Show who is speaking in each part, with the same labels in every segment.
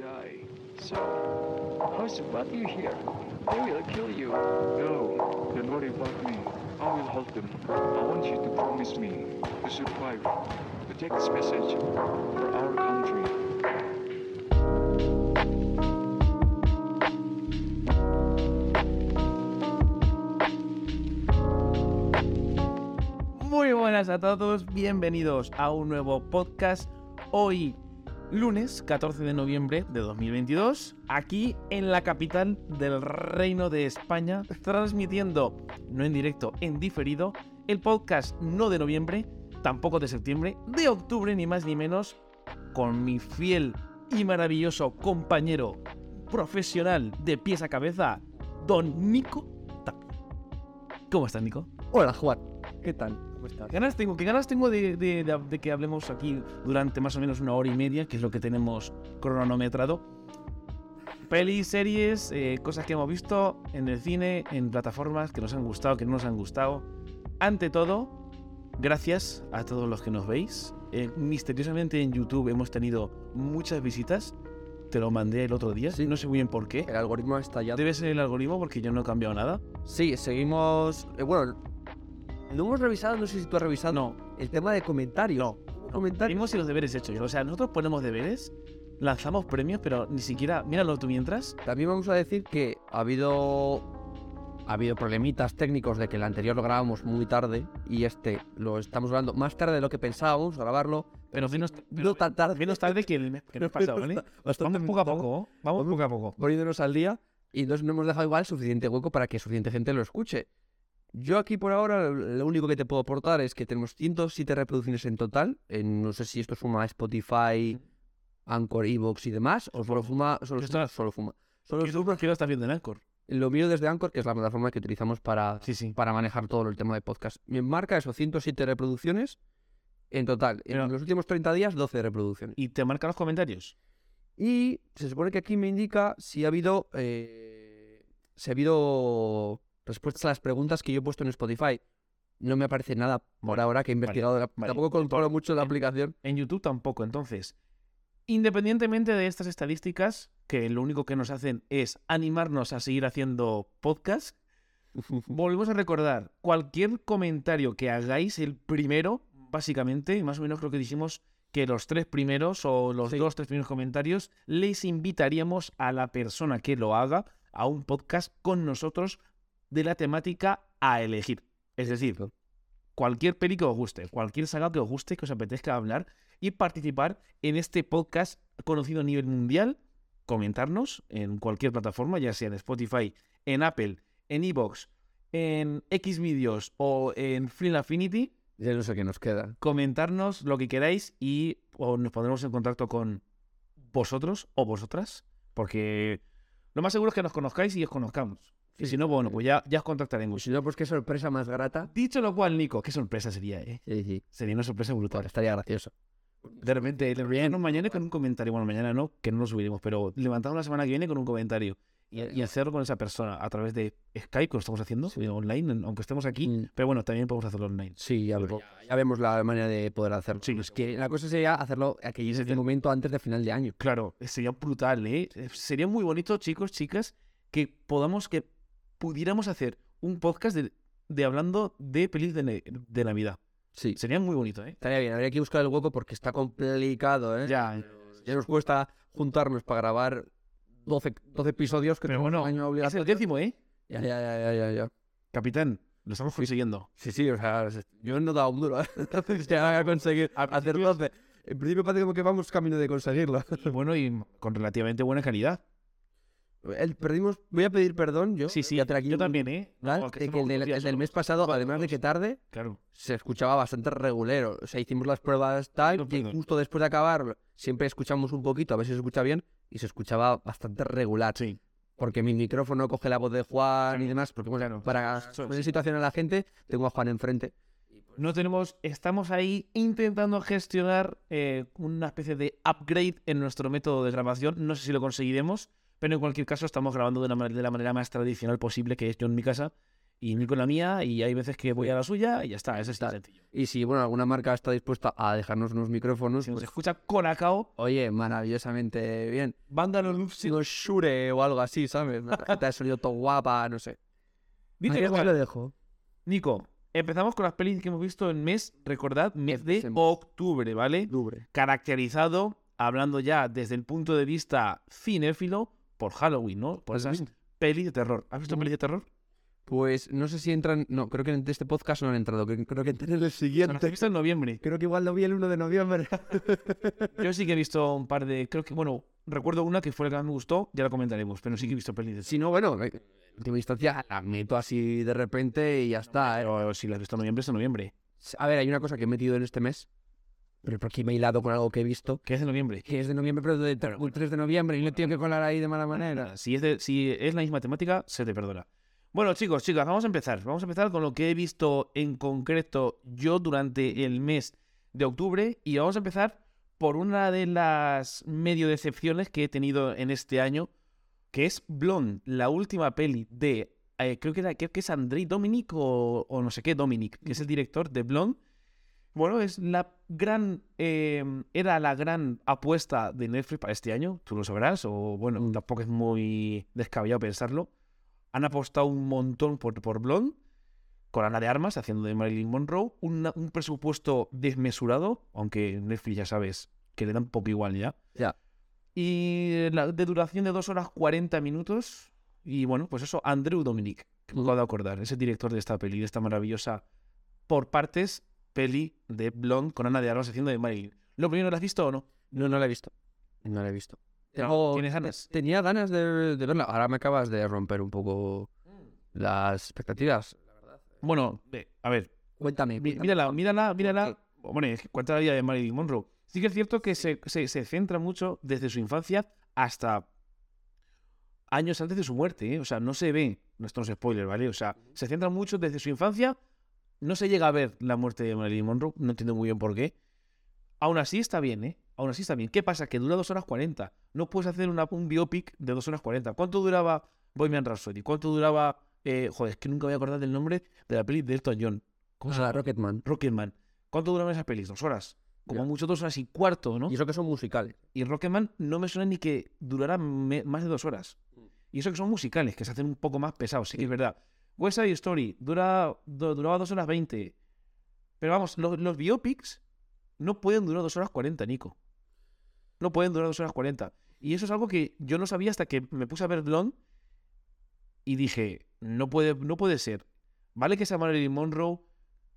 Speaker 1: away. So, House, what you here? They will kill you.
Speaker 2: No, don't worry about me. I will help them. I want you to promise me to survive, to take this message for our country.
Speaker 3: Muy buenas a todos, bienvenidos a un nuevo podcast. Hoy, lunes 14 de noviembre de 2022, aquí en la capital del Reino de España, transmitiendo, no en directo, en diferido, el podcast no de noviembre, tampoco de septiembre, de octubre, ni más ni menos, con mi fiel y maravilloso compañero profesional de pies a cabeza, don Nico Tapia. ¿Cómo estás, Nico?
Speaker 4: Hola Juan, ¿qué tal? ¿Cómo estás?
Speaker 3: ¿Qué ganas tengo, qué ganas tengo de, de- de- de que hablemos aquí durante más o menos una hora y media, que es lo que tenemos cronometrado. Pelis, series, eh, cosas que hemos visto en el cine, en plataformas que nos han gustado, que no nos han gustado. Ante todo, gracias a todos los que nos veis. Eh, misteriosamente en YouTube hemos tenido muchas visitas. Te lo mandé el otro día,
Speaker 4: Sí. Eh,
Speaker 3: no sé muy bien por qué.
Speaker 4: El algoritmo ha estallado.
Speaker 3: Debe ser el algoritmo porque yo no he cambiado nada.
Speaker 4: Sí, seguimos. eh, bueno, no hemos revisado, no sé si tú has revisado.
Speaker 3: No,
Speaker 4: El tema de comentarios. No. Comentarios.
Speaker 3: Vimos si los deberes hechos ya. O sea, nosotros ponemos deberes, lanzamos premios, pero ni siquiera. Míralo tú mientras.
Speaker 4: También vamos a decir que ha habido. Ha habido problemitas técnicos de que el anterior lo grabamos muy tarde y este lo estamos grabando más tarde de lo que pensábamos grabarlo.
Speaker 3: Pero menos,
Speaker 4: no tan tarde.
Speaker 3: menos tarde que el mes que nos pasa, ¿vale? Vamos poco a poco, ¿eh? vamos poco a poco.
Speaker 4: poniéndonos al día y entonces no hemos dejado igual suficiente hueco para que suficiente gente lo escuche. Yo aquí por ahora lo único que te puedo aportar es que tenemos 107 reproducciones en total. en- no sé si esto suma Spotify, Anchor, Evox y demás, o solo suma, solo
Speaker 3: Esto-
Speaker 4: suma, solo suma. Solo
Speaker 3: ¿Qué tú estás viendo en Anchor?
Speaker 4: lo mío desde Anchor, que es la plataforma que utilizamos para,
Speaker 3: Sí, sí.
Speaker 4: para manejar todo el tema de podcast. Me marca eso, 107 reproducciones en total. En
Speaker 3: Pero-
Speaker 4: los últimos 30 días, 12 reproducciones.
Speaker 3: Y te marca los comentarios.
Speaker 4: Y se supone que aquí me indica si ha habido. eh, si ha habido respuestas a las preguntas que yo he puesto en Spotify. No me aparece nada por
Speaker 3: Vale,
Speaker 4: ahora que he investigado. de la-
Speaker 3: vale.
Speaker 4: Tampoco controlo mucho la
Speaker 3: en-
Speaker 4: aplicación.
Speaker 3: En YouTube tampoco. Entonces, independientemente de estas estadísticas, que lo único que nos hacen es animarnos a seguir haciendo podcast, Volvemos a recordar, cualquier comentario que hagáis, el primero, básicamente, más o menos creo que dijimos que los tres primeros o los
Speaker 4: Sí.
Speaker 3: dos, tres primeros comentarios, les invitaríamos a la persona que lo haga a un podcast con nosotros de la temática a elegir. Es decir,
Speaker 4: Claro.
Speaker 3: cualquier peli que os guste, cualquier saga que os guste, que os apetezca hablar y participar en este podcast conocido a nivel mundial, comentarnos en cualquier plataforma, ya sea en Spotify, en Apple, en Evox, en X Videos o en Film Affinity,
Speaker 4: Ya no sé qué nos queda.
Speaker 3: comentarnos lo que queráis y o nos pondremos en contacto con vosotros o vosotras, porque lo más seguro es que nos conozcáis y os conozcamos. Y
Speaker 4: Sí,
Speaker 3: si no, bueno,
Speaker 4: sí.
Speaker 3: pues ya, ya os
Speaker 4: Pues
Speaker 3: contactaremos.
Speaker 4: si no, pues qué sorpresa más grata.
Speaker 3: Dicho lo cual, Nico, qué sorpresa sería, ¿eh?
Speaker 4: Sí, sí.
Speaker 3: Sería una sorpresa
Speaker 4: Bueno,
Speaker 3: brutal.
Speaker 4: estaría gracioso.
Speaker 3: De repente, levantarnos mañana con un comentario. Bueno, mañana no, que no lo subiremos, pero levantarnos la semana que viene con un comentario y, y hacerlo con esa persona a través de Skype, que lo estamos haciendo eh,
Speaker 4: Sí.
Speaker 3: online, en- aunque estemos aquí.
Speaker 4: Mm.
Speaker 3: Pero bueno, también podemos hacerlo online.
Speaker 4: Sí, ya,
Speaker 3: Pero
Speaker 4: pues ya- ya vemos la manera de poder hacerlo.
Speaker 3: Sí.
Speaker 4: Es que la cosa sería hacerlo a que llegue este momento antes de final de año.
Speaker 3: Claro, sería brutal, ¿eh? Sería muy bonito, chicos, chicas, que podamos, que pudiéramos hacer un podcast de, de hablando de pelis de, ne- de Navidad.
Speaker 4: Sí.
Speaker 3: Sería muy bonito, ¿eh?
Speaker 4: Estaría bien, habría que buscar el hueco porque está complicado, ¿eh?
Speaker 3: Ya,
Speaker 4: Ya nos cuesta juntarnos para grabar 12, 12 episodios que
Speaker 3: Pero bueno,
Speaker 4: tenemos un año
Speaker 3: es
Speaker 4: obligatorio.
Speaker 3: el décimo, ¿eh?
Speaker 4: Ya, ya, ya, ya, ya, ya.
Speaker 3: Capitán, lo estamos consiguiendo.
Speaker 4: Sí, sí, o sea, se- yo no he dado un duro. Entonces ya voy a conseguir hacer 12. En principio parece como que vamos camino de conseguirlo.
Speaker 3: Y bueno, y con relativamente buena calidad.
Speaker 4: El- perdimos, voy a pedir perdón yo.
Speaker 3: Sí, sí,
Speaker 4: voy a hacer aquí
Speaker 3: yo
Speaker 4: un-
Speaker 3: también, ¿eh?
Speaker 4: ¿verdad?
Speaker 3: Porque
Speaker 4: De que el
Speaker 3: somos
Speaker 4: del,
Speaker 3: dos días
Speaker 4: el del
Speaker 3: solos.
Speaker 4: mes pasado, además de que tarde,
Speaker 3: Claro.
Speaker 4: se escuchaba bastante regulero. O sea, hicimos las pruebas tal,
Speaker 3: No,
Speaker 4: y
Speaker 3: perdón.
Speaker 4: justo después de acabar, siempre escuchamos un poquito, a ver si se escucha bien, y se escuchaba bastante regular.
Speaker 3: Sí.
Speaker 4: porque mi micrófono coge la voz de Juan y demás, porque bueno,
Speaker 3: claro.
Speaker 4: para
Speaker 3: Eso es.
Speaker 4: poner en situación a la gente, tengo a Juan enfrente.
Speaker 3: No tenemos, estamos ahí intentando gestionar eh, una especie de upgrade en nuestro método de grabación. No sé si lo conseguiremos, pero en cualquier caso estamos grabando de la, ma- de la manera más tradicional posible, que es yo en mi casa y Nico la mía, y hay veces que voy a la suya y ya está, es así de
Speaker 4: Tal.
Speaker 3: sencillo.
Speaker 4: Y si, bueno, alguna marca está dispuesta a dejarnos unos micrófonos,
Speaker 3: Si nos
Speaker 4: pues,
Speaker 3: escucha Colacao,
Speaker 4: oye, maravillosamente bien.
Speaker 3: Vándalo Lupsi.
Speaker 4: Sino Shure o algo así, ¿sabes? Una tarjeta de sonido todo guapa, no sé.
Speaker 3: Dice
Speaker 4: Ahí
Speaker 3: que
Speaker 4: igual
Speaker 3: tal.
Speaker 4: lo dejo.
Speaker 3: Nico, empezamos con las pelis que hemos visto en mes, recordad, mes de
Speaker 4: Empecemos.
Speaker 3: octubre, ¿vale? Caracterizado, hablando ya desde el punto de vista cinéfilo, por Halloween, ¿no? Por esas
Speaker 4: Totalmente.
Speaker 3: pelis de terror. ¿Has visto pelis de terror?
Speaker 4: Pues no sé si entran. No, creo que en este podcast no han entrado. Creo, creo que entran en el
Speaker 3: O sea, las he
Speaker 4: siguiente.
Speaker 3: visto en noviembre.
Speaker 4: Creo que igual lo vi el 1 de noviembre.
Speaker 3: Yo sí que he visto un par de. Creo que, bueno, recuerdo una que fue la que más me gustó, ya la comentaremos, pero sí que he visto pelis de
Speaker 4: si no, bueno, en última instancia la meto así de repente y ya está. ¿eh?
Speaker 3: Pero si la has visto en noviembre, es en noviembre.
Speaker 4: A ver, hay una cosa que he metido en este mes, pero porque me he hilado con algo que he visto,
Speaker 3: ¿Qué es de noviembre?
Speaker 4: que es de noviembre, pero de tre- un 3 de noviembre y no tengo que colar ahí de mala manera.
Speaker 3: Si es, de- si es la misma temática, se te perdona. Bueno, chicos, chicas, vamos a empezar. Vamos a empezar con lo que he visto en concreto yo durante el mes de octubre. Y vamos a empezar por una de las medio decepciones que he tenido en este año, que es Blonde, la última peli de. eh, creo, que era, creo que es André Dominic o, o no sé qué, Dominic, que es el director de Blonde. Bueno, es la gran. eh, era la gran apuesta de Netflix para este año, tú lo sabrás, o bueno, tampoco es muy descabellado pensarlo. Han apostado un montón por, por Blonde, con Ana de Armas haciendo de Marilyn Monroe, una- un presupuesto desmesurado, aunque Netflix ya sabes que le dan poco igual ya.
Speaker 4: Ya.
Speaker 3: Y la- de duración de 2 horas 40 minutos. Y bueno, pues eso, Andrew Dominic, que me acabo de acordar, es el director de esta peli, de esta maravillosa por partes peli de Blonde con Ana de Armas haciendo de Marilyn. ¿Lo primero la has visto o no?
Speaker 4: No, no la he visto. No la he visto.
Speaker 3: No,
Speaker 4: Tengo-
Speaker 3: ¿Tienes ganas?
Speaker 4: Tenía ganas de, de verla. Ahora me acabas de romper un poco las expectativas.
Speaker 3: Bueno, ve, a ver,
Speaker 4: Cuéntame.
Speaker 3: mí-
Speaker 4: cuéntame.
Speaker 3: mírala, mírala,
Speaker 4: Ok.
Speaker 3: mírala. Hombre, es que cuenta la vida de Marilyn Monroe. Sí que es cierto que se, se- se centra mucho desde su infancia hasta años antes de su muerte, ¿eh? O sea, no se ve, no, esto no es spoiler, ¿vale? O sea, se centra mucho desde su infancia, no se llega a ver la muerte de Marilyn Monroe, no entiendo muy bien por qué. Aún así está bien, ¿eh? Aún así está bien. ¿Qué pasa? Que dura 2 horas 40. No puedes hacer una, un biopic de 2 horas 40. ¿Cuánto duraba Bohemian Rhapsody? ¿Cuánto duraba... eh, joder, es que nunca voy a acordar del nombre de la peli de Elton John.
Speaker 4: ¿Cómo se llama? Rocketman.
Speaker 3: Rocketman. ¿Cuánto duraban esas pelis? Dos horas. Como
Speaker 4: Ya.
Speaker 3: mucho dos horas y cuarto, ¿no?
Speaker 4: Y eso que son musicales.
Speaker 3: Y Rocketman no me suena ni que durara me- más de dos horas.
Speaker 4: Mm.
Speaker 3: Y eso que son musicales, que se hacen un poco más pesados, sí, que es verdad. West Side Story dura, du- duraba dos horas veinte. Pero vamos, lo- los biopics no pueden durar dos horas cuarenta, Nico. No pueden durar dos horas cuarenta. Y eso es algo que yo no sabía hasta que me puse a ver Blonde y dije, no puede, no puede ser. Vale que sea Marilyn Monroe.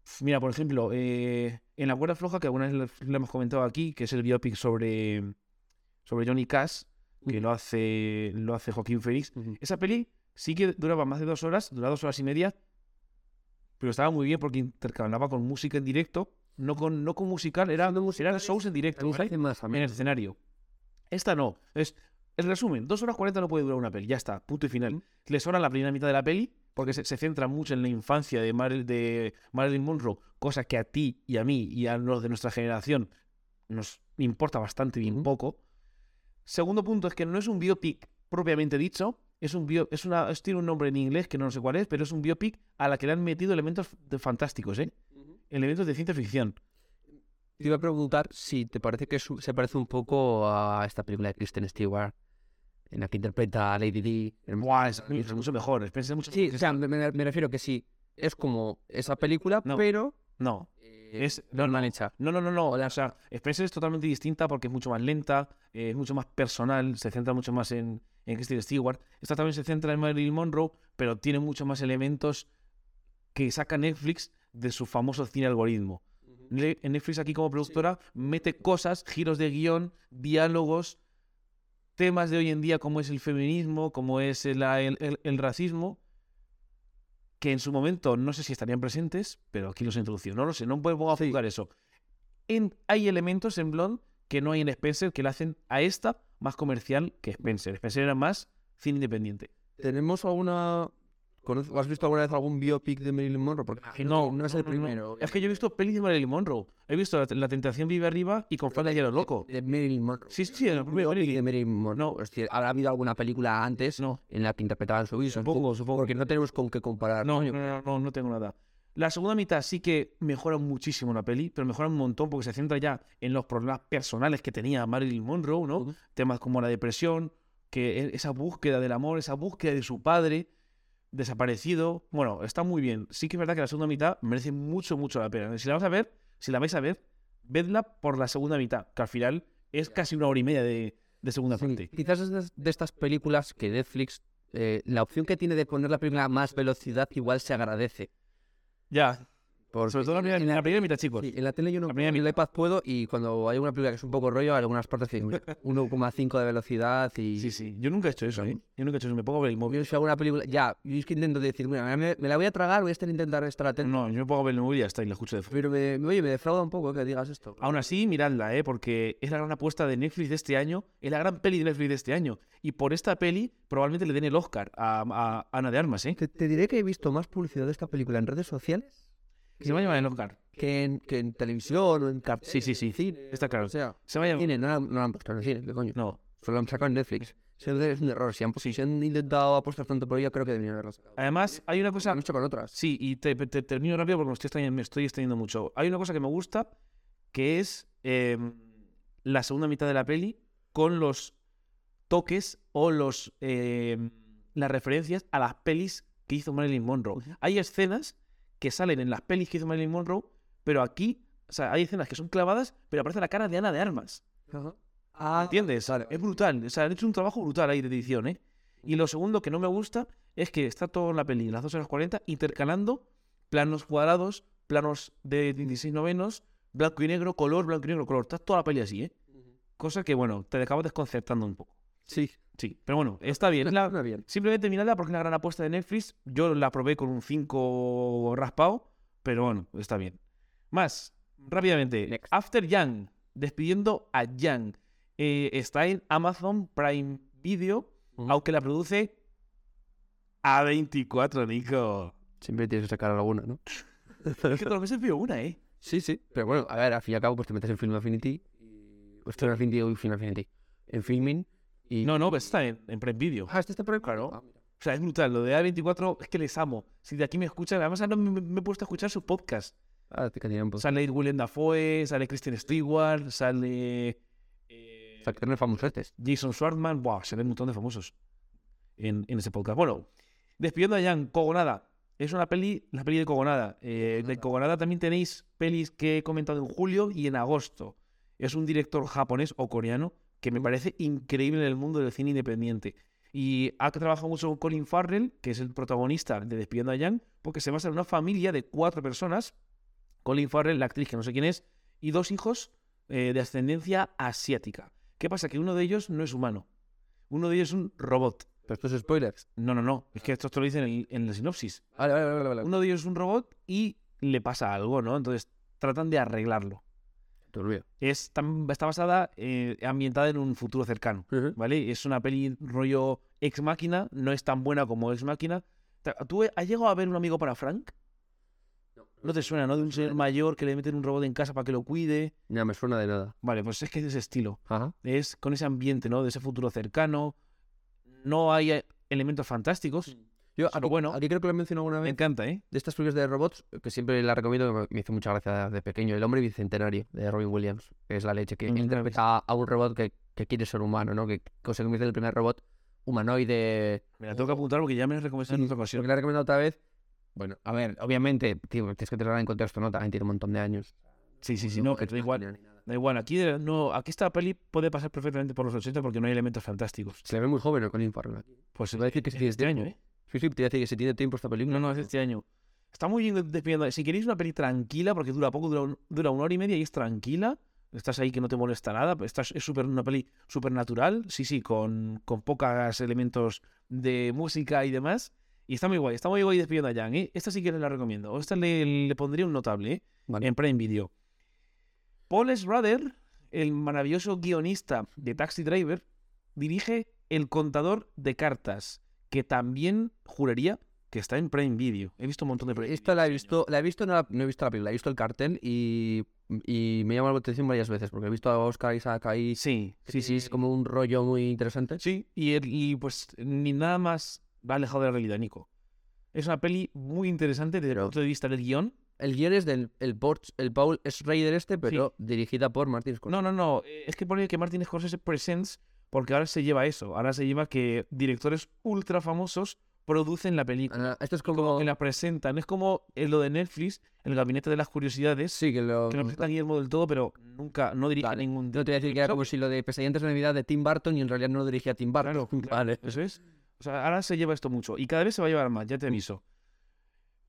Speaker 3: Pf, Mira, por ejemplo, eh, en La cuerda floja, que alguna vez lo- lo hemos comentado aquí, que es el biopic sobre, sobre Johnny Cash, que lo hace, lo hace Joaquín Phoenix. Mm. Esa peli sí que duraba más de dos horas, duraba dos horas y media, pero estaba muy bien porque intercalaba con música en directo, no con, no con musical, eran, eran shows en directo
Speaker 4: También se
Speaker 3: ¿vale?
Speaker 4: hace más
Speaker 3: en
Speaker 4: ameno.
Speaker 3: el escenario. Esta no. Es el resumen. Dos horas 40 no puede durar una peli. Ya está. Punto y final. Le sobra la primera mitad de la peli porque se, se centra mucho en la infancia de, Maril- de Marilyn Monroe, cosa que a ti y a mí y a los de nuestra generación nos importa bastante bien
Speaker 4: Ujú.
Speaker 3: poco. Segundo punto es que no es un biopic propiamente dicho. Es un bio, es una, es- tiene un nombre en inglés que no sé cuál es, pero es un biopic a la que le han metido elementos de fantásticos, ¿eh? Elementos de ciencia ficción.
Speaker 4: Te iba a preguntar si te parece que su- se parece un poco a esta película de Kristen Stewart, en la que interpreta a Lady D.
Speaker 3: Buah, es, es mucho mejor. es- es mucho-
Speaker 4: Sí, o sea, me, me- me refiero que sí. Es como esa película,
Speaker 3: No.
Speaker 4: pero
Speaker 3: no,
Speaker 4: eh,
Speaker 3: Es- no,
Speaker 4: mal hecha.
Speaker 3: No, no, no, no. O sea, Spencer es totalmente distinta porque es mucho más lenta, eh, es mucho más personal, se centra mucho más en, en Kristen Stewart. Esta también se centra en Marilyn Monroe, pero tiene muchos más elementos que saca Netflix de su famoso cine algoritmo. Le- Netflix aquí como productora mete cosas, giros de guión, diálogos, temas de hoy en día como es el feminismo, como es el, el- el- el racismo, que en su momento no sé si estarían presentes, pero aquí los introdució. No lo sé, no puedo a
Speaker 4: Sí.
Speaker 3: juzgar eso. En- hay elementos en Blonde que no hay en Spencer que le hacen a esta más comercial que Spencer. Spencer era más cine independiente.
Speaker 4: ¿Tenemos alguna ¿Conoces- ¿Has visto alguna vez algún biopic de Marilyn Monroe? Porque imagino que Ah, no es el primero.
Speaker 3: Es que yo he visto pelis de Marilyn Monroe. He visto La, La Tentación Vive Arriba y con Fran de Hielo Loco.
Speaker 4: De Marilyn Monroe.
Speaker 3: Sí, sí, sí, el
Speaker 4: Un
Speaker 3: propio
Speaker 4: biopic de
Speaker 3: Marilyn.
Speaker 4: Marilyn Monroe.
Speaker 3: No.
Speaker 4: Hostia, ¿habrá habido alguna película antes
Speaker 3: No.
Speaker 4: en la que interpretaban su vida?
Speaker 3: Supongo, supongo.
Speaker 4: Porque no tenemos con qué comparar.
Speaker 3: No,
Speaker 4: coño.
Speaker 3: no, no, no, no tengo nada. La segunda mitad sí que mejora muchísimo la peli, pero mejora un montón porque se centra ya en los problemas personales que tenía Marilyn Monroe, ¿no?
Speaker 4: Ujú.
Speaker 3: Temas como la depresión, que e- esa búsqueda del amor, esa búsqueda de su padre desaparecido. Bueno, está muy bien. Sí que es verdad que la segunda mitad merece mucho, mucho la pena. Si la vas a ver, si la vais a ver, vedla por la segunda mitad, que al final es casi una hora y media de, de segunda
Speaker 4: Sí,
Speaker 3: parte.
Speaker 4: Quizás es de, de estas películas que Netflix, eh, la opción que tiene de poner la película a más velocidad igual se agradece.
Speaker 3: Ya,
Speaker 4: Porque
Speaker 3: sobre todo la primera,
Speaker 4: en
Speaker 3: la primera mitad, chicos.
Speaker 4: sí, en la tele yo no
Speaker 3: la primera
Speaker 4: en el iPad puedo y cuando hay una película que es un poco rollo, hay algunas partes que 1,5 de velocidad y...
Speaker 3: Sí, sí. Yo nunca he hecho eso, ¿eh? Yo nunca he hecho eso. Me pongo a ver el móvil.
Speaker 4: Yo si hago una película... Ya, yo es que intento decir, mira, me, me la voy a tragar, voy a estar intentar estar atento.
Speaker 3: No, yo me pongo a ver el móvil y ya está, y lo escucho de fondo.
Speaker 4: Pero me, me- oye, me defrauda un poco que digas esto.
Speaker 3: Aún así, miradla, ¿eh? Porque es la gran apuesta de Netflix de este año. Es la gran peli de Netflix de este año. Y por esta peli probablemente le den el Oscar a, a Ana de Armas, ¿eh?
Speaker 4: Te, te diré que he visto más publicidad de esta película en redes sociales
Speaker 3: Se va a llamar el Oscar.
Speaker 4: que en, que en televisión o en carteles,
Speaker 3: Sí, sí, sí.
Speaker 4: en cine,
Speaker 3: Está claro.
Speaker 4: O sea,
Speaker 3: Se va a llamar...
Speaker 4: cine, no, la- no la han puesto en el cine, ¿qué coño?
Speaker 3: No.
Speaker 4: Solo han sacado en Netflix. Eso es un error. Si han, si han intentado apostar tanto por ella, creo que deberían haberlo sacado.
Speaker 3: Además, hay una cosa...
Speaker 4: Han hecho con otras.
Speaker 3: Sí, y te, te- termino rápido porque me estoy, extrañando- me estoy extendiendo mucho. Hay una cosa que me gusta, que es eh, la segunda mitad de la peli con los toques o los eh, las referencias a las pelis que hizo Marilyn Monroe. Hay escenas que salen en las pelis que hizo Marilyn Monroe, pero aquí, o sea, hay escenas que son clavadas, pero aparece la cara de Ana de Armas.
Speaker 4: Ajá. Ah,
Speaker 3: ¿Entiendes?
Speaker 4: vale,
Speaker 3: Es
Speaker 4: vale.
Speaker 3: brutal. O sea, han hecho un trabajo brutal ahí de edición, ¿eh? Y lo segundo que no me gusta es que está todo en la peli, en las 2 horas 40, intercalando planos cuadrados, planos de 16 novenos, blanco y negro, color, blanco y negro, color. Está toda la peli así, ¿eh? Cosa que, bueno, te acabas desconcertando un poco.
Speaker 4: Sí.
Speaker 3: Sí, pero bueno, está bien. Es la-
Speaker 4: Suena bien.
Speaker 3: simplemente miradla porque es una gran apuesta de Netflix. Yo la probé con un 5 raspado, pero bueno, está bien. Más, rápidamente.
Speaker 4: Next.
Speaker 3: After Young, despidiendo a Young. Eh, está en Amazon Prime Video,
Speaker 4: Ujú.
Speaker 3: aunque la produce A24, Nico.
Speaker 4: Siempre tienes que sacar alguna, ¿no?
Speaker 3: Es que todos los meses veo una, ¿eh?
Speaker 4: sí, sí. Pero bueno, a ver, al fin y al cabo, pues te metes en Film Affinity. Y... Esto en Affinity y Film Affinity. En Filming. Y...
Speaker 3: No, no, pero está en, en Prime Video.
Speaker 4: Ah, este está por ahí.
Speaker 3: Claro.
Speaker 4: Ah, mira.
Speaker 3: O sea, es brutal. Lo de A24 es que les amo. Si de aquí me escuchan, además ahora me, me he puesto a escuchar su podcast.
Speaker 4: Ah, te quedaría un poco.
Speaker 3: Sale William Dafoe, sale Christian Stewart, sale eh,
Speaker 4: Sacaron famosetes.
Speaker 3: Jason Schwartzman. Wow, se ven un montón de famosos en, en ese podcast. Bueno, despidiendo a Jan, Cogonada. Es una peli, la peli de Cogonada. Eh, de Cogonada también tenéis pelis que he comentado en julio y en agosto. Es un director japonés o coreano que me parece increíble en el mundo del cine independiente. Y ha trabajado mucho con Colin Farrell, que es el protagonista de Despidiendo a Jan, porque se basa en una familia de cuatro personas. Colin Farrell, la actriz que no sé quién es, y dos hijos eh, de ascendencia asiática. ¿Qué pasa? Que uno de ellos no es humano. Uno de ellos es un robot.
Speaker 4: Pero estos spoilers.
Speaker 3: No, no, no. Es que esto te lo dicen en, el- en la sinopsis.
Speaker 4: Vale, vale, vale. vale.
Speaker 3: Uno de ellos es un robot y le pasa algo, ¿no? Entonces tratan de arreglarlo.
Speaker 4: Turbio.
Speaker 3: Es, tam- está basada, eh, ambientada en un futuro cercano,
Speaker 4: Ujú.
Speaker 3: ¿vale? Es una peli rollo ex máquina, no es tan buena como ex máquina. Ta- ¿Tú has llegado a ver un amigo para Frank? No te suena, ¿no? De un señor mayor que le meten un robot en casa para que lo cuide.
Speaker 4: No me suena de nada.
Speaker 3: Vale, pues es que es de ese estilo.
Speaker 4: Ajá.
Speaker 3: es con ese ambiente, ¿no? De ese futuro cercano. No hay eh, elementos fantásticos.
Speaker 4: Yo,
Speaker 3: Pero bueno.
Speaker 4: aquí creo que lo he mencionado alguna
Speaker 3: Me
Speaker 4: vez.
Speaker 3: encanta, ¿eh?
Speaker 4: de estas películas de robots, eh, que siempre la recomiendo, que me hizo mucha gracia de pequeño, El hombre bicentenario, de Robin Williams, que es la leche, que
Speaker 3: Mm, no la he
Speaker 4: interpreta a un robot que, que quiere ser humano, ¿no? Que, que se convierte en el primer robot humanoide.
Speaker 3: Me la tengo que apuntar porque ya me la recomendaste Pues en
Speaker 4: Sí,
Speaker 3: otra
Speaker 4: Creo que
Speaker 3: ocasión.
Speaker 4: la he recomendado otra vez. Bueno, a ver, obviamente, tío, tienes que tenerla en contexto, ¿no? También tiene un montón de años.
Speaker 3: Sí, sí, sí, no, que
Speaker 4: es
Speaker 3: da igual.
Speaker 4: página ni nada.
Speaker 3: Da igual, aquí, eh, no, aquí esta peli puede pasar perfectamente por los 80 porque no hay elementos fantásticos.
Speaker 4: Se le ve muy joven el Colin Farrell. aquí.
Speaker 3: Pues
Speaker 4: Se va a decir que
Speaker 3: es
Speaker 4: sí, es
Speaker 3: este año,
Speaker 4: tiempo.
Speaker 3: ¿eh?
Speaker 4: Sí, sí, te iba a decir que si tiene tiempo esta película.
Speaker 3: No, no, es este año. Está muy bien despidiendo. Si queréis una peli tranquila, porque dura poco, dura, un- dura una hora y media y es tranquila. Estás ahí que no te molesta nada. pues Estás, es super, una peli súper natural. Sí, sí, con, con pocos elementos de música y demás. Y está muy guay. Está muy guay despidiendo a Jan, ¿eh? Esta sí que la recomiendo. O esta le, le pondría un notable, ¿eh?
Speaker 4: Vale.
Speaker 3: En Prime Video. Paul Schrader, el maravilloso guionista de Taxi Driver, dirige El contador de cartas, que también juraría que está en Prime Video. He visto un montón de Prime
Speaker 4: Esta
Speaker 3: Video
Speaker 4: la he
Speaker 3: este año.
Speaker 4: visto, la he visto, no, la- no he visto la película, he visto el cartel y, y me llama la atención varias veces porque he visto a Oscar Isaac ahí.
Speaker 3: Sí,
Speaker 4: que
Speaker 3: sí, sí.
Speaker 4: Es como un rollo muy interesante.
Speaker 3: Sí, y, el- y, pues ni nada más va alejado de la realidad, Nico. Es una peli muy interesante desde el
Speaker 4: Pero-
Speaker 3: punto de vista del guión.
Speaker 4: El guion es del el Porch- el Paul Schrader este, pero dirigida por Martin
Speaker 3: No,
Speaker 4: Scorsese.
Speaker 3: no, no. eh, Es que pone que Martin Scorsese Presents porque ahora se lleva eso. Ahora se lleva que directores ultra famosos producen la película.
Speaker 4: Ah, Esto es como.
Speaker 3: Que la presentan. Es como eh, lo de Netflix, el gabinete de las curiosidades,
Speaker 4: Sí, que lo.
Speaker 3: que lo presenta Guillermo del Todo, pero nunca, no dirige
Speaker 4: Vale.
Speaker 3: ningún...
Speaker 4: No te voy a decir que era como si lo de Pesadilla antes de Navidad de Tim Burton y en realidad no lo dirigía Tim Burton.
Speaker 3: Claro, claro.
Speaker 4: Vale.
Speaker 3: Eso es. O sea, ahora se lleva esto mucho. Y cada vez se va a llevar más, ya te aviso.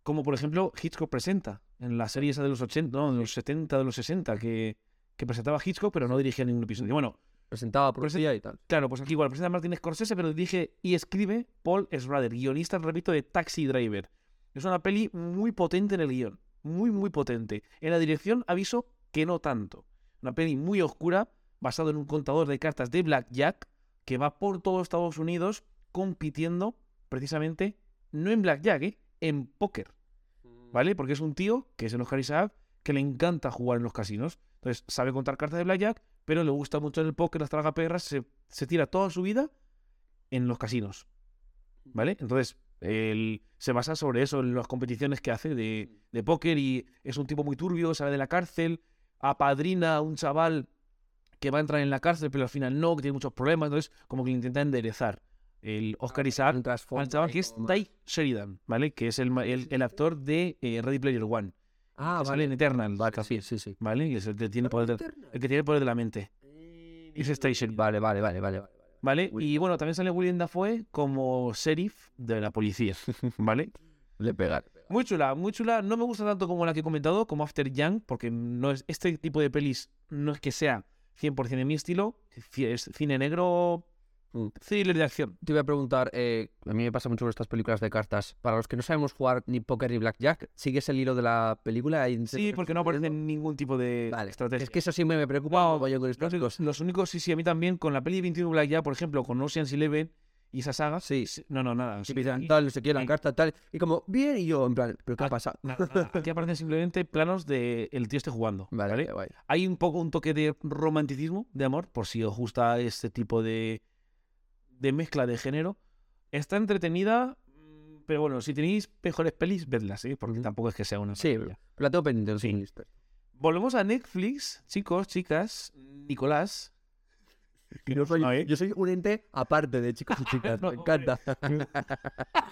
Speaker 3: Como por ejemplo Hitchcock presenta en la serie esa de los 80, no, de los 70, de los 60, que, que presentaba Hitchcock, pero no dirigía ningún episodio. Bueno,
Speaker 4: Presentaba por
Speaker 3: Pero ese-
Speaker 4: día y tal.
Speaker 3: claro, pues aquí igual presenta Martin Scorsese, pero dirige y escribe Paul Schrader, guionista, repito, de Taxi Driver. Es una peli muy potente en el guión. Muy, muy potente. En la dirección, aviso que no tanto. Una peli muy oscura, basado en un contador de cartas de Blackjack, que va por todo Estados Unidos compitiendo precisamente, no en Blackjack, ¿eh? en póker. ¿Vale? Porque es un tío, que es el Oscar Isaac, que le encanta jugar en los casinos. Entonces, sabe contar cartas de Blackjack, pero le gusta mucho el póker, las tragaperras, se, se tira toda su vida en los casinos. ¿Vale? Entonces, él se basa sobre eso, en las competiciones que hace de, de póker y es un tipo muy turbio, sale de la cárcel, apadrina a un chaval que va a entrar en la cárcel, pero al final no, que tiene muchos problemas, entonces como que le intenta enderezar. El
Speaker 4: Ah,
Speaker 3: Oscar Isaac
Speaker 4: Un trasfondo
Speaker 3: al chaval
Speaker 4: ahí
Speaker 3: que es
Speaker 4: como más-
Speaker 3: Ty Sheridan, ¿vale? Que es el, ma- el, el actor de eh, Ready Player One.
Speaker 4: Ah,
Speaker 3: que sale
Speaker 4: vale.
Speaker 3: en Eternal,
Speaker 4: Vale, sí,
Speaker 3: también,
Speaker 4: sí, sí.
Speaker 3: ¿vale? Y es el que tiene poder de- el que tiene el poder de la mente. Es este Sheridan,
Speaker 4: Vale, vale, vale, vale. vale.
Speaker 3: ¿vale?
Speaker 4: Will-
Speaker 3: Y bueno, también sale William Dafoe como sheriff de la policía, ¿vale?
Speaker 4: Le pegar.
Speaker 3: Muy chula, muy chula. No me gusta tanto como la que he comentado, como After Young, porque no es, este tipo de pelis no es que sea 100% de mi estilo. ci- Es cine negro,
Speaker 4: Mm.
Speaker 3: thriller de acción.
Speaker 4: Te voy a preguntar, eh, a mí me pasa mucho con estas películas de cartas. Para los que no sabemos jugar ni póker ni blackjack, ¿sigues el hilo de la película? Ahí en-
Speaker 3: Sí, porque no aparece ningún tipo de
Speaker 4: Vale,
Speaker 3: estrategia.
Speaker 4: Es que eso siempre me preocupa.
Speaker 3: Wow,
Speaker 4: cuando vaya con estos
Speaker 3: Los, los únicos, sí, sí, a mí también, con la peli 21 Black ya, por ejemplo, con Ocean's Eleven y esa saga.
Speaker 4: Sí.
Speaker 3: s- No, no, nada. sí,
Speaker 4: empiezan
Speaker 3: y-
Speaker 4: tal, no sé qué, la
Speaker 3: y-
Speaker 4: carta tal. Y como, bien, y yo, en plan, ¿pero
Speaker 3: eh,
Speaker 4: qué
Speaker 3: Ah,
Speaker 4: ha pasado?
Speaker 3: nada, nada. Aquí aparecen simplemente planos de el tío esté jugando.
Speaker 4: Vale, vale, vale.
Speaker 3: Hay un poco un toque de romanticismo, de amor, por si os gusta este tipo de, de mezcla de género. Está entretenida, mm, pero bueno, si tenéis mejores pelis, vedlas, ¿eh? porque
Speaker 4: Ujú.
Speaker 3: tampoco es que sea una.
Speaker 4: Sí,
Speaker 3: maravilla.
Speaker 4: la tengo pendiente.
Speaker 3: Sí.
Speaker 4: Sí.
Speaker 3: Volvemos a Netflix, chicos, chicas. Nicolás.
Speaker 4: Yo soy,
Speaker 3: No, ¿eh?
Speaker 4: yo soy un ente aparte de chicos y chicas.
Speaker 3: No,
Speaker 4: me encanta.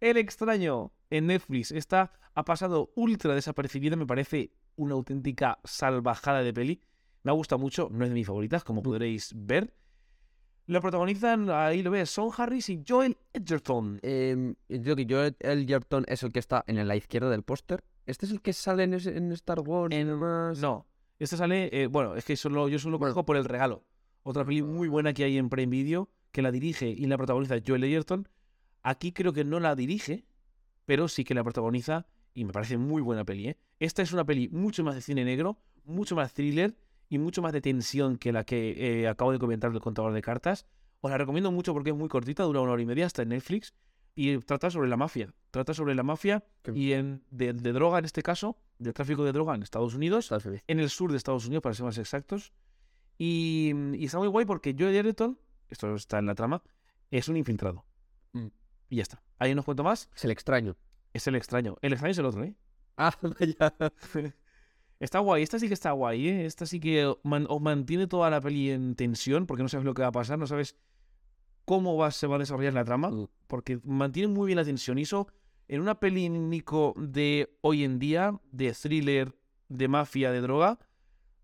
Speaker 3: El extraño en Netflix. Esta ha pasado ultra desapercibida, me parece una auténtica salvajada de peli. Me ha gustado mucho, no es de mis favoritas, como podréis ver. La protagonizan, ahí lo ves, Son Harris y Joel Edgerton.
Speaker 4: Eh, creo que Joel Edgerton es el que está en la izquierda del póster. Este es el que sale en, ese- en Star Wars. y demás.
Speaker 3: No, este sale, eh, bueno, es que solo, yo solo lo
Speaker 4: Bueno. Ah.
Speaker 3: conozco por El Regalo. Otra peli muy buena que hay en Prime Video, que la dirige y la protagoniza Joel Edgerton. Aquí creo que no la dirige, pero sí que la protagoniza y me parece muy buena peli. ¿eh? Esta es una peli mucho más de cine negro, mucho más thriller y mucho más de tensión que la que eh, acabo de comentar del contador de cartas. Os la recomiendo mucho porque es muy cortita, dura una hora y media, está en Netflix y trata sobre la mafia. Trata sobre la mafia
Speaker 4: Qué
Speaker 3: y en, de, de droga en este caso, de tráfico de droga en Estados Unidos
Speaker 4: Está feliz.
Speaker 3: en el sur de Estados Unidos, para ser más exactos. Y, mm, y está muy guay porque Joel Edgerton, esto está en la trama, es un infiltrado.
Speaker 4: Mm.
Speaker 3: Y ya está. Ahí nos cuento más.
Speaker 4: Es el extraño.
Speaker 3: Es el extraño. El extraño es el otro, ¿eh?
Speaker 4: Ah, vaya.
Speaker 3: Está guay. Esta sí que está guay, ¿eh? Esta sí que man- os mantiene toda la peli en tensión porque no sabes lo que va a pasar, no sabes cómo va, se va a desarrollar la trama.
Speaker 4: Mm.
Speaker 3: Porque mantiene muy bien la tensión. Y eso en una peli Nico, de hoy en día, de thriller, de mafia, de droga,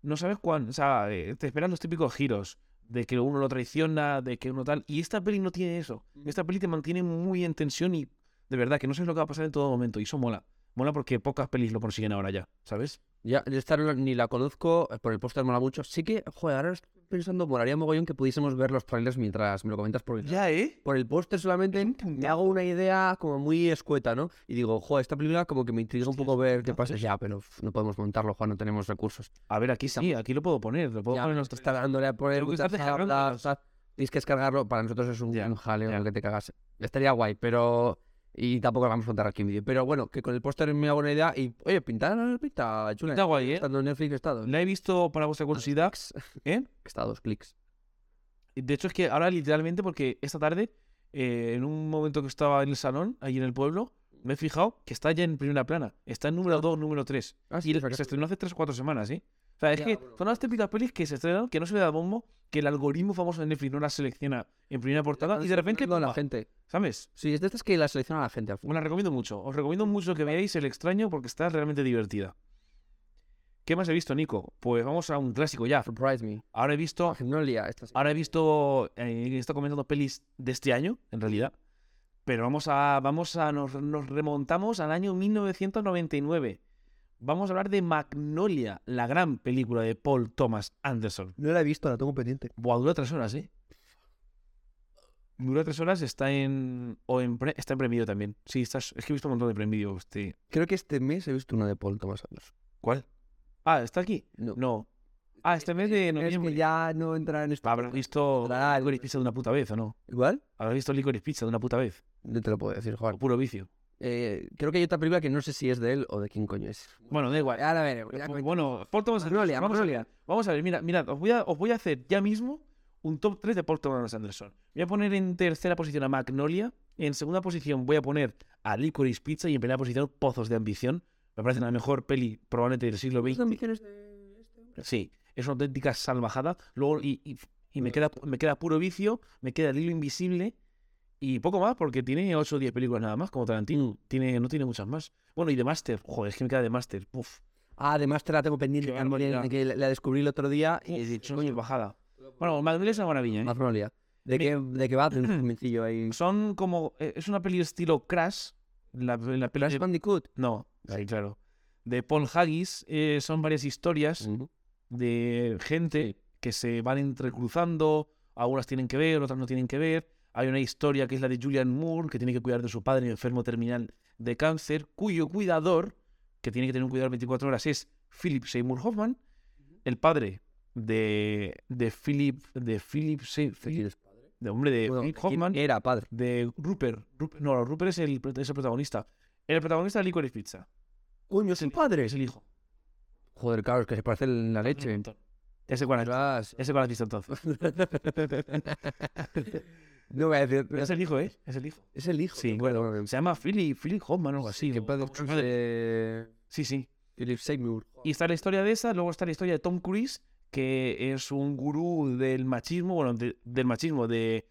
Speaker 3: no sabes cuán. O sea, eh, te esperan los típicos giros. De que uno lo traiciona, de que uno tal. Y esta peli no tiene eso. Esta peli te mantiene muy en tensión y de verdad que no sabes lo que va a pasar en todo momento. Y eso mola. Mola porque pocas pelis lo consiguen ahora ya, ¿sabes?
Speaker 4: Ya, de Star Wars ni la conozco, eh, por el póster mola mucho. Sí que, joder, ahora estoy pensando, molaría mogollón que pudiésemos ver los trailers mientras me lo comentas por el
Speaker 3: ¿eh?
Speaker 4: Por el póster solamente me hago una idea como muy escueta, ¿no? Y digo, joder, esta película como que me intriga un poco ver qué pasa. Ya, pero uf, no podemos montarlo, Juan, no tenemos recursos.
Speaker 3: A ver, aquí sí, aquí lo puedo poner. Lo puedo
Speaker 4: Ya,
Speaker 3: poner en
Speaker 4: pero
Speaker 3: los
Speaker 4: está dándole a poner
Speaker 3: Tengo que estar
Speaker 4: muchas tablas,
Speaker 3: descargándolas.
Speaker 4: o sea, Tienes que descargarlo, para nosotros es un,
Speaker 3: Ya,
Speaker 4: un jaleo
Speaker 3: ya.
Speaker 4: que te cagas. Estaría guay, pero Y tampoco la vamos a contar aquí en vídeo. Pero bueno, que con el póster me hago una idea y, oye, pintar, pinta chula.
Speaker 3: Está guay, ¿eh?
Speaker 4: Estando en Netflix está a dos.
Speaker 3: La he visto para vuestra curiosidad, ¿eh?
Speaker 4: Está a dos clics.
Speaker 3: De hecho, es que ahora literalmente, porque esta tarde, eh, en un momento que estaba en el salón, allí en el pueblo, me he fijado que está ya en primera plana. Está en número 2, número 3.
Speaker 4: Ah, sí,
Speaker 3: Y
Speaker 4: o sea que-
Speaker 3: se estrenó hace 3 o 4 semanas, ¿eh? O sea, es
Speaker 4: Ya,
Speaker 3: que
Speaker 4: bueno.
Speaker 3: son las típicas pelis que se estrenan, que no se le da bombo, que el algoritmo famoso de Netflix no las selecciona en primera portada y de repente,
Speaker 4: No, la
Speaker 3: ¡pumba!
Speaker 4: gente.
Speaker 3: ¿sabes?
Speaker 4: Sí, es de estas que la selecciona la gente al
Speaker 3: Os
Speaker 4: final.
Speaker 3: la recomiendo mucho. Os recomiendo mucho que veáis El extraño porque está realmente divertida. ¿Qué más he visto, Nico? Pues vamos a un clásico ya.
Speaker 4: Surprise me.
Speaker 3: Ahora he visto
Speaker 4: Magnolia, esta sí.
Speaker 3: Ahora he visto, eh, he estado comentando pelis de este año, en realidad. Pero vamos a, vamos a, nos, nos remontamos al año 1999. Vamos a hablar de Magnolia, la gran película de Paul Thomas Anderson.
Speaker 4: No la he visto, la tengo pendiente.
Speaker 3: Buah, dura tres horas, ¿eh? Dura tres horas, está en, o en pre- está en Premio también. Sí, está, es que he visto un montón de Premio. Este.
Speaker 4: Creo que este mes he visto una de Paul Thomas Anderson.
Speaker 3: ¿Cuál? Ah, ¿está aquí?
Speaker 4: No.
Speaker 3: No. Ah, este mes de
Speaker 4: Es
Speaker 3: noviembre. Ah,
Speaker 4: que ya no entra en esto.
Speaker 3: ¿Habrás visto
Speaker 4: Entrará el-
Speaker 3: Licorice Pizza de una puta vez o no?
Speaker 4: ¿Igual?
Speaker 3: ¿Habrás visto Licorice Pizza de una puta vez?
Speaker 4: No te lo puedo decir,
Speaker 3: Por
Speaker 4: Juan.
Speaker 3: puro vicio.
Speaker 4: Eh, creo que hay otra película que no sé si es de él o de quién coño es.
Speaker 3: Bueno, da igual.
Speaker 4: Ahora veremos.
Speaker 3: Bueno,
Speaker 4: ya comento.
Speaker 3: bueno, Paul Thomas Anderson.
Speaker 4: Magnolia,
Speaker 3: vamos, a,
Speaker 4: Magnolia.
Speaker 3: vamos a ver, mira, mirad, os voy a, os voy a hacer ya mismo un top 3 de Paul Thomas Anderson. Voy a poner en tercera posición a Magnolia, en segunda posición voy a poner a Licorice Pizza y en primera posición Pozos de Ambición. Me parece la mejor peli probablemente del siglo
Speaker 4: ¿Las
Speaker 3: XX.
Speaker 4: ambiciones de este hombre?
Speaker 3: Sí, es una auténtica salvajada. Luego, y, y- y me, queda, me queda puro vicio, me queda el hilo invisible y poco más, porque tiene 8 o 10 películas nada más, como Tarantino. Tiene, no tiene muchas más. Bueno, y de Master. Joder, es que me queda de Master. Puf.
Speaker 4: Ah, además te la tengo pendiente
Speaker 3: Qué
Speaker 4: también,
Speaker 3: barbaridad.
Speaker 4: que la la descubrí el otro día y he dicho, coño,
Speaker 3: bajada. Bueno, Magnolia es una maravilla, ¿eh?
Speaker 4: Magnolia. ¿De,
Speaker 3: Mi- Pues,
Speaker 4: qué, ¿De qué va? De un filmecillo ahí.
Speaker 3: Son como. eh, Es una peli estilo Crash. La, la peli
Speaker 4: Crash
Speaker 3: de-
Speaker 4: Bandicoot.
Speaker 3: No, sí, claro. De Paul Haggis. eh, son varias historias de gente que se van entrecruzando. Algunas tienen que ver, otras no tienen que ver. Hay una historia que es la de Julian Moore, que tiene que cuidar de su padre enfermo terminal de cáncer, cuyo cuidador, que tiene que tener un cuidador 24 horas, es Philip Seymour Hoffman, el padre de, de Philip, de Philip, Se- Philip- de hombre de
Speaker 4: Bueno,
Speaker 3: Philip
Speaker 4: ¿quién
Speaker 3: Eh, Hoffman,
Speaker 4: Era padre.
Speaker 3: de Rupert. Rup- no, Rupert es el, prot- es el protagonista. Era El protagonista de Licorice Pizza.
Speaker 4: Coño, es el padre.
Speaker 3: Es el hijo.
Speaker 4: Joder, claro, es que se parece en la leche.
Speaker 3: Ese con la
Speaker 4: Ostras.
Speaker 3: ese con la pizza entonces.
Speaker 4: no voy a decir.
Speaker 3: Es el hijo, ¿eh? Es el hijo.
Speaker 4: Es el hijo.
Speaker 3: Sí.
Speaker 4: Bueno, bueno.
Speaker 3: Se llama Philip, Philip Hoffman o algo así.
Speaker 4: Sí, que
Speaker 3: o-
Speaker 4: padre. eh,
Speaker 3: o su madre. Sí, sí.
Speaker 4: Philip Seymour.
Speaker 3: Y está la historia de esa, luego está la historia de Tom Cruise, que es un gurú del machismo, bueno, de- del machismo, de,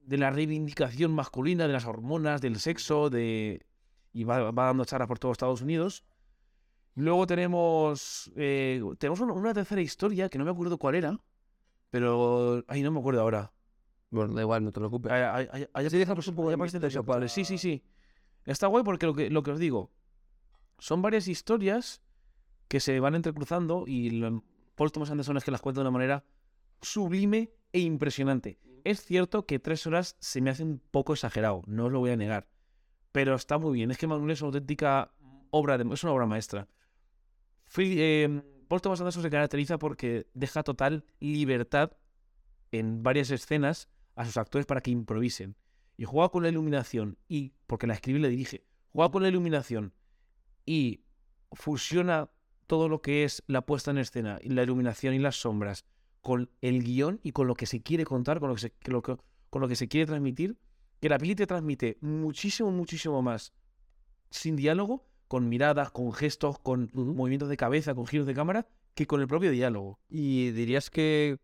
Speaker 3: de la reivindicación masculina, de las hormonas, del sexo, de y va, va dando charlas por todo Estados Unidos. Luego tenemos eh, tenemos una, una tercera historia que no me acuerdo cuál era, pero ay no me acuerdo ahora.
Speaker 4: Bueno, da igual, no te preocupes.
Speaker 3: Ay, ay, ay, ay,
Speaker 4: Sí, dejamos un poco
Speaker 3: ya
Speaker 4: de
Speaker 3: parece
Speaker 4: misterio
Speaker 3: interesante.
Speaker 4: para-
Speaker 3: Sí, sí, sí. Está guay porque lo que, lo que os digo, son varias historias que se van entrecruzando y lo- Paul Thomas Anderson es que las cuenta de una manera sublime e impresionante. Es cierto que tres horas se me hace un poco exagerado, no os lo voy a negar, pero está muy bien. Es que Manuel es una auténtica obra, de, es una obra maestra. Phil- eh, Paul Thomas Anderson se caracteriza porque deja total libertad en varias escenas a sus actores para que improvisen. Y juega con la iluminación y, porque la escribe y la dirige, juega con la iluminación y fusiona todo lo que es la puesta en escena, y la iluminación y las sombras, con el guión y con lo que se quiere contar, con lo que se, que lo que- con lo que se quiere transmitir, que la peli te transmite muchísimo, muchísimo más sin diálogo, con miradas, con gestos, con
Speaker 4: Ujú.
Speaker 3: movimientos de cabeza, con giros de cámara, que con el propio diálogo.
Speaker 4: Y dirías que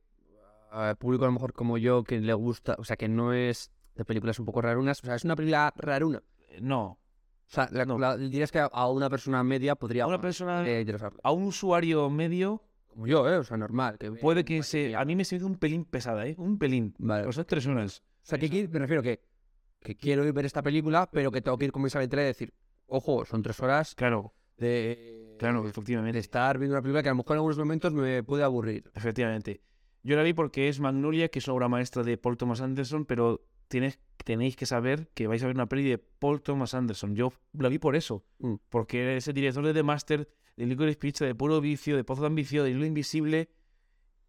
Speaker 4: a público a lo mejor como yo que le gusta, o sea, que no es de películas un poco rarunas, o sea, es una película raruna.
Speaker 3: Eh, No,
Speaker 4: O sea, la-
Speaker 3: No.
Speaker 4: la- dirías que a- a una persona media podría
Speaker 3: a una
Speaker 4: ah,
Speaker 3: persona,
Speaker 4: eh, interesarle.
Speaker 3: a un usuario medio
Speaker 4: Como yo, ¿eh? O sea, normal. Que
Speaker 3: Puede que se. A mí me siento un pelín pesada, ¿eh? Un pelín.
Speaker 4: Vale.
Speaker 3: O sea, tres horas.
Speaker 4: O sea, que aquí me refiero que, que quiero ir ver esta película, pero que tengo que ir con mis aventuras y decir, ojo, son tres horas
Speaker 3: Claro,
Speaker 4: de,
Speaker 3: claro,
Speaker 4: de
Speaker 3: efectivamente.
Speaker 4: estar viendo una película que a lo mejor en algunos momentos me puede aburrir.
Speaker 3: Efectivamente. Yo la vi porque es Magnolia, que es una obra maestra de Paul Thomas Anderson, pero tienes, tenéis que saber que vais a ver una peli de Paul Thomas Anderson. Yo la vi por eso.
Speaker 4: Mm.
Speaker 3: Porque es el director de The Master, de Licorice Pizza, de Puro Vicio, de Pozo de Ambición, de Hilo Invisible.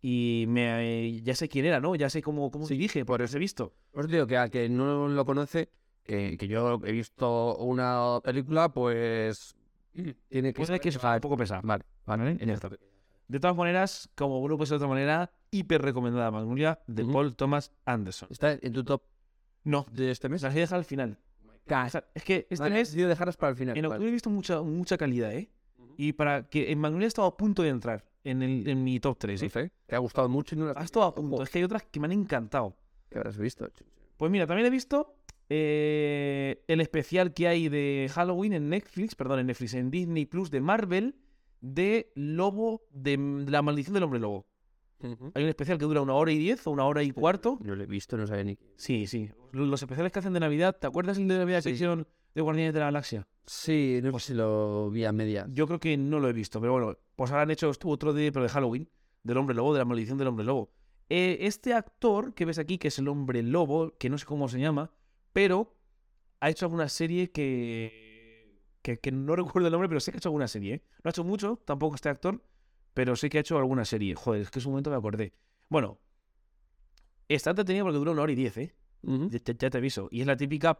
Speaker 3: Y me, ya sé quién era, ¿no? Ya sé cómo, cómo se dirige, porque os he visto.
Speaker 4: Por eso te digo que al que no lo conoce, eh, que yo he visto una película, pues tiene que
Speaker 3: Puede que sea un
Speaker 4: estar-
Speaker 3: poco pesado.
Speaker 4: Vale, vale,
Speaker 3: Ya está. De todas maneras, como no puede ser de otra manera, hiper recomendada Magnolia de
Speaker 4: Ujú.
Speaker 3: Paul Thomas Anderson.
Speaker 4: Está en tu top
Speaker 3: No,
Speaker 4: de este mes. Oh
Speaker 3: las he dejado al final. O sea, es que este
Speaker 4: Vale, he
Speaker 3: mes
Speaker 4: decidido dejarlas para el final.
Speaker 3: En
Speaker 4: vale.
Speaker 3: octubre he visto mucha, mucha calidad, ¿eh? Y para que en Magnolia he estado a punto de entrar en, el, en mi top 3, ¿eh?
Speaker 4: Perfecto. Te ha gustado mucho y no las
Speaker 3: Ha estado a punto.
Speaker 4: Ojo,
Speaker 3: Es que hay otras que me han encantado.
Speaker 4: que habrás visto.
Speaker 3: Pues mira, también he visto eh, el especial que hay de Halloween en Netflix, perdón, en Netflix, en Disney Plus de Marvel, de Lobo, de m- la maldición del hombre lobo. Hay un especial que dura una hora y diez o una hora y cuarto.
Speaker 4: No lo he visto, no sabía ni.
Speaker 3: Sí, sí. Los especiales que hacen de Navidad, ¿te acuerdas el de Navidad que
Speaker 4: Sí.
Speaker 3: hicieron de Guardianes de la Galaxia?
Speaker 4: Sí, no sé si lo vi a medias.
Speaker 3: Yo creo que no lo he visto, pero bueno, pues ahora han hecho esto- otro de, pero de Halloween, del hombre lobo, de la maldición del hombre lobo. Eh, este actor que ves aquí, que es el hombre lobo, que no sé cómo se llama, pero ha hecho alguna serie que, que, que no recuerdo el nombre, pero sé que ha hecho alguna serie. ¿eh? No ha hecho mucho, tampoco este actor, pero sí que ha hecho alguna serie. Joder, es que en su momento me acordé. Bueno, está entretenido porque dura una hora y diez, ¿eh?
Speaker 4: Ujú.
Speaker 3: Ya, ya te aviso. Y es la típica,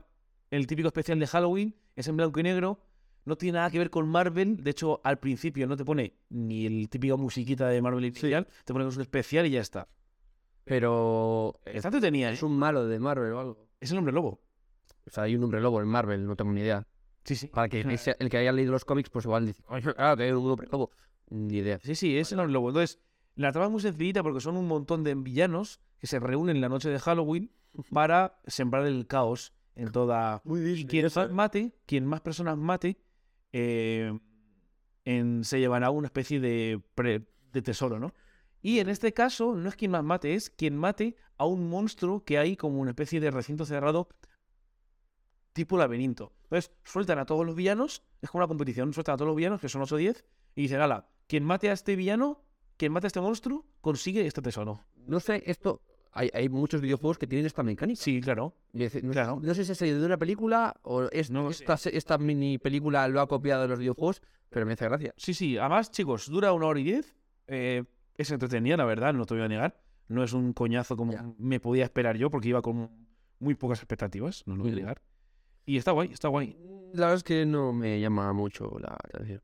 Speaker 3: el típico especial de Halloween, es en blanco y negro, no tiene nada que ver con Marvel. De hecho, al principio no te pone ni el típico musiquita de Marvel inicial, te pone que es un especial y ya está.
Speaker 4: Pero.
Speaker 3: Está entretenida, ¿eh?
Speaker 4: Es un malo de Marvel o algo.
Speaker 3: Es el hombre lobo.
Speaker 4: O sea, hay un hombre lobo en Marvel, no tengo ni idea.
Speaker 3: Sí, sí.
Speaker 4: Para que ese- el que haya leído los cómics, pues igual dice, "Oye, ah, que hay un hombre lobo. Ni idea.
Speaker 3: Sí, sí, es el hombre lobo. Entonces, la trama es muy sencillita porque son un montón de villanos que se reúnen la noche de Halloween para sembrar el caos en toda
Speaker 4: Muy
Speaker 3: Y quien más mate, quien más personas mate, eh, en- se llevará una especie de, pre- de tesoro, ¿no? Y en este caso, no es quien más mate, es quien mate a un monstruo que hay como una especie de recinto cerrado tipo laberinto. Entonces, sueltan a todos los villanos, es como una competición, sueltan a todos los villanos, que son 8 o 10, y dicen, ala, quien mate a este villano, quien mate a este monstruo, consigue este tesoro.
Speaker 4: No sé, esto. Hay, hay muchos videojuegos que tienen esta mecánica.
Speaker 3: Sí, claro.
Speaker 4: Y dice, no, sé-
Speaker 3: Claro.
Speaker 4: no sé si ha salido de una película o es,
Speaker 3: No lo sé.
Speaker 4: esta, se- esta mini película lo ha copiado de los videojuegos, pero me hace gracia.
Speaker 3: Sí, sí. Además, chicos, dura una hora y diez. Eh, es entretenida, la verdad, no te voy a negar. No es un coñazo como
Speaker 4: Ya.
Speaker 3: me podía esperar yo, porque iba con muy pocas expectativas, no lo voy a
Speaker 4: Ujú.
Speaker 3: negar. Y está guay, está guay.
Speaker 4: La verdad es que no me llama mucho la atención.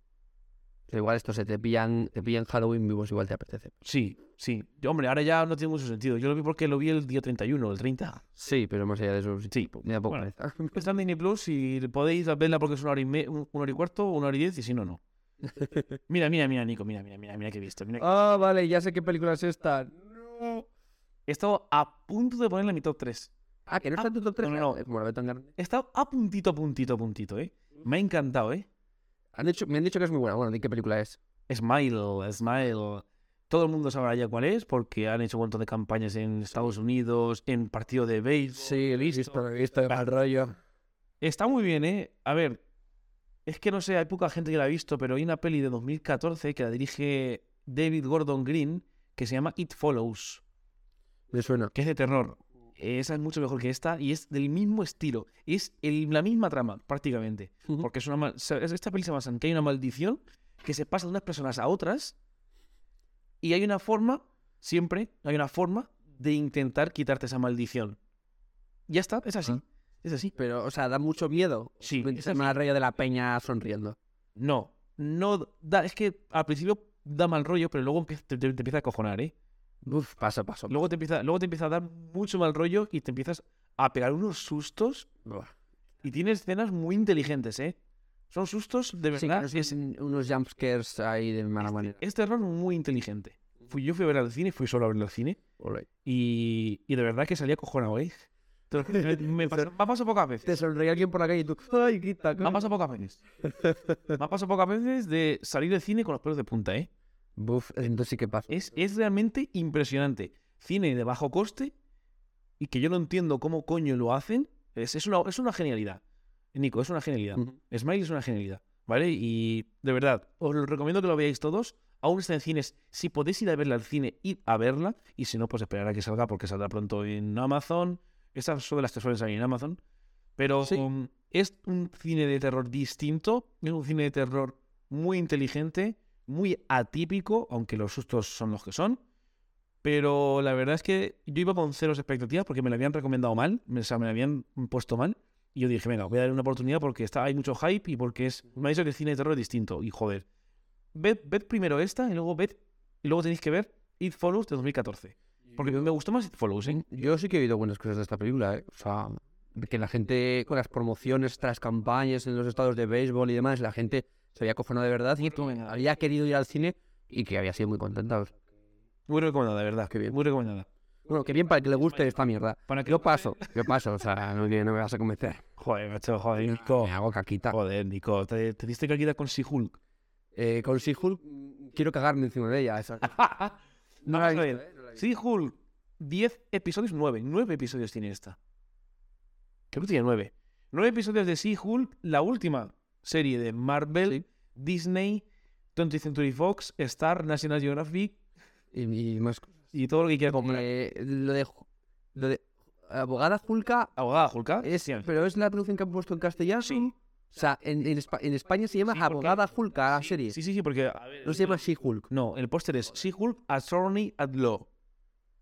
Speaker 4: Pero igual esto se te pillan, te pillan Halloween vivos, igual te apetece.
Speaker 3: Sí, sí. Yo, hombre, ahora ya no tiene mucho sentido. Yo lo vi porque lo vi el día 31, el 30.
Speaker 4: Sí, pero más allá de eso, sí.
Speaker 3: Sí.
Speaker 4: Me da poco
Speaker 3: Bueno.
Speaker 4: pereza.
Speaker 3: Está en Disney Plus y podéis verla porque es una hora y, me- una hora y cuarto, una hora y diez, y si no, no. Mira, mira, mira, Nico, mira, mira, mira, mira que he visto. Mira que-
Speaker 4: Ah, vale, ya sé qué película es esta. No.
Speaker 3: He estado a punto de ponerla en mi top 3.
Speaker 4: Ah, que no
Speaker 3: Ah,
Speaker 4: está en tu top 3.
Speaker 3: no, no, no.
Speaker 4: Como la veo tan grande.
Speaker 3: He estado a puntito, a puntito, a puntito, ¿eh? Me ha encantado, ¿eh?
Speaker 4: Han hecho, me han dicho que es muy buena. Bueno, ¿de qué película es?
Speaker 3: Smile, Smile. Todo el mundo sabrá ya cuál es, porque han hecho un montón de campañas en Estados Unidos, en partido de béisbol.
Speaker 4: he visto, lo he visto, de mal rollo.
Speaker 3: Está muy bien, ¿eh? A ver, es que no sé, hay poca gente que la ha visto, pero hay una peli de 2014 que la dirige David Gordon Green, que se llama It Follows,
Speaker 4: Me suena.
Speaker 3: que es de terror. Esa es mucho mejor que esta y es del mismo estilo. Es el- la misma trama, prácticamente. Porque es una mal- se- es- esta peli se basa en que hay una maldición que se pasa de unas personas a otras y hay una forma, siempre hay una forma de intentar quitarte esa maldición. Ya está, es así. Es así.
Speaker 4: Pero, o sea, da mucho miedo.
Speaker 3: Sí,
Speaker 4: Me
Speaker 3: es
Speaker 4: dice mal rollo de la peña sonriendo.
Speaker 3: No, no da, es que al principio da mal rollo, pero luego empieza- te, te- te empieza a cojonar, ¿eh?
Speaker 4: Uf, paso, paso.
Speaker 3: Luego te empieza, luego te empieza a dar mucho mal rollo y te empiezas a pegar unos sustos
Speaker 4: Buah.
Speaker 3: y tiene escenas muy inteligentes, ¿eh? Son sustos de
Speaker 4: Sí, eh, que
Speaker 3: verdad.
Speaker 4: nos dicen unos jumpscares ahí de mala manera.
Speaker 3: Este error muy inteligente. Fui, yo fui a ver al cine, fui solo a verlo al cine.
Speaker 4: Ole.
Speaker 3: Y, y de verdad que salía cojonado, ¿eh? Te lo- Me, me pasó- me ha pasado pocas veces.
Speaker 4: Te sonreía alguien por la calle y tú, ¡ay, quita!
Speaker 3: Me ha pasado pocas veces. Me ha pasado pocas veces de salir del cine con los pelos de punta, ¿eh?
Speaker 4: Buf, entonces sí que pasa.
Speaker 3: Es, es realmente impresionante. Cine de bajo coste y que yo no entiendo cómo coño lo hacen. Es, es, una, es una genialidad. Nico, es una genialidad.
Speaker 4: Ujú.
Speaker 3: Smile es una genialidad, ¿vale? Y de verdad, os lo recomiendo que lo veáis todos. Aún está en cines. Si podéis ir a verla al cine, id a verla. Y si no, pues esperar a que salga porque saldrá pronto en Amazon. Estas son de las que suelen salir en Amazon. Pero
Speaker 4: Sí.
Speaker 3: um, es un cine de terror distinto. Es un cine de terror muy inteligente, muy atípico, aunque los sustos son los que son. Pero la verdad es que yo iba con ceros expectativas porque me la habían recomendado mal, me- o sea, me la habían puesto mal. Y yo dije, venga, voy a darle una oportunidad porque está, hay mucho hype y porque es. Me ha dicho que el cine de terror es distinto. Y joder. Ved, ved primero esta y luego ved. Y luego tenéis que ver It Follows de 2014. Porque me gustó más It Follows, ¿eh?
Speaker 4: Yo sí que he oído buenas cosas de esta película, ¿eh? O sea, que la gente con las promociones tras campañas en los estados de béisbol y demás, la gente se había cojonado de verdad y había querido ir al cine y que había sido muy contenta. o sea.
Speaker 3: Muy recomendada, de verdad.
Speaker 4: Qué bien.
Speaker 3: Muy recomendada.
Speaker 4: Bueno, que bien para el que le guste esta mierda.
Speaker 3: Para que
Speaker 4: Yo paso, yo paso, o sea, no, que no me vas a convencer.
Speaker 3: Joder, macho, joder, Nico.
Speaker 4: Me hago caquita.
Speaker 3: Joder, Nico. Te, te diste caquita con Sihulk.
Speaker 4: Eh, con She-Hulk mm, quiero cagarme encima de ella. esa- No
Speaker 3: Ah,
Speaker 4: la he
Speaker 3: Vamos a
Speaker 4: visto,
Speaker 3: ver.
Speaker 4: ¿eh? No la he
Speaker 3: Sí, Hulk. 10 episodios, 9. 9 episodios tiene esta. Creo que tiene 9. 9 episodios de Sea Hulk, la última serie de Marvel, Disney, 20th Century Fox, Star, National Geographic
Speaker 4: Y, y más.
Speaker 3: y todo lo que quiera comprar.
Speaker 4: Eh, lo de. Ju- Lo de. Abogada Julka.
Speaker 3: Abogada Hulk, ¿eh?
Speaker 4: Es,
Speaker 3: Sí,
Speaker 4: pero es la traducción que han puesto en castellano.
Speaker 3: Sí.
Speaker 4: O sea, en, en Espa- en España se llama
Speaker 3: Sí, porque-
Speaker 4: Abogada Julka la serie.
Speaker 3: Sí, sí, sí, porque. a ver,
Speaker 4: No se llama She-Hulk.
Speaker 3: No, el póster es Sea Hulk, Attorney at Law.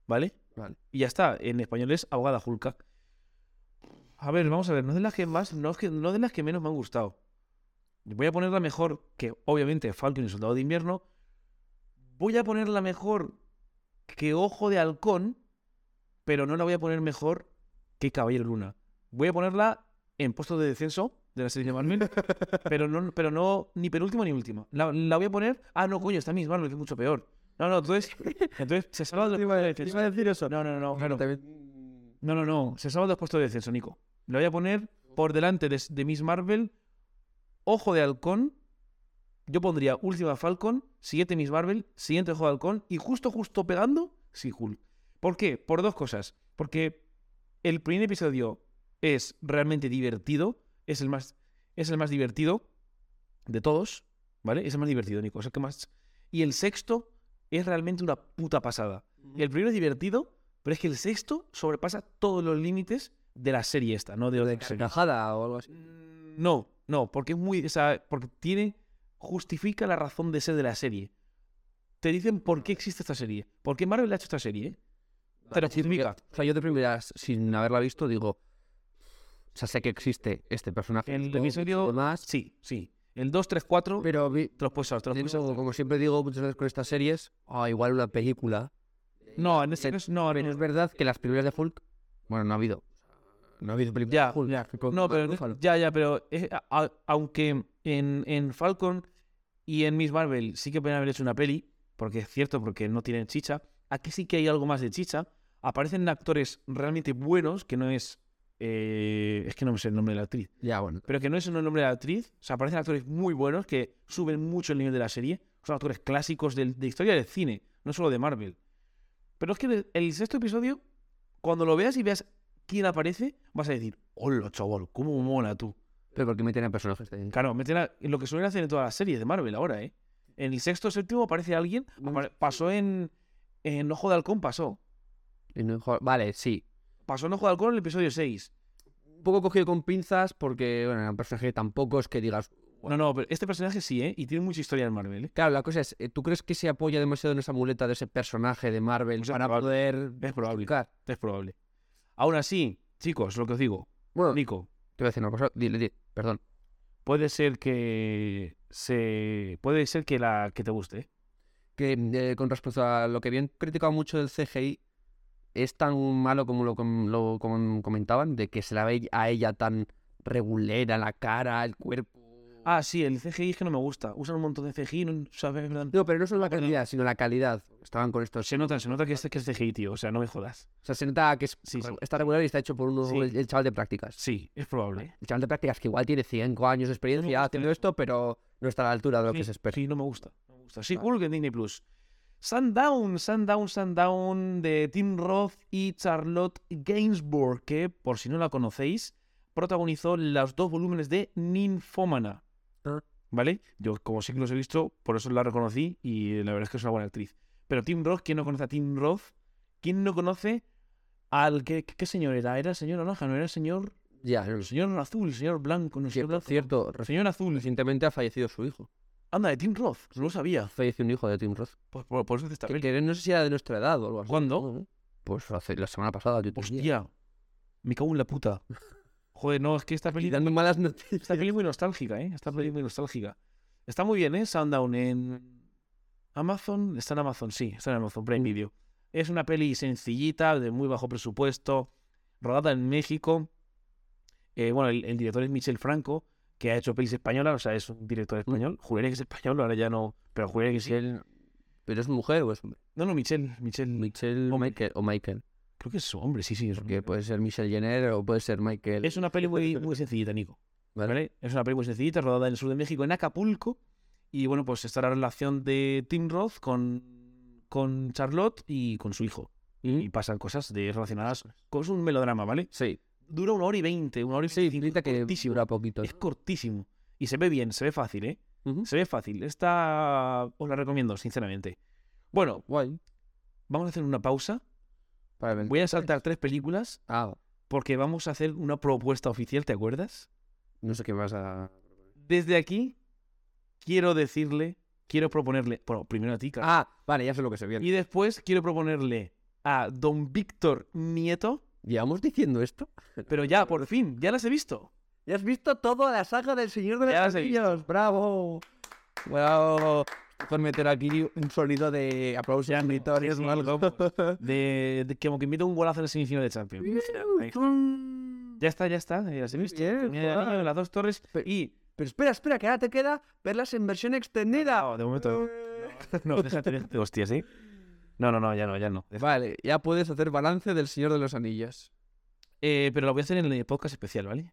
Speaker 3: ¿Vale?
Speaker 4: Vale.
Speaker 3: Y ya está, en español es Abogada Hulka. A ver, vamos a ver, no es de las que más, no, es que- no de las que menos me han gustado. Voy a ponerla mejor que, obviamente, Falcon y Soldado de Invierno. Voy a ponerla mejor que Ojo de Halcón, pero no la voy a poner mejor que Caballero Luna. Voy a ponerla en puesto de descenso de la serie de Marvel, pero no, pero no ni penúltima ni última. La, la voy a poner. Ah, no, coño, está en mis manos, que es mucho peor. No, no, entonces, entonces se salva de los puestos de descenso.
Speaker 4: decir eso.
Speaker 3: No, no, no, claro.
Speaker 4: También-
Speaker 3: No, no, no. Se salva dos puestos de descenso, Nico. Lo voy a poner por delante de, de Miss Marvel, Ojo de Halcón. Yo pondría Última Falcon, siguiente Miss Marvel, siguiente Ojo de Halcón y justo, justo pegando, sí, Hulk. ¿Por qué? Por dos cosas. Porque el primer episodio es realmente divertido, es el más, es el más divertido de todos, ¿vale? Es el más divertido, Nico. es el que más... Y el sexto es realmente una puta pasada. El primero es divertido, pero es que el sexto sobrepasa todos los límites de la serie esta, no de
Speaker 4: De
Speaker 3: otra serie.
Speaker 4: carcajada o algo así.
Speaker 3: No, no, porque es muy. O sea, porque tiene. Justifica la razón de ser de la serie. Te dicen por qué existe esta serie. ¿Por qué Marvel ha hecho esta serie? ¿eh? Te lo
Speaker 4: Sí, porque-
Speaker 3: justifica.
Speaker 4: O sea, yo de primeras, sin haberla visto, digo. O sea, sé que existe este personaje.
Speaker 3: El
Speaker 4: todo,
Speaker 3: episodio-
Speaker 4: todo Más,
Speaker 3: Sí, sí. El 2, 3, 4.
Speaker 4: pero vi-
Speaker 3: Te los puedes usar, te los
Speaker 4: de
Speaker 3: puedes
Speaker 4: nuevo,
Speaker 3: usar.
Speaker 4: como siempre digo muchas veces con estas series, ah, igual una película.
Speaker 3: No, en este caso no,
Speaker 4: Pero es
Speaker 3: no,
Speaker 4: verdad que las primeras de Hulk. Bueno, no ha habido. No ha habido películas
Speaker 3: Ya,
Speaker 4: de Hulk. con-
Speaker 3: No,
Speaker 4: con
Speaker 3: pero este,
Speaker 4: Ruffalo.
Speaker 3: ya, ya, pero es- a- a- aunque en, en Falcon y en Miss Marvel sí que pueden haber hecho una peli, porque es cierto, porque no tienen chicha, aquí sí que hay algo más de chicha. Aparecen actores realmente buenos, que no es. eh, es que no me sé el nombre de la actriz,
Speaker 4: Ya, bueno.
Speaker 3: pero que no es el nombre de la actriz. O sea, aparecen actores muy buenos que suben mucho el nivel de la serie. Son actores clásicos del- de historia del cine, no solo de Marvel. Pero es que el, el sexto episodio, cuando lo veas y veas quién aparece, vas a decir: ¡Hola, chaval! ¿Cómo mola tú?
Speaker 4: Pero porque meten a personajes de...
Speaker 3: Claro, meten a- lo que suelen hacer en todas las series de Marvel ahora, ¿eh? En el sexto o séptimo aparece alguien. apare- pasó en, en Ojo de Halcón, pasó.
Speaker 4: y no- jo- Vale, sí.
Speaker 3: Pasó en Ojo de Halcón en el episodio 6.
Speaker 4: Un poco cogido con pinzas porque, bueno, un personaje tampoco es que digas...
Speaker 3: No, no, pero este personaje sí, ¿eh? Y tiene mucha historia en Marvel, ¿eh?
Speaker 4: Claro, la cosa es, eh, ¿tú crees que se apoya demasiado en esa muleta de ese personaje de Marvel
Speaker 3: O sea,
Speaker 4: para
Speaker 3: probable-
Speaker 4: poder...
Speaker 3: Es probable.
Speaker 4: justificar?
Speaker 3: Es probable. Aún así, chicos, lo que os digo,
Speaker 4: Bueno,
Speaker 3: Nico,
Speaker 4: te voy a decir una cosa. Dile, dile, perdón.
Speaker 3: puede ser que se puede ser que la que te guste. ¿eh?
Speaker 4: que eh, con respecto a lo que bien criticado mucho del CGI, es tan malo como lo, com- lo com- comentaban, de que se la ve a ella tan regulera, la cara, el cuerpo.
Speaker 3: Ah, sí, el CGI es que no me gusta. Usan un montón de CGI, no sabes, ¿verdad?
Speaker 4: No, pero no solo la
Speaker 3: Bueno.
Speaker 4: cantidad, sino la calidad. Estaban con estos.
Speaker 3: Se nota, se nota que este que es CGI, tío. O sea, no me jodas.
Speaker 4: O sea, se nota que es-
Speaker 3: Sí, sí.
Speaker 4: está regular y está hecho por uno,
Speaker 3: Sí.
Speaker 4: el, el chaval de prácticas.
Speaker 3: Sí, es probable.
Speaker 4: El chaval de prácticas que igual tiene 5 años de experiencia
Speaker 3: gusta
Speaker 4: haciendo esto, pero no está a la altura de lo
Speaker 3: sí,
Speaker 4: que se espera.
Speaker 3: sí, no me gusta. No me gusta. Sí,
Speaker 4: Vale.
Speaker 3: Hulk en Disney Plus. Sundown, Sundown, Sundown de Tim Roth y Charlotte Gainsbourg, que por si no la conocéis, protagonizó los dos volúmenes de Ninfómana.
Speaker 4: Ah.
Speaker 3: ¿Vale? Yo, como sí que los he visto, por eso la reconocí y eh, la verdad es que es una buena actriz. Pero Tim Roth, ¿quién no conoce a Tim Roth? ¿Quién no conoce al. ¿Qué, qué- qué señor era? ¿Era el señor Naranja? ¿No era el señor.
Speaker 4: Ya, no lo
Speaker 3: El
Speaker 4: sé.
Speaker 3: señor azul, el señor blanco, no sé qué
Speaker 4: Cierto,
Speaker 3: blanco.
Speaker 4: cierto,
Speaker 3: El
Speaker 4: reci-
Speaker 3: señor azul.
Speaker 4: recientemente ha fallecido su hijo.
Speaker 3: Anda, de Tim Roth, no lo sabía.
Speaker 4: Falleció un hijo de Tim Roth.
Speaker 3: Pues por, por eso te está
Speaker 4: Que, que no sé si era de nuestra edad o algo así.
Speaker 3: ¿Cuándo?
Speaker 4: ¿no? Pues hace, la semana pasada. Yo te diría.
Speaker 3: Hostia, me cago en la puta. Joder, no, es que esta
Speaker 4: Y
Speaker 3: película...
Speaker 4: dando malas
Speaker 3: Esta
Speaker 4: noticias.
Speaker 3: peli muy nostálgica, ¿eh? Esta peli muy nostálgica. Está muy bien, ¿eh? Sundown en Amazon. Está en Amazon, sí. Está en Amazon Prime Video. Es una peli sencillita, de muy bajo presupuesto, rodada en México. Eh, bueno, el, el director es Michel Franco, que ha hecho pelis españolas, o sea, es un director español. Juré que es español, ahora ya no, pero juré que sí.
Speaker 4: Michelle- ¿Pero es mujer o es hombre?
Speaker 3: No, no, Michel, Michel,
Speaker 4: Michelle o
Speaker 3: Hombre.
Speaker 4: Michael. O Michael.
Speaker 3: creo que es su hombre, sí, sí. Es, un
Speaker 4: Porque
Speaker 3: hombre.
Speaker 4: puede ser Michelle Jenner o puede ser Michael.
Speaker 3: Es una peli muy, muy sencillita, Nico.
Speaker 4: Vale.
Speaker 3: ¿vale? Es una peli muy sencillita, rodada en el sur de México, en Acapulco. Y bueno, pues está la relación de Tim Roth con, con Charlotte y con su hijo.
Speaker 4: Mm.
Speaker 3: Y pasan cosas de relacionadas con es un melodrama, ¿vale?
Speaker 4: Sí.
Speaker 3: Dura una hora y veinte, una hora y
Speaker 4: Sí,
Speaker 3: veinticinco,
Speaker 4: pinta
Speaker 3: es
Speaker 4: que
Speaker 3: cortísimo.
Speaker 4: dura poquito.
Speaker 3: Es cortísimo. Y se ve bien, se ve fácil, ¿eh?
Speaker 4: Ujú.
Speaker 3: Se ve fácil. Esta os la recomiendo, sinceramente. Bueno,
Speaker 4: Guay.
Speaker 3: vamos a hacer una pausa.
Speaker 4: Para ver.
Speaker 3: Voy a saltar tres películas
Speaker 4: Ah,
Speaker 3: porque vamos a hacer una propuesta oficial, ¿te acuerdas?
Speaker 4: no sé qué vas a.
Speaker 3: Desde aquí quiero decirle, quiero proponerle, bueno, primero a ti, claro,
Speaker 4: Ah, vale, ya sé lo que se viene.
Speaker 3: y después quiero proponerle a don Víctor Nieto,
Speaker 4: ¿Llevamos diciendo esto?
Speaker 3: pero ya, por fin, ya las he visto.
Speaker 4: Ya has visto toda la saga del Señor de los
Speaker 3: Ya las he
Speaker 4: Anillos. ¡Bravo! ¡Bravo! Por meter aquí un sonido de aplausos
Speaker 3: Ya no,
Speaker 4: auditores
Speaker 3: sí,
Speaker 4: o algo.
Speaker 3: De, de- como que invito un golazo en el semifinal de Champions. Ahí. Ya está, ya está, ya las he visto.
Speaker 4: bien,
Speaker 3: Tenía el
Speaker 4: joder.
Speaker 3: anillo de las dos torres
Speaker 4: Pero-
Speaker 3: y...
Speaker 4: Pero espera, espera, que ahora te queda verlas en versión extendida.
Speaker 3: No, Oh, de momento... No, déjate, déjate, hostias, ¿eh? No, no, no, ya no, ya no.
Speaker 4: Vale, ya puedes hacer balance del Señor de los Anillos.
Speaker 3: Eh, pero lo voy a hacer en el podcast especial, ¿vale?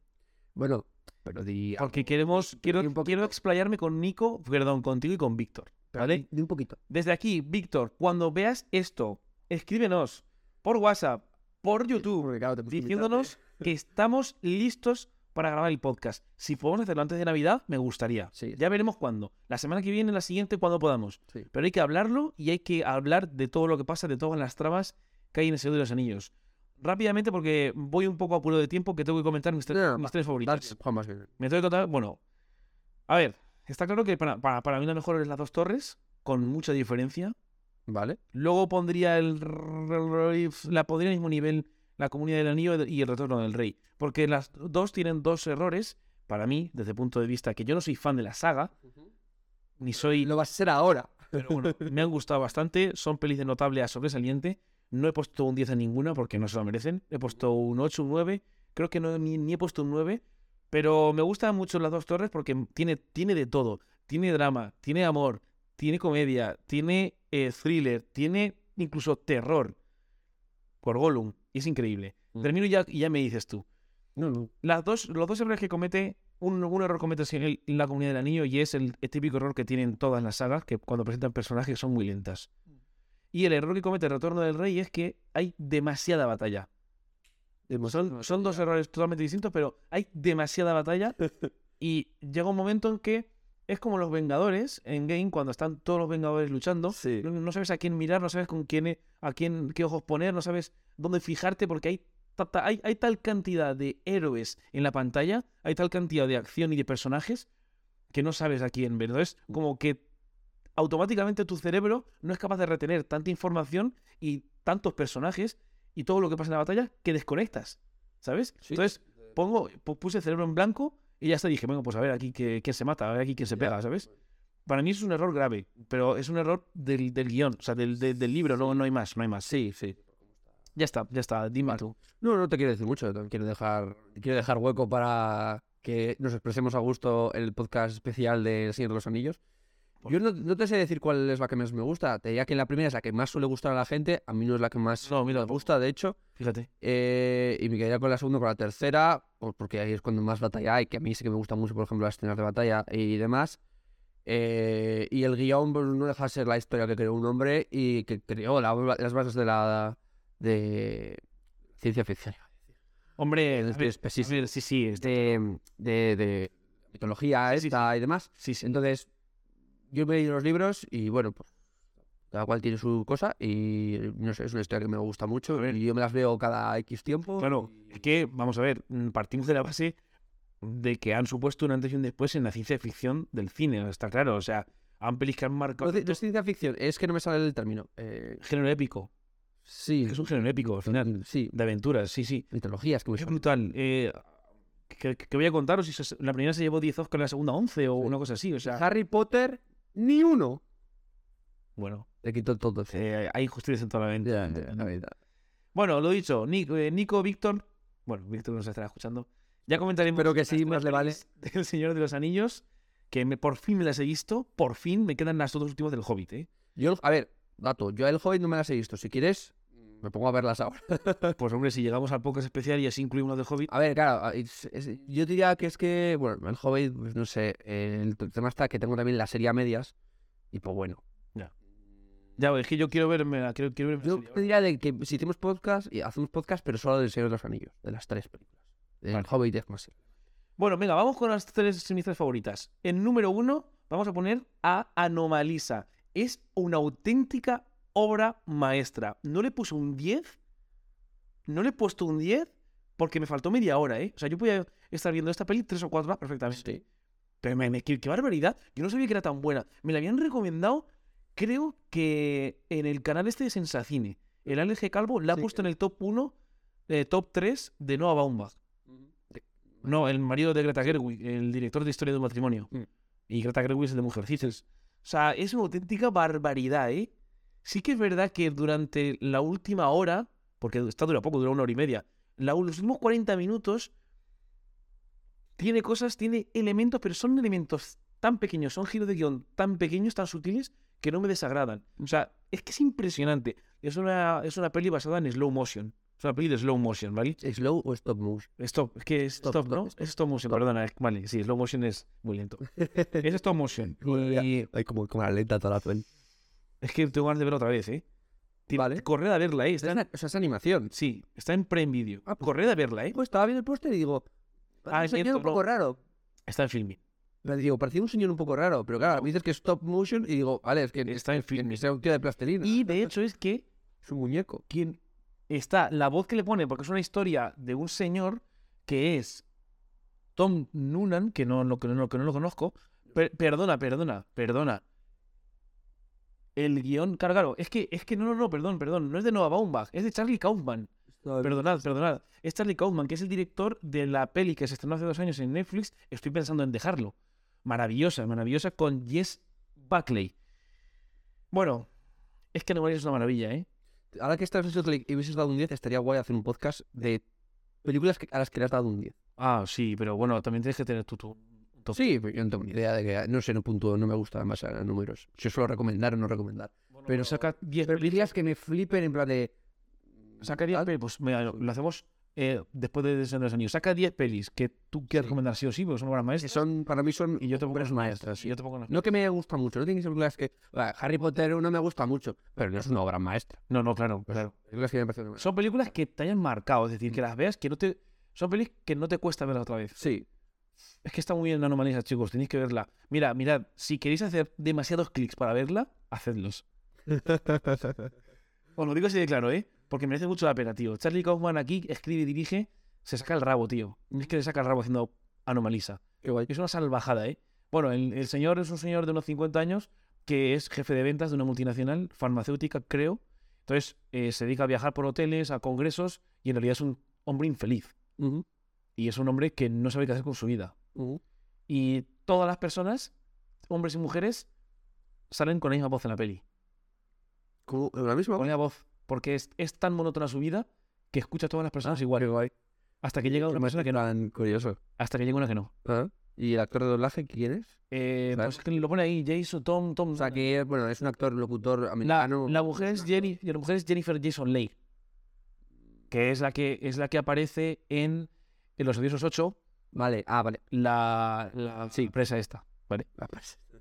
Speaker 4: Bueno, pero di.
Speaker 3: Porque queremos, quiero,
Speaker 4: un poquito.
Speaker 3: quiero explayarme con Nico, perdón, contigo y con Víctor,
Speaker 4: pero
Speaker 3: ¿vale?
Speaker 4: di- di un poquito.
Speaker 3: Desde aquí, Víctor, cuando veas esto, escríbenos por WhatsApp, por YouTube,
Speaker 4: Porque claro, tenemos que
Speaker 3: diciéndonos que estamos listos para grabar el podcast. Si podemos hacerlo antes de Navidad, me gustaría.
Speaker 4: Sí.
Speaker 3: Ya veremos cuándo. La semana que viene, la siguiente, cuando podamos.
Speaker 4: invitarte. Sí.
Speaker 3: Pero hay que hablarlo y hay que hablar de todo lo que pasa, de todas las trabas que hay en el Señor de los Anillos. Rápidamente, porque voy un poco apurado de tiempo, que tengo que comentar mis, tres-
Speaker 4: No, no,
Speaker 3: mis
Speaker 4: va,
Speaker 3: tres favoritas.
Speaker 4: Dark- Juan, más bien.
Speaker 3: Me tengo que contar- bueno. A ver, está claro que para, para, para mí la mejor es las dos torres, con mucha diferencia.
Speaker 4: Vale.
Speaker 3: Luego pondría el la pondría al mismo nivel la comunidad del anillo y el retorno del rey. Porque las dos tienen dos errores, para mí, desde el punto de vista que yo no soy fan de la saga, ni
Speaker 4: Y
Speaker 3: soy.
Speaker 4: lo vas a ser ahora.
Speaker 3: Pero bueno, me han gustado bastante. Son pelis de notable a sobresaliente. No he puesto un 10 a ninguna porque no se lo merecen. He puesto un 8, un 9. Creo que no, ni, ni he puesto un 9. Pero me gustan mucho las dos torres porque tiene, tiene de todo. Tiene drama, tiene amor, tiene comedia, tiene eh, thriller, tiene incluso terror. Por Gollum. Es increíble.
Speaker 4: Mm.
Speaker 3: Termino ya, y ya me dices tú
Speaker 4: No, no.
Speaker 3: las dos, los dos errores que comete, un, un error comete sí el- la comunidad del anillo y es el, el típico error que tienen todas las sagas, que cuando presentan personajes son muy lentas.
Speaker 4: Mm.
Speaker 3: Y el error que comete el retorno del rey es que hay demasiada batalla. Son, son dos errores totalmente distintos, pero hay demasiada batalla y llega un momento en que es como los Vengadores en Game, cuando están todos los Vengadores luchando,
Speaker 4: Sí.
Speaker 3: no, no sabes a quién mirar, no sabes con quién, eh, a quién, qué ojos poner, no sabes dónde fijarte, porque hay, ta- ta- hay, hay tal cantidad de héroes en la pantalla, hay tal cantidad de acción y de personajes, que no sabes a quién ver. Entonces, como que automáticamente tu cerebro no es capaz de retener tanta información y tantos personajes y todo lo que pasa en la batalla que desconectas, ¿sabes?
Speaker 4: Sí.
Speaker 3: Entonces, pongo, pu- puse cerebro en blanco y ya está, dije, venga, pues a ver aquí que- quién se mata, a ver aquí quién se
Speaker 4: Ya.
Speaker 3: pega, ¿sabes? Para mí es un error grave, pero es un error del, del guión, o sea, del, del- del libro, no, no hay más, no hay más.
Speaker 4: Sí, sí.
Speaker 3: Ya está, ya está, dime
Speaker 4: Vale.
Speaker 3: tú.
Speaker 4: No, no te quiero decir mucho. también Quiero dejar, quiero dejar hueco para que nos expresemos a gusto en el podcast especial de El Señor de los Anillos.
Speaker 3: Por
Speaker 4: Yo no, no te sé decir cuál es la que más me gusta. Te diría que la primera es la que más suele gustar a la gente. A mí no es la que más
Speaker 3: No, mira,
Speaker 4: me gusta, de hecho.
Speaker 3: fíjate.
Speaker 4: Eh, y me quedaría con la segunda o con la tercera, pues porque ahí es cuando más batalla hay, que a mí sí que me gustan mucho, por ejemplo, las escenas de batalla y demás. Eh, y el guión pues, no deja de ser la historia que creó un hombre y que creó la- las bases de la de ciencia ficción,
Speaker 3: Hombre, a
Speaker 4: Estoy
Speaker 3: ver,
Speaker 4: específico.
Speaker 3: a ver, sí, sí, es de-
Speaker 4: de, este, mm, de, de mitología
Speaker 3: Sí, sí,
Speaker 4: esta y demás.
Speaker 3: sí, sí.
Speaker 4: Entonces, yo me he leído los libros y bueno, pues cada cual tiene su cosa y no sé, es una historia que me gusta mucho
Speaker 3: ver.
Speaker 4: y yo me las veo cada X tiempo.
Speaker 3: Claro, es que, vamos a ver, mm, partimos de la base de que han supuesto un antes y un después en la ciencia ficción del cine, está claro. O sea, han pelis que han marcado
Speaker 4: No, de-
Speaker 3: todo
Speaker 4: no es ciencia ficción, es que no me sale el término. Eh,
Speaker 3: el género épico.
Speaker 4: sí, Mm,
Speaker 3: Es un género épico, al final.
Speaker 4: sí,
Speaker 3: De aventuras, sí, sí.
Speaker 4: mitologías que me
Speaker 3: Es
Speaker 4: sale.
Speaker 3: brutal. eh, que, que voy a contaros si se- la primera se llevó 10 Oscars, la segunda 11 o
Speaker 4: Sí.
Speaker 3: una cosa así. O sea,
Speaker 4: Harry Potter, ni uno.
Speaker 3: bueno,
Speaker 4: Le quitó todo.
Speaker 3: eh, hay injusticias en toda la mente.
Speaker 4: Ya, ya, la verdad.
Speaker 3: Bueno, lo dicho, Ni- eh, Nico, Víctor, bueno, Víctor nos estará escuchando. Ya comentaremos.
Speaker 4: Espero que
Speaker 3: las
Speaker 4: sí, más le vale.
Speaker 3: tres pelis Del Señor de los Anillos, que me, por fin me las he visto, por fin me quedan las dos últimas del Hobbit, ¿eh?
Speaker 4: Yo, el- a ver, dato. Yo el Hobbit no me las he visto. Si quieres, me pongo a verlas ahora.
Speaker 3: Pues hombre, si llegamos al podcast especial y así incluimos las del Hobbit,
Speaker 4: A ver, claro, a- es- es- yo diría que es que, bueno, el Hobbit, pues no sé, el t- tema está que tengo también la serie a medias, y pues bueno.
Speaker 3: ya es que yo quiero verme, la- quiero, quiero verme la
Speaker 4: Yo
Speaker 3: serie ahora.
Speaker 4: diría de que si hacemos podcast, y hacemos podcast, pero solo del Señor de los Anillos, de las tres películas. El
Speaker 3: Vale.
Speaker 4: Hobbit es más.
Speaker 3: Bueno, venga, vamos con las tres mis tres favoritas. En número uno vamos a poner a Anomalisa. Es una auténtica obra maestra. No le puse un 10. No le he puesto un 10 porque me faltó media hora, ¿eh? O sea, yo podía estar viendo esta peli tres o cuatro horas perfectamente. Pero me, me- qué, qué barbaridad. Yo no sabía que era tan buena. Me la habían recomendado, creo que en el canal este de Sensacine. El Alex G. Calvo la ha
Speaker 4: Sí,
Speaker 3: puesto en el top 1, eh, top 3 de Noah Baumbach. No, el marido de Greta Gerwig, el director de Historia de un matrimonio.
Speaker 4: Mm.
Speaker 3: Y Greta Gerwig es el de Mujercitas. O sea, es una auténtica barbaridad, ¿eh? Sí que es verdad que durante la última hora, porque está dura poco, dura una hora y media, la- los últimos 40 minutos tiene cosas, tiene elementos, pero son elementos tan pequeños, son giros de guión tan pequeños, tan sutiles, que no me desagradan. O sea, es que es impresionante. Es una, es una peli basada en slow motion. Es una peli de slow motion, ¿vale?
Speaker 4: ¿Slow o stop motion?
Speaker 3: Stop, es que es
Speaker 4: Stop,
Speaker 3: stop,
Speaker 4: stop,
Speaker 3: ¿no?
Speaker 4: stop,
Speaker 3: es stop motion, perdona. es- Vale, sí, slow motion es muy lento. es stop motion. Y
Speaker 4: Hay como, como la lenta toda la peli.
Speaker 3: es que tengo ganas de verla otra vez, ¿eh? Tien-
Speaker 4: Vale.
Speaker 3: Corred a verla, ¿eh? Está
Speaker 4: Es
Speaker 3: en-
Speaker 4: una- o sea, es animación.
Speaker 3: sí, está en Prime Video.
Speaker 4: Ah, pues-
Speaker 3: Corred a verla, ¿eh?
Speaker 4: Pues estaba viendo el póster y digo,
Speaker 3: Ah,
Speaker 4: ah, un
Speaker 3: es
Speaker 4: señor
Speaker 3: cierto,
Speaker 4: un poco
Speaker 3: no.
Speaker 4: raro.
Speaker 3: Está en filming.
Speaker 4: Pero Digo, parecía un señor un poco raro, pero claro, me dices que es stop motion y digo, vale, es que es
Speaker 3: Está en
Speaker 4: que
Speaker 3: filming.
Speaker 4: sea un tío de plastilina.
Speaker 3: Y de hecho es que
Speaker 4: Es un muñeco.
Speaker 3: quien está la voz que le pone, porque es una historia de un señor que es Tom Noonan, que no, no- que no, que no lo conozco. Per- perdona, perdona, perdona. El guión, claro, claro, es que, es que no, no, no, perdón, perdón, no es de Noah Baumbach, es de Charlie Kaufman. Perdonad, perdonad. Es Charlie Kaufman, que es el director de la peli que se estrenó hace dos años en Netflix. Estoy pensando en dejarlo. Maravillosa, maravillosa, con Jess Buckley. Bueno, es que Anomalía es una maravilla, ¿eh?
Speaker 4: Ahora que estás hecho clic y hubieses dado un 10, estaría guay hacer un podcast de películas que- a las que le has dado un 10.
Speaker 3: Ah, sí, pero bueno, también tienes que tener tu... tu- tu-
Speaker 4: Sí, pero yo no tengo ni idea de que. No sé, no punto, no me gusta más a números. Yo suelo recomendar o no recomendar.
Speaker 3: pero saca 10
Speaker 4: Pero
Speaker 3: pelis.
Speaker 4: películas que me flipen en plan de.
Speaker 3: Saca 10
Speaker 4: tal.
Speaker 3: pelis. Pues mira, lo, lo hacemos eh, después de Deseo de los Anillos. Saca 10 pelis que tú quieras
Speaker 4: Sí.
Speaker 3: recomendar sí o sí, porque son obras
Speaker 4: Que
Speaker 3: maestras.
Speaker 4: son, para mí son.
Speaker 3: Y yo te pongo
Speaker 4: obras
Speaker 3: las
Speaker 4: maestras, sí.
Speaker 3: Y yo te pongo las-
Speaker 4: No que me gusta mucho, no tienen que ser películas que. ah, Harry Potter no me gusta mucho, pero no es una obra maestra.
Speaker 3: No, no, claro, claro.
Speaker 4: Películas que me parecen.
Speaker 3: Son películas que te hayan marcado, es
Speaker 4: Mm.
Speaker 3: decir, que las veas, que no te... Son pelis que no te cuesta verlas otra vez.
Speaker 4: Sí.
Speaker 3: Es que está muy bien Anomalisa, chicos, tenéis que verla. Mira, mirad, si queréis hacer demasiados clics para verla, hacedlos. Os lo digo así de claro, ¿eh? Porque merece mucho la pena, tío. Charlie Kaufman aquí escribe y dirige, se saca el rabo, tío. Es que le saca el rabo haciendo Anomalisa.
Speaker 4: Qué guay.
Speaker 3: Es una salvajada, ¿eh? Bueno, el, el señor es un señor de unos 50 años que es jefe de ventas de una multinacional farmacéutica, creo. Entonces, eh, se dedica a viajar por hoteles, a congresos, y en realidad es un hombre infeliz.
Speaker 4: Ujú,
Speaker 3: Y es un hombre que no sabe qué hacer con su vida.
Speaker 4: ujú.
Speaker 3: Y todas las personas, hombres y mujeres, salen con la misma voz en la peli.
Speaker 4: Como la misma.
Speaker 3: Con la voz. Porque es, es tan monótona su vida que escucha a todas las personas igual.
Speaker 4: Qué guay.
Speaker 3: Hasta que llega una persona que no.
Speaker 4: tan curioso.
Speaker 3: Hasta que llega una que no.
Speaker 4: Ah, ¿Y el actor de doblaje quién es?
Speaker 3: Eh,
Speaker 4: Claro.
Speaker 3: pues es que lo pone ahí, Jason, Tom, Tom.
Speaker 4: O sea, que bueno, es un actor, locutor
Speaker 3: la,
Speaker 4: americano.
Speaker 3: la mujer es Jenny, la mujer es Jennifer Jason Leigh. Que es la que es la que aparece en, en Los Odiosos 8,
Speaker 4: Vale, ah, vale. pues.
Speaker 3: la, la
Speaker 4: Sí.
Speaker 3: presa esta. ¿Vale?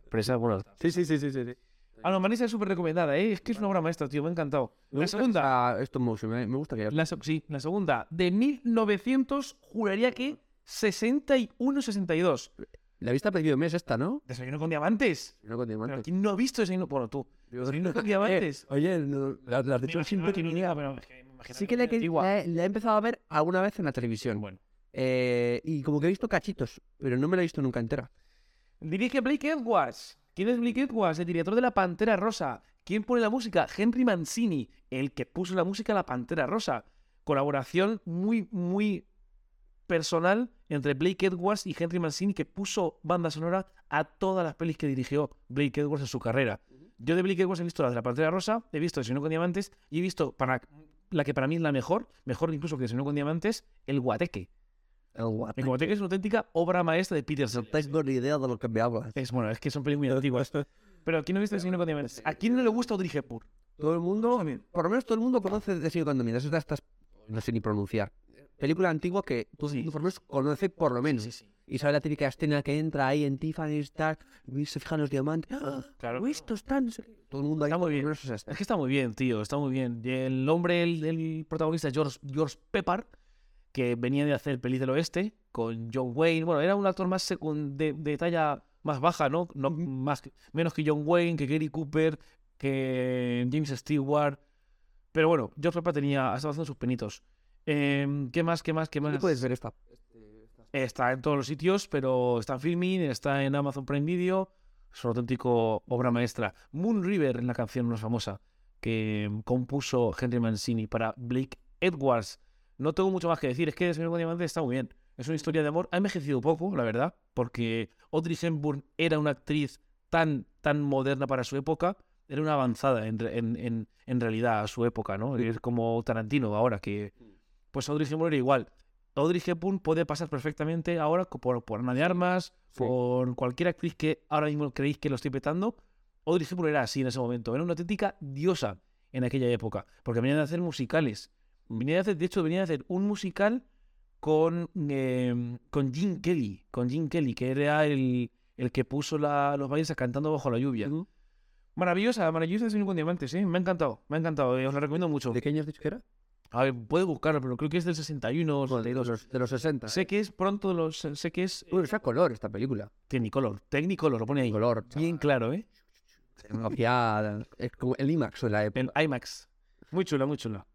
Speaker 3: Presa, bueno.
Speaker 4: Sí, sí, sí, sí, sí.
Speaker 3: Anomalisa Ah, es súper recomendada, ¿eh? Es que es una obra maestra, tío, me ha encantado. La segunda.
Speaker 4: Esto motion, me, me gusta que
Speaker 3: La se- sí, la segunda. De 1900, juraría que 61-62.
Speaker 4: La vista perdido mes esta, ¿no?
Speaker 3: Desayuno con diamantes.
Speaker 4: No con
Speaker 3: Pero
Speaker 4: diamantes.
Speaker 3: ¿Quién no ha visto desayuno? Bueno, tú.
Speaker 4: Yo-
Speaker 3: Desayuno con diamantes.
Speaker 4: Eh, oye, no, la, la has dicho siempre que- Sí que la, he querido-
Speaker 3: Igual.
Speaker 4: la he- la he empezado a ver alguna vez en la televisión.
Speaker 3: Bueno.
Speaker 4: Eh, y como que he visto cachitos, pero no me la he visto nunca entera.
Speaker 3: Dirige Blake Edwards. ¿Quién es Blake Edwards? El director de La Pantera Rosa. ¿Quién pone la música? Henry Mancini, el que puso la música a La Pantera Rosa. Colaboración muy, muy personal entre Blake Edwards y Henry Mancini que puso banda sonora a todas las pelis que dirigió Blake Edwards en su carrera. Yo de Blake Edwards he visto la de la Pantera Rosa, he visto Desayuno con Diamantes y he visto para la que para mí es la mejor, mejor incluso que Desayuno con Diamantes, El Guateque.
Speaker 4: El guate.
Speaker 3: El Guateque es una auténtica obra maestra de Peter
Speaker 4: No
Speaker 3: Sellers.
Speaker 4: tengo ni idea de lo que me hablas.
Speaker 3: Es bueno, es que son películas muy antiguas. Pero ¿quién no ha visto Desayuno con Diamantes? ¿A quién no le gusta Audrey Hepburn?
Speaker 4: Todo el mundo, por lo menos todo el mundo conoce Destino cuando mientras estas, estas, no sé ni pronunciar. Película antigua que tú
Speaker 3: Sí.
Speaker 4: por lo menos conoce por lo menos. Y sabe la típica escena que entra ahí en Tiffany Stark, y se fijan los diamantes. ¡Ah!
Speaker 3: Claro.
Speaker 4: Esto está en- Todo el mundo ahí.
Speaker 3: Está muy
Speaker 4: por lo
Speaker 3: bien.
Speaker 4: menos es esta.
Speaker 3: Es que está muy bien, tío, está muy bien. Y El hombre, el, el protagonista, George, George Peppard, que venía de hacer Pelis del Oeste con John Wayne. Bueno, era un actor más secun- de, de talla más baja, ¿no? no más, que- menos que John Wayne, que Gary Cooper, que James Stewart. Pero bueno, George Peppard tenía, estaba haciendo sus penitos. Em, ¿Qué más, qué más, qué más?
Speaker 4: ¿Dónde puedes ver esta?
Speaker 3: Está en todos los sitios, pero está en Filmin, está en Amazon Prime Video. Es una auténtico obra maestra. Moon River es la canción más famosa que compuso Henry Mancini para Blake Edwards. No tengo mucho más que decir, es que El Señor con Diamantes está muy bien. Es una historia de amor. Ha envejecido poco, la verdad, porque Audrey Hepburn era una actriz tan, tan moderna para su época. Era una avanzada en, re- en- en- en realidad a su época, ¿no? Es como Tarantino ahora, que pues Audrey Hepburn era igual. Audrey Hepburn puede pasar perfectamente ahora co- por, por Ana de Armas,
Speaker 4: Sí.
Speaker 3: por cualquier actriz que ahora mismo creéis que lo estoy petando. Audrey Hepburn era así en ese momento, era una auténtica diosa en aquella época, porque venía de hacer musicales. Venía de hacer, de hecho, venía de hacer un musical con, eh, con Jim Kelly, con Jim Kelly, que era el, el que puso la- los bailes a cantando bajo la lluvia.
Speaker 4: Ujú.
Speaker 3: Maravillosa, maravillosa de Sueño con Diamantes, ¿eh? Me ha encantado, me ha encantado, eh, os la recomiendo mucho.
Speaker 4: ¿De qué año has dicho que era?
Speaker 3: A ver, puede buscarlo, pero creo que es del 61 o
Speaker 4: de,
Speaker 3: 62.
Speaker 4: los, de los 60.
Speaker 3: Sé que es pronto, de los, sé que es...
Speaker 4: Uy, esa eh. color esta película.
Speaker 3: Technicolor, Technicolor, lo pone ahí.
Speaker 4: Color.
Speaker 3: Bien claro, ¿eh?
Speaker 4: Tecnología. Es como el IMAX de la época.
Speaker 3: En IMAX. Muy chula, muy chula.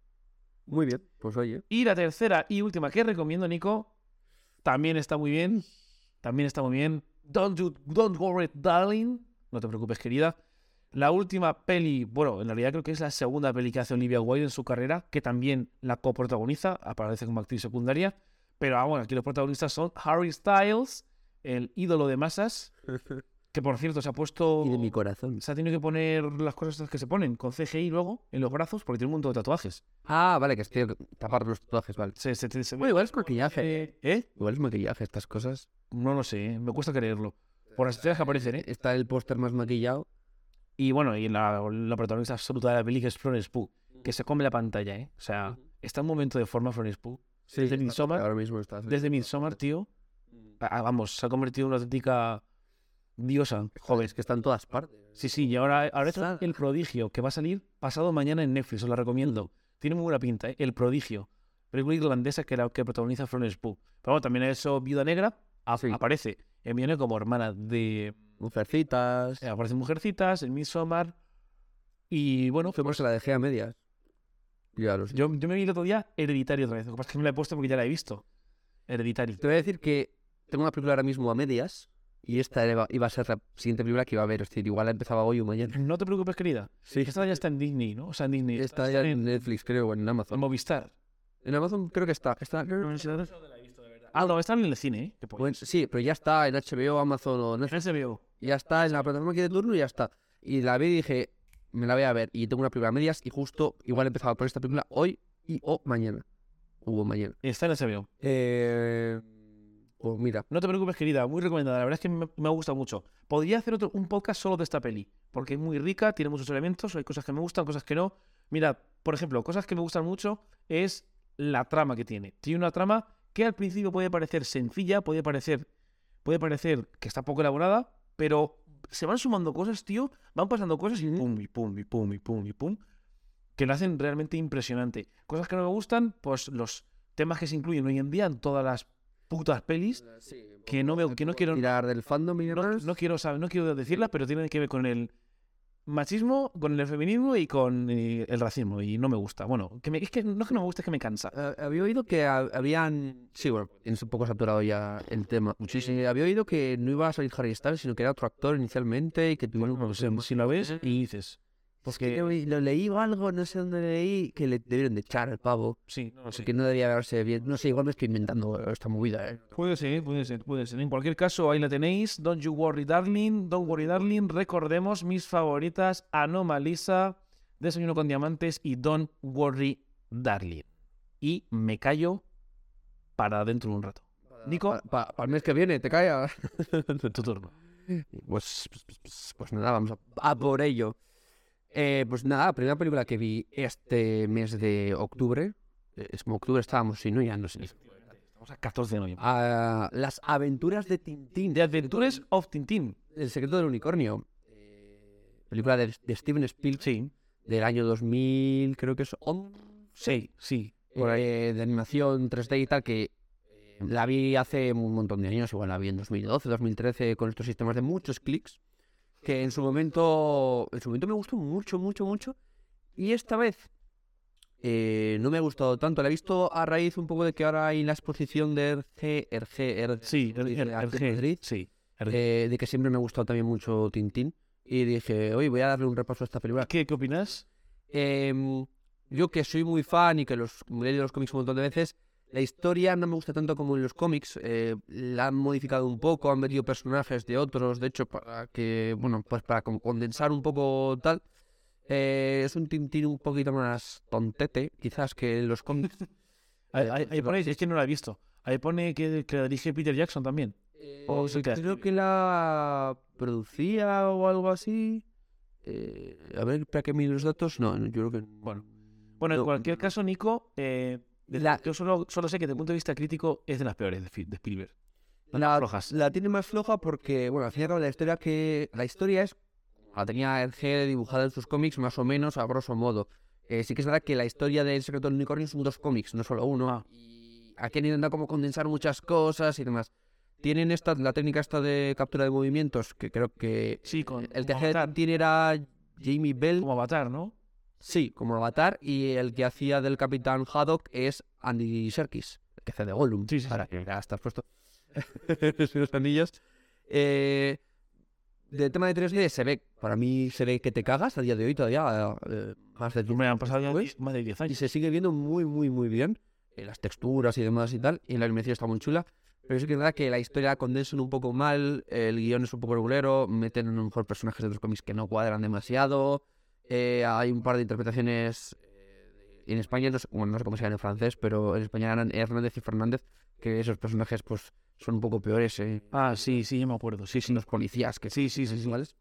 Speaker 4: Muy bien. Pues oye.
Speaker 3: Y la tercera y última que recomiendo, Nico, también está muy bien. También está muy bien. Don't, you- don't worry, darling. No te preocupes, querida. La última peli, bueno, en realidad creo que es la segunda peli que hace Olivia Wilde en su carrera, que también la coprotagoniza, aparece como actriz secundaria. Pero ah, bueno, aquí los protagonistas son Harry Styles, el ídolo de masas, que por cierto se ha puesto
Speaker 4: Y de mi corazón.
Speaker 3: se ha tenido que poner las cosas estas que se ponen con CGI luego en los brazos porque tiene un montón de tatuajes.
Speaker 4: Ah, vale, que estoy tapar los tatuajes, vale.
Speaker 3: Se, se- se- se-
Speaker 4: Bueno, igual es maquillaje.
Speaker 3: Eh, ¿eh?
Speaker 4: Igual es maquillaje estas cosas.
Speaker 3: No lo sé, ¿eh? me cuesta creerlo. Por las estrellas que aparecen, ¿eh?
Speaker 4: Está el póster más maquillado.
Speaker 3: Y bueno, y la, la protagonista absoluta de la película es Florence Pugh, que se come la pantalla, ¿eh? O sea, está en un momento de forma Florence Pugh. desde
Speaker 4: está-
Speaker 3: Midsommar.
Speaker 4: Ahora mismo está.
Speaker 3: Desde Midsommar, tío, ah, vamos, se ha convertido en una auténtica diosa, joven.
Speaker 4: Es que está en todas partes.
Speaker 3: Sí, sí, y ahora, ahora está
Speaker 4: Saga.
Speaker 3: El Prodigio, que va a salir pasado mañana en Netflix, os la recomiendo. Tiene muy buena pinta, ¿eh? El Prodigio. Película irlandesa que, la, que protagoniza Florence Pugh. Pero bueno, también eso, Viuda Negra, a-
Speaker 4: Sí.
Speaker 3: aparece. En Viene como hermana de...
Speaker 4: Mujercitas.
Speaker 3: eh, aparecen Mujercitas, en Midsommar... Y bueno,
Speaker 4: Fuimos se la dejé a medias. Ya lo sé.
Speaker 3: yo, yo me vi el otro día Hereditario otra vez. Lo que pasa es que no la he puesto porque ya la he visto. Hereditario.
Speaker 4: Te voy a decir que tengo una película ahora mismo a medias. Y esta era- iba a ser la siguiente película que iba a ver. Es decir, igual empezaba hoy o mañana.
Speaker 3: No te preocupes, querida.
Speaker 4: Sí.
Speaker 3: Esta ya está en Disney, ¿no? O sea, en Disney.
Speaker 4: Está
Speaker 3: está
Speaker 4: ya en Netflix, creo, o en
Speaker 3: en
Speaker 4: Amazon.
Speaker 3: Movistar.
Speaker 4: En Amazon creo que está. está creo-
Speaker 3: Ah, no, está en el cine, ¿eh? Qué pollas.
Speaker 4: Bueno, sí, pero ya está en HBO, Amazon o Netflix.
Speaker 3: En HBO.
Speaker 4: Ya está en la plataforma que de turno y ya está. Y la vi y dije, me la voy a ver. Y tengo una película a medias y justo igual empezaba por esta película hoy y o mañana. Hubo mañana.
Speaker 3: Está en HBO.
Speaker 4: Eh, pues mira,
Speaker 3: No te preocupes, querida, muy recomendada. La verdad es que me, me ha gustado mucho. Podría hacer otro, un podcast solo de esta peli, porque es muy rica, tiene muchos elementos, hay cosas que me gustan, cosas que no. Mira, por ejemplo, cosas que me gustan mucho es la trama que tiene. Tiene una trama que al principio puede parecer sencilla, puede parecer, puede parecer que está poco elaborada, pero se van sumando cosas, tío, van pasando cosas y pum, y pum, y pum, y pum, y pum, que lo hacen realmente impresionante. Cosas que no me gustan, pues los temas que se incluyen hoy en día en todas las putas pelis que no me, que no quiero
Speaker 4: tirar del fandom y
Speaker 3: no,
Speaker 4: demás.
Speaker 3: no quiero saber, no quiero decirlas, pero tienen que ver con el machismo, con el feminismo y con eh, el racismo y no me gusta. Bueno, que me- es que no es que no me gusta, es que me cansa.
Speaker 4: Eh, había oído que ha- habían... Sí, bueno, tienes un poco saturado ya el tema.
Speaker 3: Muchísimo.
Speaker 4: Eh, había oído
Speaker 3: eh,
Speaker 4: que no iba a salir Harry Styles, sino que era otro actor inicialmente y que tuvieron
Speaker 3: Bueno, pues, em, si lo ves y dices,
Speaker 4: Porque yo vi- lo leí o algo, no sé dónde leí, que le debieron de echar al pavo.
Speaker 3: Sí, no lo sé.
Speaker 4: Que no debía haberse bien. No sé, igual me estoy inventando esta movida, ¿eh?
Speaker 3: Puede ser, puede ser, puede ser. En cualquier caso, ahí la tenéis. Don't You Worry Darling, Don't Worry Darling. Recordemos mis favoritas, Anomalisa, Desayuno con Diamantes y Don't Worry Darling. Y me callo para dentro de un rato. Nico,
Speaker 4: Para el mes que viene, te calla.
Speaker 3: tu turno.
Speaker 4: Pues, pues, pues, pues, pues nada, vamos a, a por ello. Eh, pues nada, primera película que vi este mes de octubre. eh, Es como octubre estábamos, si no, ya no sé.
Speaker 3: Estamos a 14 de noviembre.
Speaker 4: Ah, las aventuras de Tintín.
Speaker 3: The Adventures of Tintín.
Speaker 4: El secreto del unicornio. eh, Película de, de Steven Spielberg
Speaker 3: Sí,
Speaker 4: del año 2000, creo que es 11.
Speaker 3: sí, sí.
Speaker 4: eh, de animación 3D y tal, que eh, la vi hace un montón de años, igual la vi en 2012, 2013, con estos sistemas de muchos clics, que en su momento, en su momento me gustó mucho, mucho, mucho, y esta vez eh, no me ha gustado tanto, la he visto a raíz un poco de que ahora hay la exposición de RG, RG, RG,
Speaker 3: Sí,
Speaker 4: ¿cómo se dice? Arte en
Speaker 3: RG.
Speaker 4: Madrid,
Speaker 3: Sí, RG.
Speaker 4: eh, de que siempre me ha gustado también mucho Tintín, y dije, oye, voy a darle un repaso a esta película,
Speaker 3: ¿Qué, ¿Qué opinas?
Speaker 4: em, yo que soy muy fan y que los he leído los cómics un montón de veces, la historia no me gusta tanto como en los cómics. eh, la han modificado un poco, han metido personajes de otros, de hecho, para que, bueno, pues para como condensar un poco tal. Eh, es un Tintín un poquito más tontete, quizás, que en los cómics.
Speaker 3: Ahí, ahí- ahí pone, es que no la he visto. Ahí pone que, que la dirige Peter Jackson también. O
Speaker 4: Eh,
Speaker 3: sí que la
Speaker 4: creo que la producía o algo así. Eh, a ver, para que mire los datos. No, no, yo creo que. Bueno,
Speaker 3: Bueno, en
Speaker 4: No,
Speaker 3: cualquier
Speaker 4: no.
Speaker 3: caso, Nico, eh, de-
Speaker 4: La-
Speaker 3: yo solo, solo sé que desde el punto de vista crítico es de las peores de, Fi- de Spielberg. Las más
Speaker 4: la,
Speaker 3: flojas.
Speaker 4: la tiene más floja porque, bueno, al fin y al cabo la historia que. La historia es. La tenía Hergé dibujada en sus cómics, más o menos, a grosso modo. Eh, sí que es verdad que la historia del secreto del unicornio son dos cómics, no solo uno.
Speaker 3: Ah.
Speaker 4: Y aquí han intentado como condensar muchas cosas y demás. Tienen esta, la técnica esta de captura de movimientos, que creo que
Speaker 3: Sí, con
Speaker 4: el que
Speaker 3: como
Speaker 4: hacía
Speaker 3: avatar,
Speaker 4: Tintín era Jamie Bell.
Speaker 3: como avatar, ¿no?
Speaker 4: Sí, como Avatar. Y el que hacía del Capitán Haddock es Andy Serkis, el que hace de Gollum.
Speaker 3: Sí, sí, sí.
Speaker 4: Ahora que ya estás puesto. Sí, los anillos. Eh, del tema de 3D se ve, para mí se ve que te cagas a día de hoy todavía. eh, más de
Speaker 3: Me han pasado ya
Speaker 4: después,
Speaker 3: die- más de 10
Speaker 4: Y
Speaker 3: años.
Speaker 4: se sigue viendo muy, muy, muy bien. eh, Las texturas y demás y tal. Y la animación está muy chula. Pero sí que es verdad que la historia la condensan un poco mal. El guión es un poco regulero. Meten a lo mejor personajes de otros cómics que no cuadran demasiado. eh, hay un par de interpretaciones. eh, En España, no sé, bueno, no sé cómo se llama en francés, pero en España eran Hernández y Fernández, que esos personajes pues son un poco peores. eh,
Speaker 3: Ah, sí, sí, ya me acuerdo. Sí, sí.
Speaker 4: Los policías que
Speaker 3: Sí, sí, sí, sí.
Speaker 4: iguales.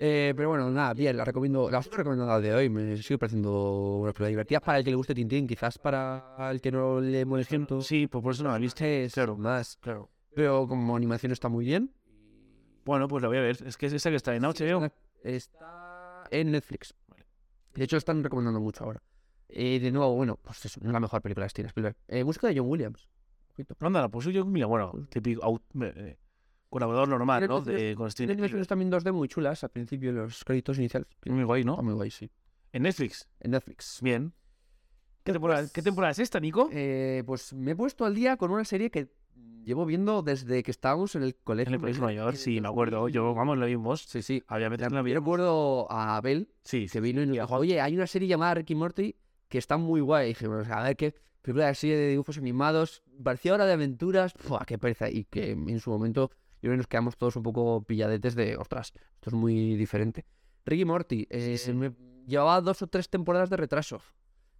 Speaker 4: Eh, pero bueno, nada, bien, la recomiendo, la estoy recomendando de hoy, me sigue pareciendo una película divertida para el que le guste Tintín, quizás para el que no le moleste tanto.
Speaker 3: Sí, pues por eso no la viste.
Speaker 4: viste
Speaker 3: claro.
Speaker 4: más.
Speaker 3: Claro.
Speaker 4: Pero como animación está muy bien.
Speaker 3: Bueno, pues la voy a ver. Es que es esa que está en HBO.
Speaker 4: Está en Netflix. De hecho, están recomendando mucho ahora. Eh, de nuevo, bueno, pues es la mejor película de Steven Spielberg. Eh, música de John Williams. Ojito.
Speaker 3: Anda, pues yo, mira, bueno, típico au- eh, eh, colaborador normal, ¿no?
Speaker 4: pues,
Speaker 3: De, con Steven
Speaker 4: Tiene
Speaker 3: Spielberg.
Speaker 4: versiones también 2D muy chulas al principio, en los créditos iniciales.
Speaker 3: Muy guay,
Speaker 4: Está
Speaker 3: Mm, ¿no?
Speaker 4: muy guay, sí.
Speaker 3: En Netflix.
Speaker 4: En Netflix.
Speaker 3: Bien. ¿Qué temporada, qué temporada es esta, Nico?
Speaker 4: pues Eh, pues me he puesto al día con una serie que llevo viendo desde que estábamos en el colegio.
Speaker 3: En el Colegio
Speaker 4: desde-
Speaker 3: Mayor, sí, me acuerdo. Yo, vamos, la vimos.
Speaker 4: Sí, sí.
Speaker 3: Había metido en la
Speaker 4: Yo
Speaker 3: vida.
Speaker 4: recuerdo a Abel,
Speaker 3: Sí,
Speaker 4: que
Speaker 3: sí.
Speaker 4: vino y nos
Speaker 3: Y a
Speaker 4: dijo,
Speaker 3: Juan.
Speaker 4: oye, hay una serie llamada Ricky Morty que está muy guay. Y dije, bueno, a ver qué película de serie de dibujos animados. Parecía hora de aventuras. Fua, qué pereza. Y que en su momento yo creo que nos quedamos todos un poco pilladetes de, ostras, esto es muy diferente. Ricky Morty, eh, me llevaba dos o tres temporadas de retraso.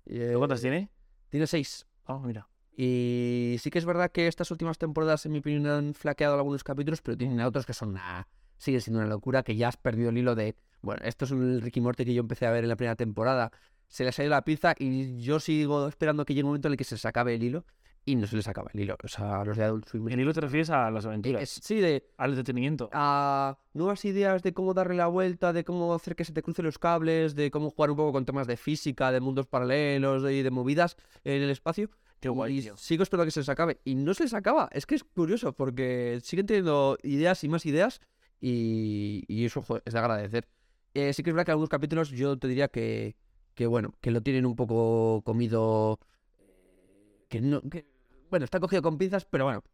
Speaker 4: Eh,
Speaker 3: ¿Cuántas tiene?
Speaker 4: Tiene seis.
Speaker 3: Ah, mira.
Speaker 4: Y sí que es verdad que estas últimas temporadas, en mi opinión, han flaqueado algunos capítulos, pero tienen otros que son nada. Sigue siendo una locura que ya has perdido el hilo de. Bueno, esto es un Ricky Morty que yo empecé a ver en la primera temporada. Se les ha ido la pizza y yo sigo esperando que llegue un momento en el que se les acabe el hilo y no se les acaba el hilo. O sea, los de Adult Swim.
Speaker 3: En hilo te refieres a las
Speaker 4: Eh,
Speaker 3: aventuras,
Speaker 4: sí, de
Speaker 3: al entretenimiento.
Speaker 4: Ah, a nuevas ideas de cómo darle la vuelta, de cómo hacer que se te crucen los cables, de cómo jugar un poco con temas de física, de mundos paralelos y de movidas en el espacio.
Speaker 3: Qué guay,
Speaker 4: Y
Speaker 3: tío.
Speaker 4: sigo esperando que se les acabe. Y no se les acaba. Es que es curioso porque siguen teniendo ideas y más ideas. Y, y eso joder, es de agradecer. Eh, sí que es verdad que algunos capítulos yo te diría que, que bueno, que lo tienen un poco comido. eh, Que no. que- bueno, está cogido con pinzas, pero bueno.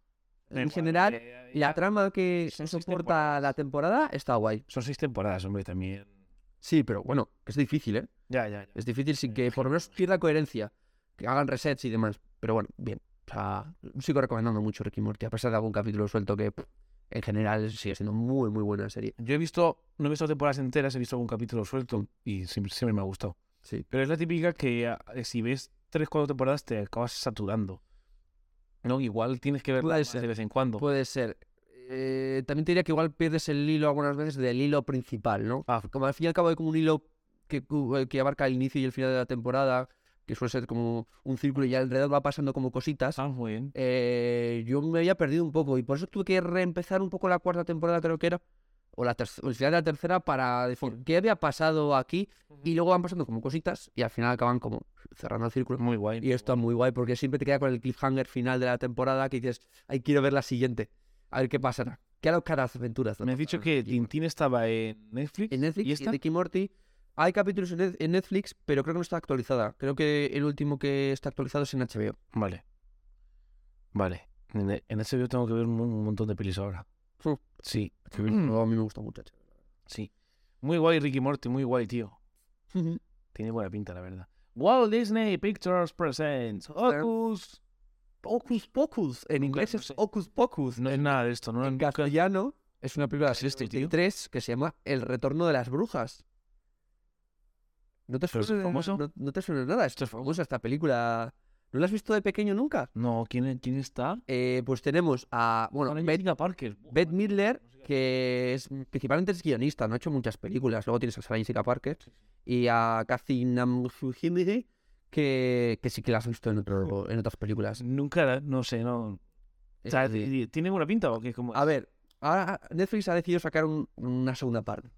Speaker 3: Da
Speaker 4: En
Speaker 3: igual,
Speaker 4: general,
Speaker 3: eh,
Speaker 4: la trama que
Speaker 3: son seis
Speaker 4: soporta la temporada está guay.
Speaker 3: Son seis temporadas, hombre, también.
Speaker 4: Sí, pero bueno, es difícil, ¿eh?
Speaker 3: Ya, ya, ya.
Speaker 4: Es difícil sin que por lo menos pierda coherencia, que hagan resets y demás. Pero bueno, bien. O sea, sigo recomendando mucho Ricky Morty, a pesar de algún capítulo suelto que pff, en general sigue siendo muy, muy buena serie.
Speaker 3: Yo he visto, no he visto temporadas enteras, he visto algún capítulo suelto y siempre, siempre me ha gustado.
Speaker 4: Sí.
Speaker 3: Pero es la típica que ah, si ves tres, cuatro temporadas te acabas saturando. No, igual tienes que verla
Speaker 4: Puede
Speaker 3: más de
Speaker 4: ser.
Speaker 3: vez en cuando.
Speaker 4: Puede ser. Eh, también te diría que igual pierdes el hilo algunas veces del hilo principal, ¿no?
Speaker 3: Ah.
Speaker 4: Como al fin y al cabo hay como un hilo que, cu- eh, que abarca el inicio y el final de la temporada, que suele ser como un círculo y alrededor va pasando como cositas.
Speaker 3: Ah, muy bien.
Speaker 4: Eh, yo me había perdido un poco y por eso tuve que reempezar un poco la cuarta temporada, creo que era, o, la terc- o el final de la tercera para decir qué había pasado aquí y luego van pasando como cositas y al final acaban como cerrando el círculo.
Speaker 3: Muy guay.
Speaker 4: Y esto es muy guay porque siempre te queda con el cliffhanger final de la temporada que dices, ay, quiero ver la siguiente, a ver qué pasará. ¿Qué hará caras aventuras?
Speaker 3: Me has dicho que Tintín estaba en Netflix.
Speaker 4: En Netflix
Speaker 3: ¿Y
Speaker 4: y
Speaker 3: esta?
Speaker 4: Rick y Morty. Hay capítulos en Net- en Netflix, pero creo que no está actualizada. Creo que el último que está actualizado es en HBO.
Speaker 3: Vale. Vale. En, e, en ese video tengo que ver un, un montón de pelis ahora.
Speaker 4: Sí.
Speaker 3: Sí,
Speaker 4: Pero a mí me gusta mucho.
Speaker 3: sí. Muy guay Ricky Morty, muy guay, tío. Tiene buena pinta, la verdad. Walt Disney Pictures Presents Hocus.
Speaker 4: Hocus Pocus. En inglés
Speaker 3: no
Speaker 4: es
Speaker 3: sé.
Speaker 4: Hocus Pocus.
Speaker 3: No es nada de esto, ¿no?
Speaker 4: En
Speaker 3: Nunca-
Speaker 4: castellano es una película de
Speaker 3: ¿Es esto, tío?
Speaker 4: 73 que se llama El retorno de las brujas. ¿No te
Speaker 3: ¿Pero
Speaker 4: suena,
Speaker 3: es famoso?
Speaker 4: No, no te suena nada. Esto es famoso, esta película. ¿No la has visto de pequeño nunca?
Speaker 3: No, ¿quién, quién está?
Speaker 4: Eh, pues tenemos a. Bueno,
Speaker 3: Con
Speaker 4: Beth,
Speaker 3: Jessica Parker.
Speaker 4: Beth Midler, que es principalmente es guionista, no ha hecho muchas películas. Luego tienes a Sarah Jessica Parker y a Kathy Namjoon que, que sí que la has visto en, otro- en otras películas.
Speaker 3: Pues Nunca, la- no sé, no. O sea,
Speaker 4: Eh,
Speaker 3: ti- ¿Tiene buena pinta o qué? ¿Cómo
Speaker 4: A
Speaker 3: es?
Speaker 4: ver, ahora Netflix ha decidido sacar un- una segunda parte.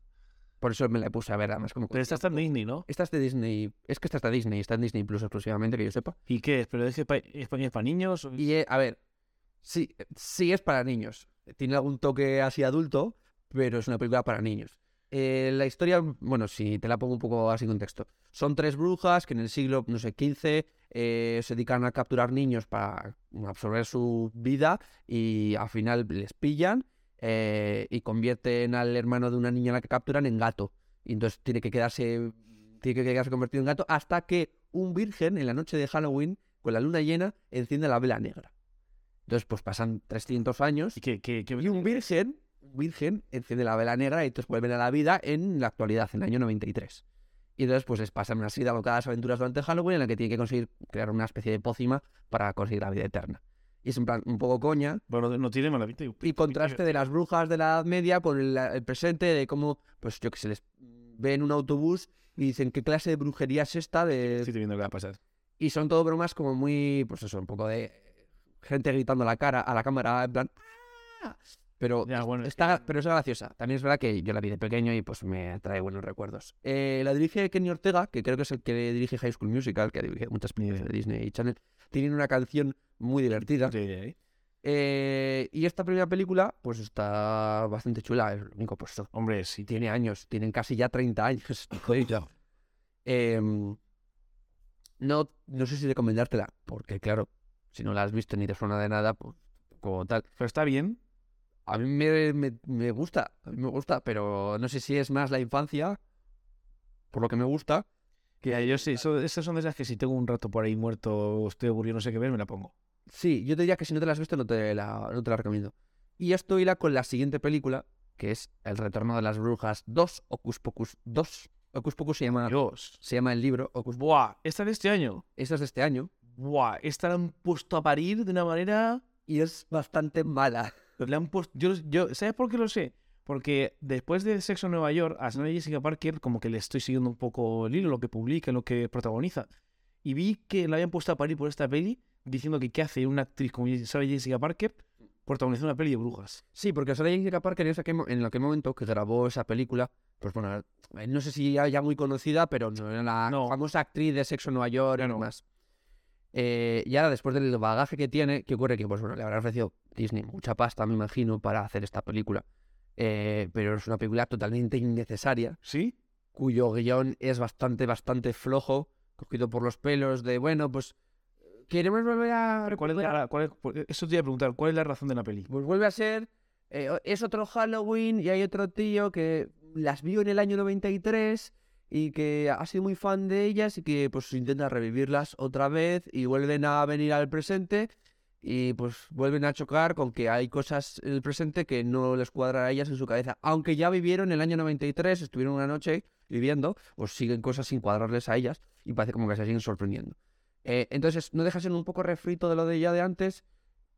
Speaker 4: Por eso me la puse a ver, además. Como
Speaker 3: Pero esta está en Disney, ¿no?
Speaker 4: Esta es de Disney. Es que esta está Disney, está en Disney Plus exclusivamente, que yo sepa.
Speaker 3: ¿Y qué es? ¿Pero es que pa- es pa- es para niños? o-
Speaker 4: Y eh, a ver, sí, sí es para niños. Tiene algún toque así adulto, pero es una película para niños. Eh, la historia, bueno, si te la pongo un poco así en contexto. Son tres brujas que en el siglo, no sé, XV eh, se dedican a capturar niños para absorber su vida y al final les pillan eh, y convierten al hermano de una niña a la que capturan en gato. Y entonces tiene que quedarse, tiene que quedarse convertido en gato hasta que un virgen en la noche de Halloween, con la luna llena, enciende la vela negra. Entonces, pues pasan 300 años
Speaker 3: ¿Y qué, qué, qué-
Speaker 4: y un virgen, un virgen enciende la vela negra y entonces vuelven a la vida en la actualidad, en el año 93. Y entonces pues les pasan una serie de alocadas aventuras durante Halloween en la que tienen que conseguir crear una especie de pócima para conseguir la vida eterna. Y es en plan un poco coña,
Speaker 3: Bueno, no tiene mala pinta.
Speaker 4: y contraste de las brujas de la Edad Media con el, el presente, de cómo, pues yo que se les ve en un autobús y dicen qué clase de brujería es esta. De...
Speaker 3: Estoy viendo qué va a pasar.
Speaker 4: Y son todo bromas como muy, pues eso, un poco de gente gritando a la cara, a la cámara, en plan... "¡Ah!". Pero,
Speaker 3: Ya, bueno, es
Speaker 4: está, pero es graciosa. También es verdad que yo la vi de pequeño y pues me trae buenos recuerdos. Eh, la dirige Kenny Ortega, que creo que es el que dirige High School Musical, que ha dirigido muchas películas de Disney y Channel. Tienen una canción muy divertida.
Speaker 3: Sí, sí, sí.
Speaker 4: Eh, y esta primera película, pues está bastante chula. Es lo único, pues eso,
Speaker 3: Hombre, sí.
Speaker 4: Tiene años, tienen casi ya 30 años. Em, no, no sé si recomendártela, porque claro, si no la has visto ni te suena de nada, pues como tal.
Speaker 3: Pero está bien.
Speaker 4: A mí me, me- me gusta, a mí me gusta, pero no sé si es más la infancia, por lo que me gusta.
Speaker 3: Que yo sí, eso, esas son de esas que si tengo un rato por ahí muerto o estoy aburrido, no sé qué ver, me la pongo.
Speaker 4: Sí, yo te diría que si no te la has visto, no te la, no te la recomiendo. Y esto hila con la siguiente película, que es El Retorno de las Brujas 2, Ocus Pocus 2. Ocus Pocus se llama,
Speaker 3: Dios.
Speaker 4: se llama el libro, Ocus Pocus.
Speaker 3: Buah, esta de este año.
Speaker 4: Esa es de este año
Speaker 3: Buah, esta la han puesto a parir de una manera.
Speaker 4: y es bastante mala.
Speaker 3: Le han puesto. Yo, yo, ¿Sabes por qué lo sé? Porque después de Sexo en Nueva York, a Sarah Jessica Parker, como que le estoy siguiendo un poco el hilo, lo que publica, lo que protagoniza. Y vi que la habían puesto a parir por esta peli, diciendo que qué hace una actriz como Sarah Jessica Parker protagonizando una peli de brujas.
Speaker 4: Sí, porque Sarah Jessica Parker en, ese que mo- en aquel momento que grabó esa película, pues bueno, eh, no sé si ya, ya muy conocida, pero no era la
Speaker 3: No.
Speaker 4: famosa actriz de Sexo en Nueva York y demás. Eh, y ahora, después del bagaje que tiene, ¿qué ocurre? Que pues bueno, le habrá ofrecido Disney mucha pasta, me imagino, para hacer esta película. Eh, pero es una película totalmente innecesaria,
Speaker 3: ¿Sí?
Speaker 4: cuyo guión es bastante, bastante flojo, cogido por los pelos de, bueno, pues queremos volver a
Speaker 3: Pero ¿Cuál es la- cuál es- eso te iba a preguntar, ¿cuál es la razón de la peli?
Speaker 4: pues vuelve a ser. eh, o- es otro Halloween y hay otro tío que las vio en el año 93 y que ha sido muy fan de ellas y que pues intenta revivirlas otra vez y vuelven a venir al presente y pues vuelven a chocar con que hay cosas en el presente que no les cuadran a ellas en su cabeza. Aunque ya vivieron el año 93, estuvieron una noche viviendo, pues siguen cosas sin cuadrarles a ellas y parece como que se siguen sorprendiendo. Eh, entonces, no deja ser un poco refrito de lo de ya de antes,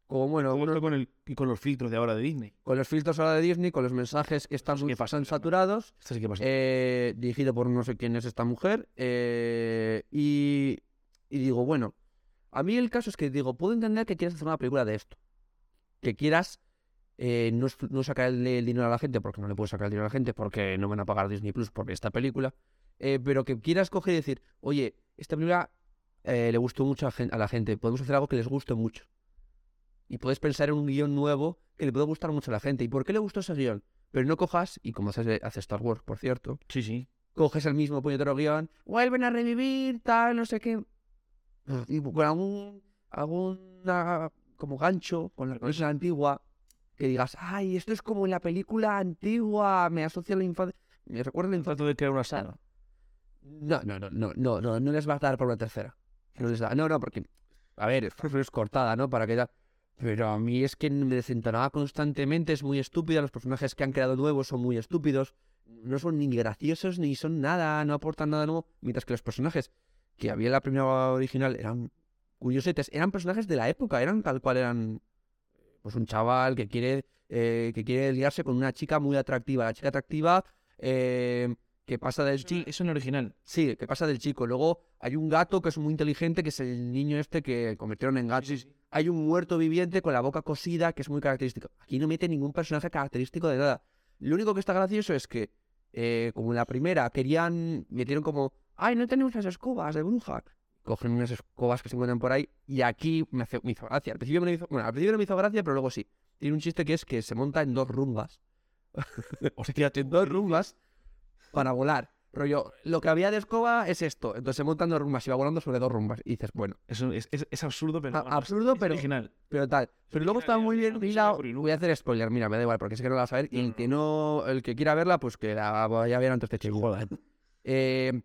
Speaker 4: como bueno,
Speaker 3: Como
Speaker 4: uno-
Speaker 3: esto con, el- y con los filtros de ahora de Disney.
Speaker 4: con los filtros ahora de Disney, con los mensajes que están,
Speaker 3: Eso sí que pasa,
Speaker 4: están
Speaker 3: es verdad.
Speaker 4: saturados,
Speaker 3: Esto sí que pasa.
Speaker 4: eh, dirigido por no sé quién es esta mujer. eh, y, y digo, bueno, a mí el caso es que digo, puedo entender que quieras hacer una película de esto. Que quieras eh, no, es- no sacarle el dinero a la gente, porque no le puedo sacar el dinero a la gente, porque no me van a pagar Disney Plus por esta película. eh, pero que quieras coger y decir, oye, esta película eh, le gustó mucho a, gen- a la gente, podemos hacer algo que les guste mucho. Y puedes pensar en un guión nuevo que le puede gustar mucho a la gente. ¿Y por qué le gustó ese guión? Pero no cojas, y como hace, hace Star Wars, por cierto,
Speaker 3: sí, sí.
Speaker 4: coges el mismo puñetero guión, vuelven a revivir, tal, no sé qué. Y con algún, alguna, como gancho, con la cosa antigua, que digas, ay, esto es como en la película antigua, me asocia a la infancia. Me recuerda a la
Speaker 3: Un
Speaker 4: infancia.
Speaker 3: trato de crear una saga.
Speaker 4: No, no, no, no, no, no, no les vas a dar para una tercera. No les da- no, no, porque, a ver, es cortada, ¿no? Para que ya- Pero a mí es que me desentonaba constantemente, es muy estúpida, los personajes que han creado nuevos son muy estúpidos, no son ni graciosos ni son nada, no aportan nada nuevo, mientras que los personajes que había en la primera original eran curiosetes, eran personajes de la época, eran tal cual eran pues un chaval que quiere eh, que quiere liarse con una chica muy atractiva, la chica atractiva eh, que pasa del
Speaker 3: Sí, es un original.
Speaker 4: Sí, que pasa del chico. Luego hay un gato que es muy inteligente, que es el niño este que convirtieron en gato. Hay un muerto viviente con la boca cosida, que es muy característico. Aquí no mete ningún personaje característico de nada. Lo único que está gracioso es que, eh, como en la primera, querían, metieron como, ay, no tenemos las escobas de bruja. Cogen unas escobas que se encuentran por ahí y aquí me, hace- me hizo gracia. Al principio, me hizo, bueno, al principio no me hizo gracia, pero luego sí. Tiene un chiste que es que se monta en dos rumbas
Speaker 3: Hostia, te-
Speaker 4: dos rumbas para volar. Rollo, lo que había de escoba es esto. Entonces se montan dos rumbas y va volando sobre dos rumbas. Y dices, bueno,
Speaker 3: eso es, es- es Ah, absurdo, pero.
Speaker 4: A- absurdo,
Speaker 3: es
Speaker 4: pero-
Speaker 3: Original.
Speaker 4: pero tal. Pero luego está muy bien
Speaker 3: Aunque sea
Speaker 4: hilado.
Speaker 3: por inútil.
Speaker 4: Voy a hacer spoiler, mira, me da igual, porque sé que no la vas a ver. Y el que no, el que quiera verla, pues que la vaya a ver antes de que
Speaker 3: Joder.
Speaker 4: eh,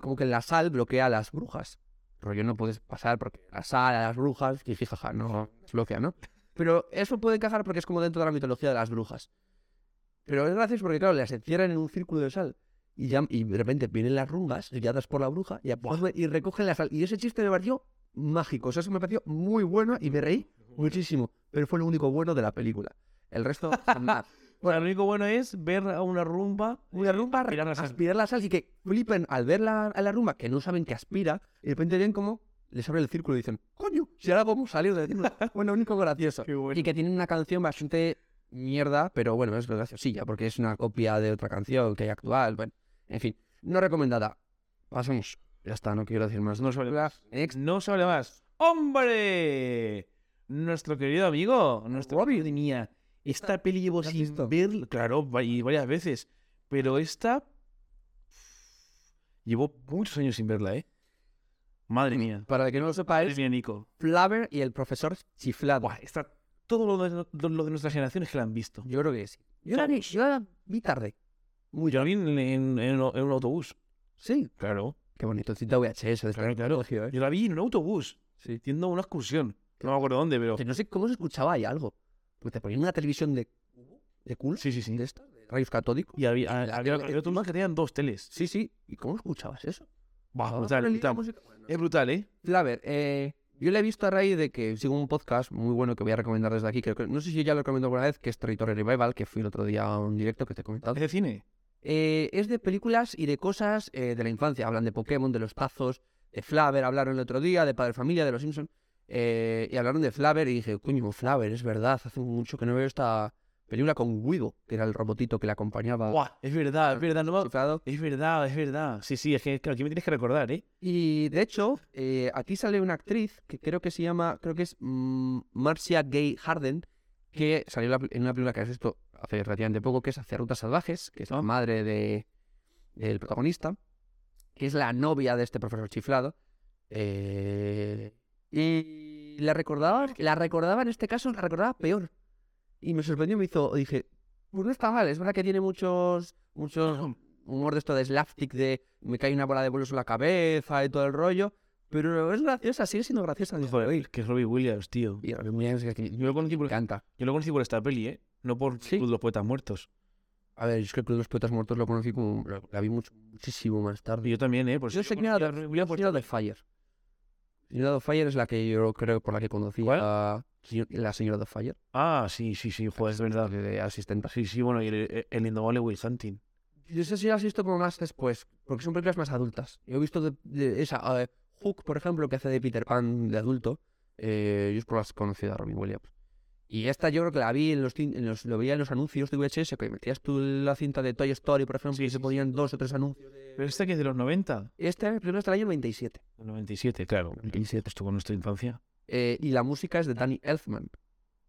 Speaker 4: como que la sal bloquea a las brujas. Rollo no puedes pasar porque la sal a las brujas, que jaja, no las bloquea, ¿no? Pero eso puede encajar porque es como dentro de la mitología de las brujas. Pero es gracioso porque, claro, las encierran en un círculo de sal. Y, ya, y de repente vienen las rumbas, guiadas por la bruja, y, absorben- y recogen la sal. Y ese chiste me pareció mágico. O sea, eso me pareció muy bueno y me reí muchísimo. Pero fue lo único bueno de la película. El resto, jamás.
Speaker 3: Bueno, lo único bueno es ver a una rumba. eh,
Speaker 4: Una rumba ah,
Speaker 3: aspirar
Speaker 4: aspirar
Speaker 3: la
Speaker 4: la
Speaker 3: sal.
Speaker 4: sal. y que flipen al ver la, a la rumba, que no saben que aspira, y de repente ven como les abre el círculo y dicen, coño, si ahora podemos salir del círculo. Bueno, único gracioso.
Speaker 3: Qué bueno.
Speaker 4: Y que tienen una canción bastante mierda, pero bueno, es graciosilla, porque es una copia de otra canción que hay actual. Bueno, en fin, no recomendada. Pasamos. Ya está, no quiero decir más.
Speaker 3: No se vale
Speaker 4: La
Speaker 3: más.
Speaker 4: next-
Speaker 3: No se vale más. ¡Hombre! Nuestro querido amigo, nuestro
Speaker 4: Robbie.
Speaker 3: madre mía. Esta peli llevo
Speaker 4: ¿La has
Speaker 3: sin
Speaker 4: visto?
Speaker 3: ver, claro, va- y varias veces. Pero esta. Llevo muchos años sin verla, ¿eh? Madre mía.
Speaker 4: Para el que no lo sepa,
Speaker 3: Madre
Speaker 4: es
Speaker 3: mía, Nico.
Speaker 4: Flaver y el profesor chiflado.
Speaker 3: Buah, está todo lo de, lo de nuestras generaciones que la han visto.
Speaker 4: Yo creo que sí. Yo la vi, yo la vi tarde.
Speaker 3: Muy yo la vi en, en- en un- en un autobús.
Speaker 4: Sí.
Speaker 3: Claro.
Speaker 4: Qué bonito. Cita VHS. De claro, claro.
Speaker 3: Yo la vi en un autobús.
Speaker 4: Sí.
Speaker 3: Yendo a una excursión. No me acuerdo dónde, pero.
Speaker 4: Que no sé cómo se escuchaba ahí algo. Porque te ponían una televisión de de culo,
Speaker 3: Sí, sí, sí.
Speaker 4: de esta, de rayos catódicos.
Speaker 3: Y había,
Speaker 4: la
Speaker 3: había,
Speaker 4: tele-
Speaker 3: había otro más que tenían dos teles.
Speaker 4: Sí, Ah, sí. ¿Y cómo escuchabas eso?
Speaker 3: Buah,
Speaker 4: Ahora
Speaker 3: brutal,
Speaker 4: con el lío de
Speaker 3: brutal.
Speaker 4: música- bueno,
Speaker 3: Es brutal, ¿eh?
Speaker 4: Flaver, eh, yo le he visto a raíz de que sigo un podcast muy bueno que voy a recomendar desde aquí. Creo que, no sé si ya lo recomiendo alguna vez, que es Territory Revival, que fui el otro día a un directo que te he comentado.
Speaker 3: ¿Es de cine?
Speaker 4: Eh, es de películas y de cosas eh, de la infancia. Hablan de Pokémon, de los tazos, de Flaver, hablaron el otro día, de Padre Familia, de los Simpsons. y hablaron de Flaver y dije, coño, Flaver, es verdad, hace mucho que no veo esta película con Wigo, que era el robotito que le acompañaba.
Speaker 3: Buah, es verdad, es verdad. No me-
Speaker 4: chiflado.
Speaker 3: Es verdad, es verdad. Sí, sí, es que claro, aquí me tienes que recordar, ¿eh?
Speaker 4: Y de hecho, eh, aquí sale una actriz que creo que se llama, creo que es mm, Marcia Gay Harden, que salió en la pl- en una película que has visto hace relativamente poco, que es Hacia Rutas Salvajes, que es la madre de, del protagonista, que es la novia de este profesor chiflado. Eh, y la recordaba, la recordaba en este caso, la recordaba peor. Y me sorprendió, me hizo, dije, Pues no está mal, es verdad que tiene muchos, muchos humor de esto de slapstick de me cae una bola de bolos en la cabeza y todo el rollo, pero es graciosa, sigue siendo graciosa. dice, "Uy,
Speaker 3: Joder, que es Robbie Williams, tío.
Speaker 4: y a mí me encanta.
Speaker 3: Yo lo conocí por, yo lo conocí por esta peli, ¿eh? No por
Speaker 4: Sí.
Speaker 3: Club de los Poetas Muertos.
Speaker 4: A ver, yo es que el Club de los Poetas Muertos lo conocí como. lo- la vi mucho, muchísimo más
Speaker 3: Y
Speaker 4: tarde.
Speaker 3: yo también, ¿eh? Por
Speaker 4: Yo
Speaker 3: eso
Speaker 4: sé que
Speaker 3: conocí
Speaker 4: era
Speaker 3: a Robbie Williams por-
Speaker 4: Señora de Fire. Señora de Fire es la que yo creo por la que conocí
Speaker 3: ¿Cuál?
Speaker 4: a señor- la señora de Fire,
Speaker 3: Ah, sí, sí, sí, joder, es verdad.
Speaker 4: de asistenta.
Speaker 3: Sí, sí, bueno, y el, el indomable Will Hunting.
Speaker 4: Yo sé si las he visto como más después, porque son películas más adultas. Yo he visto de, de esa eh, Hook, por ejemplo, que hace de Peter Pan de adulto. eh, yo es por las conocidas a Robin Williams. Y esta yo creo que la vi en los, cin- en los- lo veía en los anuncios de VHS, que metías tú la cinta de Toy Story, por ejemplo,
Speaker 3: Sí,
Speaker 4: y se
Speaker 3: sí,
Speaker 4: ponían dos o tres anuncios.
Speaker 3: Pero esta que es de los 90.
Speaker 4: Esta es primero hasta el Este año 97.
Speaker 3: Del 97, claro.
Speaker 4: 97.
Speaker 3: Estuvo en nuestra infancia.
Speaker 4: Eh, y la música es de Danny Elfman.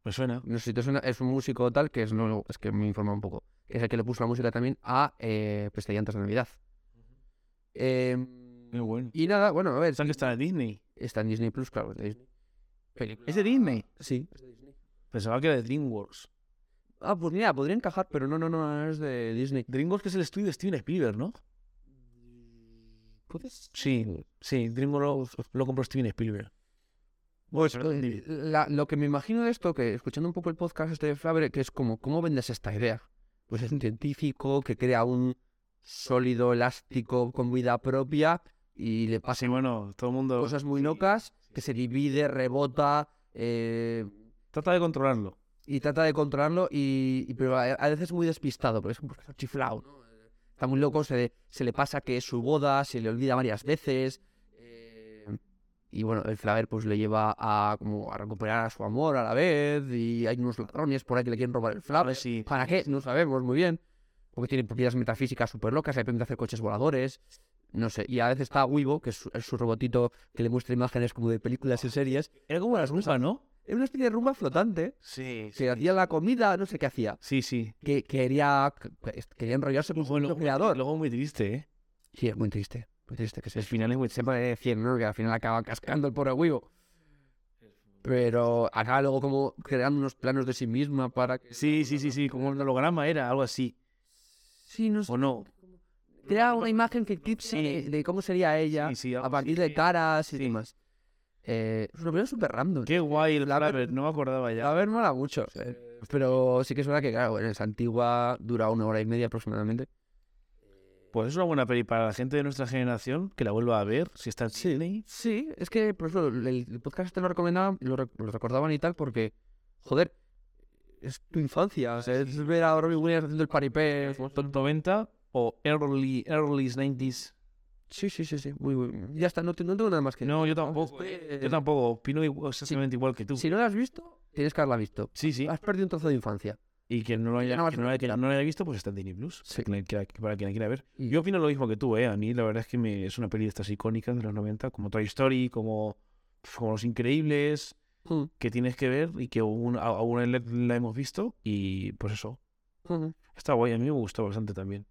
Speaker 3: Me suena.
Speaker 4: No sé si te suena, es un músico tal que es, no, es que me informa un poco. Que es el que le puso la música también a eh, Pestellantes de Navidad. Eh,
Speaker 3: Muy bueno.
Speaker 4: y nada, bueno, a ver.
Speaker 3: ¿Saben que está en Disney?
Speaker 4: Está en Disney Plus, claro. en Disney. Película-
Speaker 3: ¿Es de Disney?
Speaker 4: Sí.
Speaker 3: Pensaba que era de DreamWorks.
Speaker 4: Ah, pues mira, podría encajar, pero no, no, no, es de Disney.
Speaker 3: DreamWorks que es el estudio de Steven Spielberg, ¿no?
Speaker 4: ¿Puedes?
Speaker 3: Sí, sí, DreamWorks lo, lo compró Steven Spielberg.
Speaker 4: Pues,
Speaker 3: pero-
Speaker 4: eh, la- lo que me imagino de esto, que escuchando un poco el podcast este de Flabre, que es como, ¿cómo vendes esta idea? Pues es un científico que crea un sólido elástico con vida propia y le pasa
Speaker 3: Así, ah, bueno, todo el mundo
Speaker 4: cosas muy locas, que se divide, rebota, eh,
Speaker 3: trata de controlarlo.
Speaker 4: y trata de controlarlo y, y- pero a, a veces es muy despistado porque es un profesor chiflado ¿no? está muy loco se, le- se le pasa que es su boda se le olvida varias veces eh, y bueno el Flaver pues le lleva a como a recuperar a su amor a la vez y hay unos ladrones por ahí que le quieren robar el
Speaker 3: A ver
Speaker 4: Flaver
Speaker 3: si-
Speaker 4: para qué no sabemos muy bien porque tiene propiedades metafísicas súper locas le permite hacer coches voladores no sé, y a veces está Wibo, que es su, es su robotito que le muestra imágenes como de películas y series.
Speaker 3: Era como la rumba, ¿no?
Speaker 4: Es una especie de rumba flotante
Speaker 3: Sí,
Speaker 4: se hacía la comida, no sé qué hacía.
Speaker 3: Sí, sí.
Speaker 4: Que quería, que- quería enrollarse con
Speaker 3: Bueno,
Speaker 4: su creador.
Speaker 3: Luego muy triste, ¿eh?
Speaker 4: Sí, es muy triste. Muy triste que se
Speaker 3: El final es muy
Speaker 4: Se puede decir, ¿no? Que al final acaba cascando el pobre huevo. Pero acaba luego como creando unos planos de sí misma para que.
Speaker 3: Sí, sí, sí, sí, como un holograma era, algo así.
Speaker 4: Sí, no sé.
Speaker 3: ¿O no?
Speaker 4: Crea una imagen ficticia
Speaker 3: Sí.
Speaker 4: de, de cómo sería ella
Speaker 3: Sí, sí, algo
Speaker 4: a partir de caras y
Speaker 3: Sí.
Speaker 4: demás. Eh, es una película súper random.
Speaker 3: Qué guay el
Speaker 4: La-
Speaker 3: Flaver, no me acordaba ya.
Speaker 4: A ver, mola mucho. eh, Pero sí que es verdad que, claro, en esa antigua dura una hora y media aproximadamente.
Speaker 3: Pues es una buena peli para la gente de nuestra generación que la vuelva a ver, si está en Disney.
Speaker 4: Sí, es que por eso el, el podcast te lo recomendaban, lo, rec- lo recordaban y tal, porque, joder, es tu infancia. O sea, es ver a Robbie Williams haciendo el paripé. es como-
Speaker 3: Son 90 o early, early 90s.
Speaker 4: Sí, sí, sí, sí. muy, muy- Ya está, no, te- no tengo nada más que
Speaker 3: No, yo tampoco.
Speaker 4: eh,
Speaker 3: Yo tampoco, opino igual- exactamente igual que tú.
Speaker 4: Si no la has visto, tienes que haberla visto.
Speaker 3: Sí, sí.
Speaker 4: Has perdido un trozo de infancia.
Speaker 3: Y quien no lo haya,
Speaker 4: Ya no
Speaker 3: quien no lo haya- quien no lo haya visto, pues está en Disney Plus.
Speaker 4: Sí.
Speaker 3: Que la- que la- Para quien la quiera ver.
Speaker 4: Y-
Speaker 3: Yo opino lo mismo que tú, ¿eh? A mí la verdad es que me- es una peli de estas icónicas de los 90, como Toy Story, como, como Los Increíbles,
Speaker 4: Mm,
Speaker 3: que tienes que ver y que aún, aún la- la hemos visto. Y pues eso,
Speaker 4: mm.
Speaker 3: está guay. A mí me gustó bastante también.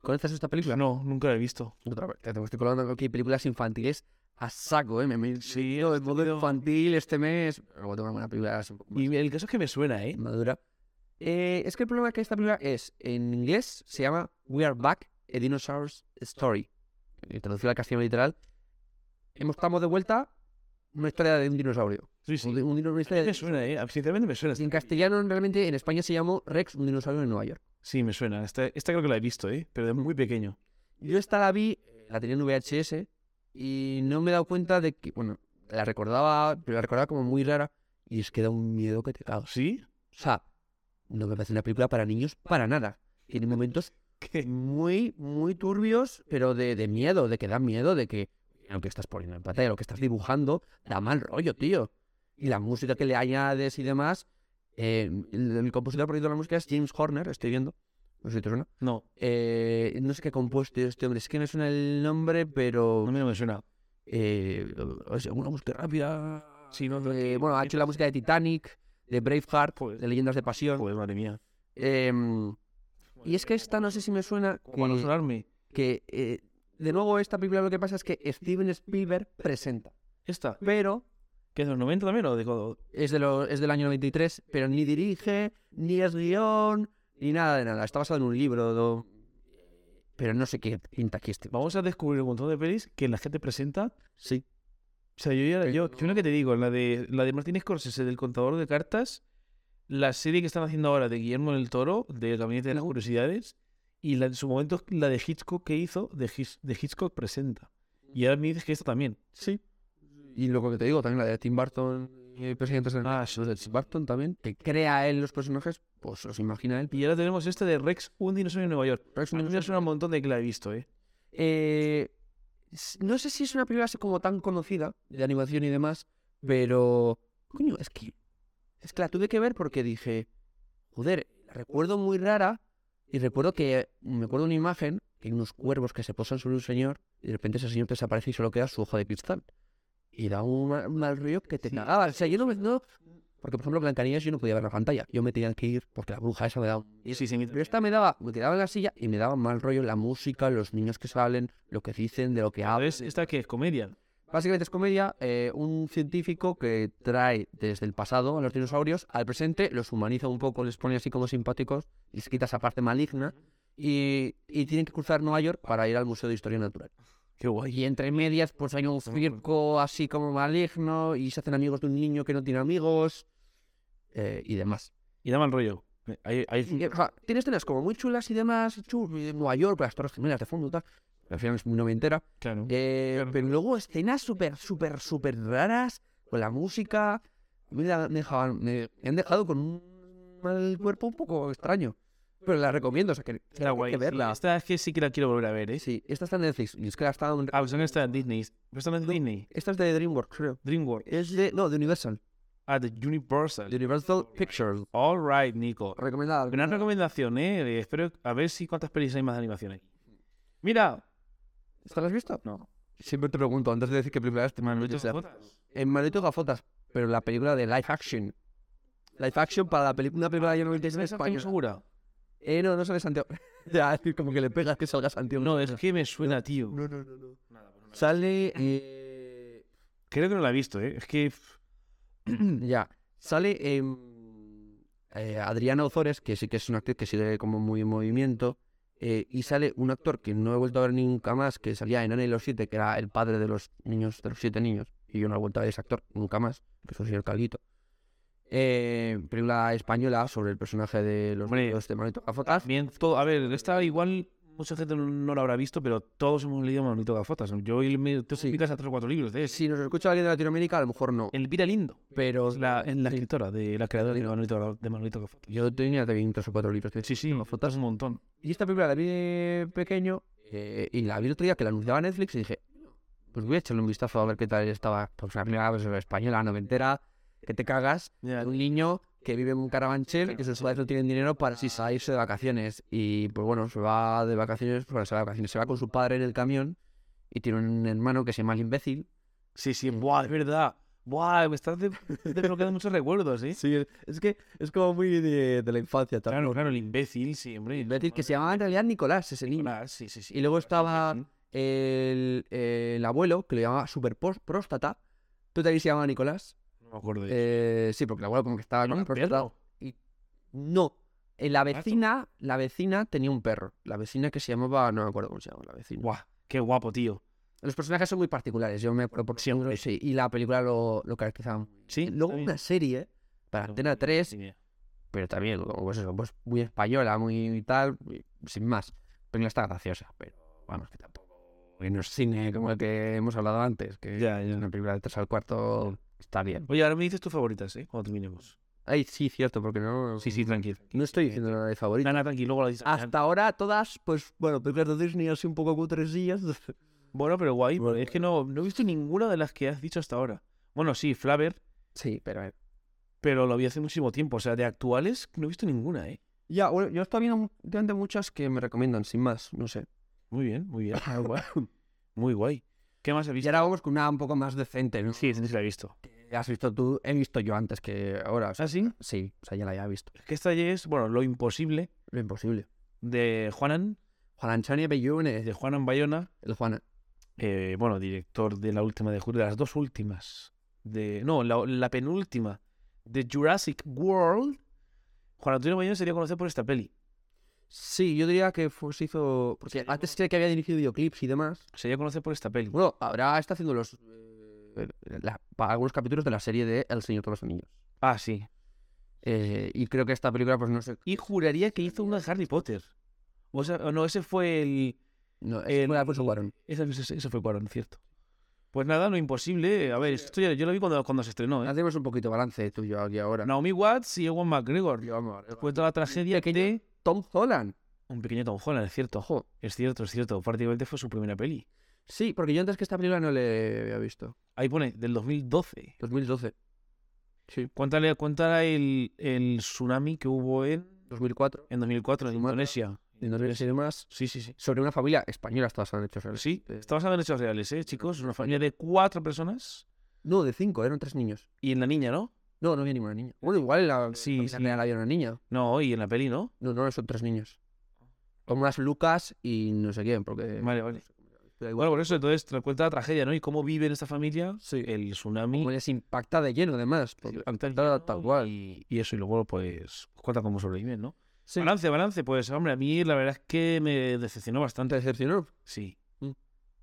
Speaker 4: ¿Conoces esta película?
Speaker 3: No, nunca la he visto.
Speaker 4: Otra vez, te estoy colando aquí películas infantiles a saco, ¿eh? Me me-
Speaker 3: Sí,
Speaker 4: yo de modo
Speaker 3: tenido-
Speaker 4: infantil este mes. Luego tengo alguna película así un poco más
Speaker 3: Y el caso es que me suena, ¿eh?
Speaker 4: madura. Eh, es que el problema que esta película es, en inglés se llama We Are Back, a Dinosaur's Story. Eh, Traducido al castellano literal. Hemos- Estamos de vuelta, una historia de un dinosaurio.
Speaker 3: Sí, sí.
Speaker 4: Un di- un dino- una historia de-
Speaker 3: Me suena, ¿eh? Sinceramente me suena.
Speaker 4: En castellano, realmente, en España se llamó Rex, un dinosaurio en Nueva York.
Speaker 3: Sí, me suena. Esta, esta creo que la he visto, ¿eh? Pero de muy pequeño.
Speaker 4: Yo esta la vi, eh, la tenía en VHS, y no me he dado cuenta de que, bueno, la recordaba, pero la recordaba como muy rara, y es que da un miedo que te cagas.
Speaker 3: ¿Sí?
Speaker 4: O sea, no me parece una película para niños para nada. Tiene momentos
Speaker 3: ¿Qué?
Speaker 4: muy, muy turbios, pero de, de miedo, de que da miedo, de que lo que estás poniendo en pantalla, lo que estás dibujando, da mal rollo, tío. Y la música que le añades y demás, eh, el, el compositor por de la música es James Horner, estoy viendo. No sé si te suena.
Speaker 3: No,
Speaker 4: Eh, no sé qué ha compuesto este hombre, es que me suena el nombre, pero...
Speaker 3: a mí no me suena.
Speaker 4: Eh, o sea, una música rápida.
Speaker 3: Sí, Pues, no, no,
Speaker 4: Eh,
Speaker 3: que-
Speaker 4: bueno, ha hecho la música de Titanic, de Braveheart,
Speaker 3: Joder.
Speaker 4: de Leyendas de Pasión.
Speaker 3: Joder, madre mía.
Speaker 4: Em, y es que esta no sé si me suena.
Speaker 3: Como no
Speaker 4: que-
Speaker 3: sonarme.
Speaker 4: que eh, de nuevo esta película lo que pasa es que Steven Spielberg presenta,
Speaker 3: Esta.
Speaker 4: pero
Speaker 3: ¿Qué es de los 90 también o de codo?
Speaker 4: Es, de lo- es del año 93, pero ni dirige, ni es guión, ni nada de nada. Está basado en un libro. do- Pero no sé qué pinta aquí este.
Speaker 3: Vamos a descubrir un montón de pelis que la gente presenta.
Speaker 4: Sí.
Speaker 3: O sea, yo ya.
Speaker 4: Pero-
Speaker 3: Yo, yo una que te digo, la de, la de Martínez Scorsese, del contador de cartas, la serie que están haciendo ahora de Guillermo del Toro, de El Gabinete de las
Speaker 4: Ujú.
Speaker 3: Curiosidades, y la, en su momento la de Hitchcock que hizo, de, Hitch- de Hitchcock presenta. Y ahora me dices que esta también.
Speaker 4: Sí. Y lo que te digo, también la de Tim Burton, eh, Presidentes del
Speaker 3: Ah,
Speaker 4: de Tim Burton también, que crea él los personajes, pues los imagina él.
Speaker 3: Y ahora tenemos esta de Rex, un dinosaurio en Nueva York.
Speaker 4: Pero es
Speaker 3: A
Speaker 4: un-
Speaker 3: mí me suena un montón de que la he visto, ¿eh?
Speaker 4: Eh, s- no sé si es una película así como tan conocida de animación y demás, pero coño, es que es que la tuve que ver porque dije, joder, la recuerdo muy rara y recuerdo que me acuerdo una imagen que hay unos cuervos que se posan sobre un señor y de repente ese señor desaparece y solo queda su hoja de cristal. Y da un ma- un mal rollo que te cagaba. O sea, yo no, me- no- Porque, por ejemplo, Blancanieves yo no podía ver la pantalla. Yo me tenía que ir porque la bruja esa me daba un
Speaker 3: Sí, sí,
Speaker 4: pero esta me daba, me quedaba en la silla y me daba mal rollo la música, los niños que salen, lo que dicen, de lo que hablan.
Speaker 3: ¿Sabes? ¿Esta que es comedia?
Speaker 4: Básicamente es comedia, eh, un científico que trae desde el pasado a los dinosaurios al presente, los humaniza un poco, les pone así como simpáticos, les quita esa parte maligna y, y tienen que cruzar Nueva York para ir al Museo de Historia Natural.
Speaker 3: Qué guay.
Speaker 4: Y entre medias, pues hay un circo así como maligno y se hacen amigos de un niño que no tiene amigos eh, y demás.
Speaker 3: Y da mal rollo. Eh, Hay, hay-
Speaker 4: Y, o sea, tienes escenas como muy chulas y demás, chul, y Nueva York, las Torres Gemelas de fondo y tal. Al final es muy noventera.
Speaker 3: Claro.
Speaker 4: Eh, pero luego escenas súper, súper, súper raras con la música. A mí la- Me, dejaban- me- me han dejado con un mal cuerpo un poco extraño. Pero la recomiendo, o sea que,
Speaker 3: Era
Speaker 4: hay
Speaker 3: guay.
Speaker 4: que verla.
Speaker 3: Esta es que sí que la quiero volver a ver, ¿eh?
Speaker 4: Sí, esta está en Netflix. Y es que la está en-
Speaker 3: Ah, pues no está en Disney. ¿Pero está en Disney?
Speaker 4: Esta es de DreamWorks, creo.
Speaker 3: DreamWorks.
Speaker 4: Es de, no, de Universal.
Speaker 3: Ah, de Universal.
Speaker 4: De Universal Pictures.
Speaker 3: All right, Nico.
Speaker 4: Recomendada.
Speaker 3: Gran recomendación, ¿eh? Espero a ver si cuántas pelis hay más de animación aquí. Mira.
Speaker 4: ¿Esta la has visto?
Speaker 3: No.
Speaker 4: Siempre te pregunto antes de decir qué película es. te-
Speaker 3: Manolito
Speaker 4: te-
Speaker 3: Gafotas.
Speaker 4: En Manolito Gafotas, pero la película de live action. Live action para la peli- una película de año 96
Speaker 3: ¿Esa tengo
Speaker 4: española.
Speaker 3: segura?
Speaker 4: Eh, no, no sale Santiago. ya, como que le pegas que salga Santiago.
Speaker 3: No, es que me suena, tío.
Speaker 4: no, no. no, no. Sale. eh,
Speaker 3: Creo que no la he visto, ¿eh? Es que... pff,
Speaker 4: ya. Sale em, eh, Adriana Ozores, que sí que es una actriz que sigue como muy en movimiento. eh, y sale un actor que no he vuelto a ver nunca más, que salía en Ana y los Siete, que era el padre de los niños, de los siete niños. Y yo no he vuelto a ver ese actor nunca más, que es el señor Calguito. Eh, película española sobre el personaje de los
Speaker 3: Hombre.
Speaker 4: niños de Manolito Gafotas.
Speaker 3: Bien, todo... A ver, esta igual mucha gente no, no la habrá visto, pero todos hemos leído Manolito Gafotas. Yo y me... Tú
Speaker 4: Sí.
Speaker 3: explicas a tres o cuatro libros de
Speaker 4: Si nos escucha alguien de Latinoamérica, a lo mejor no.
Speaker 3: Elvira Lindo.
Speaker 4: Pero
Speaker 3: La, en la escritora, de la creadora de Manolito, de Manolito Gafotas.
Speaker 4: yo tenía también tres o cuatro libros. que-
Speaker 3: Sí, sí, Gafotas un montón.
Speaker 4: Y esta película la vi de pequeño eh, y la vi el otro día que la anunciaba Netflix y dije, pues voy a echarle un vistazo a ver qué tal estaba. Pues la primera vez española, noventera, que te cagas. de Un niño que vive en un carabanchel que sus padres no tienen dinero para si salirse de vacaciones. Y pues bueno, se va de vacaciones, bueno, se va de vacaciones, se va con su padre en el camión y tiene un hermano que se llama el imbécil.
Speaker 3: Sí, sí, buah, es verdad. Buah, me estás de- desbloqueando muchos recuerdos, ¿eh?
Speaker 4: Sí, es que es como muy de, la infancia.
Speaker 3: Claro, claro, el imbécil, sí, hombre.
Speaker 4: El imbécil que se llamaba en realidad Nicolás, ese niño.
Speaker 3: Nicolás, sí, sí, sí.
Speaker 4: Y luego estaba
Speaker 3: Ujú.
Speaker 4: el, el abuelo, que lo llamaba Super pos- Próstata. ¿Tú también se llamaba Nicolás?
Speaker 3: No me acuerdo de
Speaker 4: Eh, sí, porque el abuelo como que estaba
Speaker 3: ¿No
Speaker 4: con
Speaker 3: era un
Speaker 4: próstata.
Speaker 3: perro?
Speaker 4: Y- No, eh, la
Speaker 3: ¿Gato?
Speaker 4: vecina, la vecina tenía un perro. La vecina que se llamaba, no me acuerdo cómo se llamaba la vecina.
Speaker 3: Buah, qué guapo, tío.
Speaker 4: Los personajes son muy particulares, yo me acuerdo por
Speaker 3: Sí, hombre.
Speaker 4: sí, y la película lo, lo caracterizaba. muy bien.
Speaker 3: Sí,
Speaker 4: Luego
Speaker 3: está
Speaker 4: una serie para
Speaker 3: bien.
Speaker 4: Antena 3
Speaker 3: Sí, mira.
Speaker 4: pero también, como pues eso, pues muy española, muy tal, y sin más. Pero está graciosa, pero vamos, que tampoco. Y no es cine como el que hemos hablado antes, que
Speaker 3: Ya,
Speaker 4: es
Speaker 3: ya.
Speaker 4: una película de tres al cuarto está bien.
Speaker 3: Oye, ahora me dices tus favoritas, ¿eh? Cuando terminemos.
Speaker 4: Ay, sí, cierto, porque no.
Speaker 3: Sí, sí, tranquilo.
Speaker 4: No estoy diciendo nada de favorito.
Speaker 3: Nana, tranquilo, luego la dices. al final.
Speaker 4: Hasta ahora todas, pues bueno, películas de Disney así un poco cutresillas.
Speaker 3: Bueno, pero guay,
Speaker 4: Bueno,
Speaker 3: es que no, no he visto ninguna de las que has dicho hasta ahora. Bueno, sí, Flaver,
Speaker 4: Sí, pero. eh,
Speaker 3: pero lo vi hace muchísimo tiempo. O sea, de actuales no he visto ninguna, ¿eh?
Speaker 4: Ya, bueno, yo estoy viendo últimamente muchas que me recomiendan, sin más, no sé.
Speaker 3: Muy bien, muy bien. Muy guay. Muy guay. ¿Qué más has
Speaker 4: Y
Speaker 3: visto?
Speaker 4: ahora vamos con una un poco más decente, ¿no?
Speaker 3: Sí, sí, sí, la he visto.
Speaker 4: Has visto tú, he visto yo antes que ahora. o sea,
Speaker 3: ¿Ah, sí?
Speaker 4: sí, o sea, ya la había visto.
Speaker 3: Es que esta ya es, bueno, Lo Imposible
Speaker 4: Lo imposible.
Speaker 3: de Juanan,
Speaker 4: Juan Antonio Bellunes,
Speaker 3: de Juanan Bayona,
Speaker 4: el Juan.
Speaker 3: eh, bueno, director de la última de Julio, de las dos últimas. de no, la, la penúltima de Jurassic World, Juan Antonio Bayón sería conocido por esta peli.
Speaker 4: Sí, yo diría que fue- se hizo. Porque antes sé que había dirigido videoclips y demás.
Speaker 3: Sería conocido por esta peli.
Speaker 4: Bueno, ahora está haciendo los. eh, la- pa- algunos capítulos de la serie de El Señor de los Anillos.
Speaker 3: Ah, sí.
Speaker 4: Eh, y creo que esta película, pues no sé.
Speaker 3: Y juraría que hizo una de Harry Potter. O sea, no, ese fue el...
Speaker 4: No, es
Speaker 3: El-
Speaker 4: bueno, Alfonso Cuarón.
Speaker 3: Ese, ese- ese fue Cuarón, cierto. Pues nada, lo imposible. A ver, esto ya- yo lo vi cuando, cuando se estrenó. ¿eh?
Speaker 4: Hacemos un poquito balance tuyo aquí ahora.
Speaker 3: Naomi Watts y Ewan McGregor.
Speaker 4: Yo, amor,
Speaker 3: Después de la tragedia de
Speaker 4: Tom Holland.
Speaker 3: un pequeño Tom Holland, es cierto.
Speaker 4: Ojo.
Speaker 3: Es cierto, es cierto. Prácticamente fue su primera peli.
Speaker 4: Sí, porque yo antes que esta película no le había visto.
Speaker 3: Ahí pone, del 2012.
Speaker 4: 2012. Sí.
Speaker 3: Cuéntale, cuéntala el, el tsunami que hubo en,
Speaker 4: 2004.
Speaker 3: en 2004 en
Speaker 4: Sumatra.
Speaker 3: Indonesia.
Speaker 4: En Indonesia y demás.
Speaker 3: Sí, sí, sí.
Speaker 4: Sobre una familia española, estas se han hecho. reales.
Speaker 3: Sí,
Speaker 4: Eh,
Speaker 3: está basado en hechos reales, ¿eh, chicos? Una familia de cuatro personas
Speaker 4: No, de cinco, eran tres niños.
Speaker 3: y en la niña, ¿no?
Speaker 4: No, no había ninguna niña. Bueno, igual en la
Speaker 3: Sí,
Speaker 4: familia
Speaker 3: sí.
Speaker 4: real había una niña.
Speaker 3: No, y en la peli, ¿no?
Speaker 4: No, no, son tres niños. Con unas Lucas y no sé quién, porque.
Speaker 3: Vale, vale.
Speaker 4: pero igual,
Speaker 3: Bueno, por eso, entonces, te cuenta la tragedia, ¿no? Y cómo vive en esta familia
Speaker 4: Sí.
Speaker 3: el tsunami.
Speaker 4: como les impacta de lleno, además. porque-
Speaker 3: Tal,
Speaker 4: tal, tal cual.
Speaker 3: Y, y eso, y luego, pues, cuenta cómo sobreviven, ¿no?
Speaker 4: Sí.
Speaker 3: Balance, balance. Pues, hombre, a mí la verdad es que me decepcionó
Speaker 4: ¿Te
Speaker 3: bastante.
Speaker 4: decepcionó?
Speaker 3: Sí.
Speaker 4: Mm.
Speaker 3: Me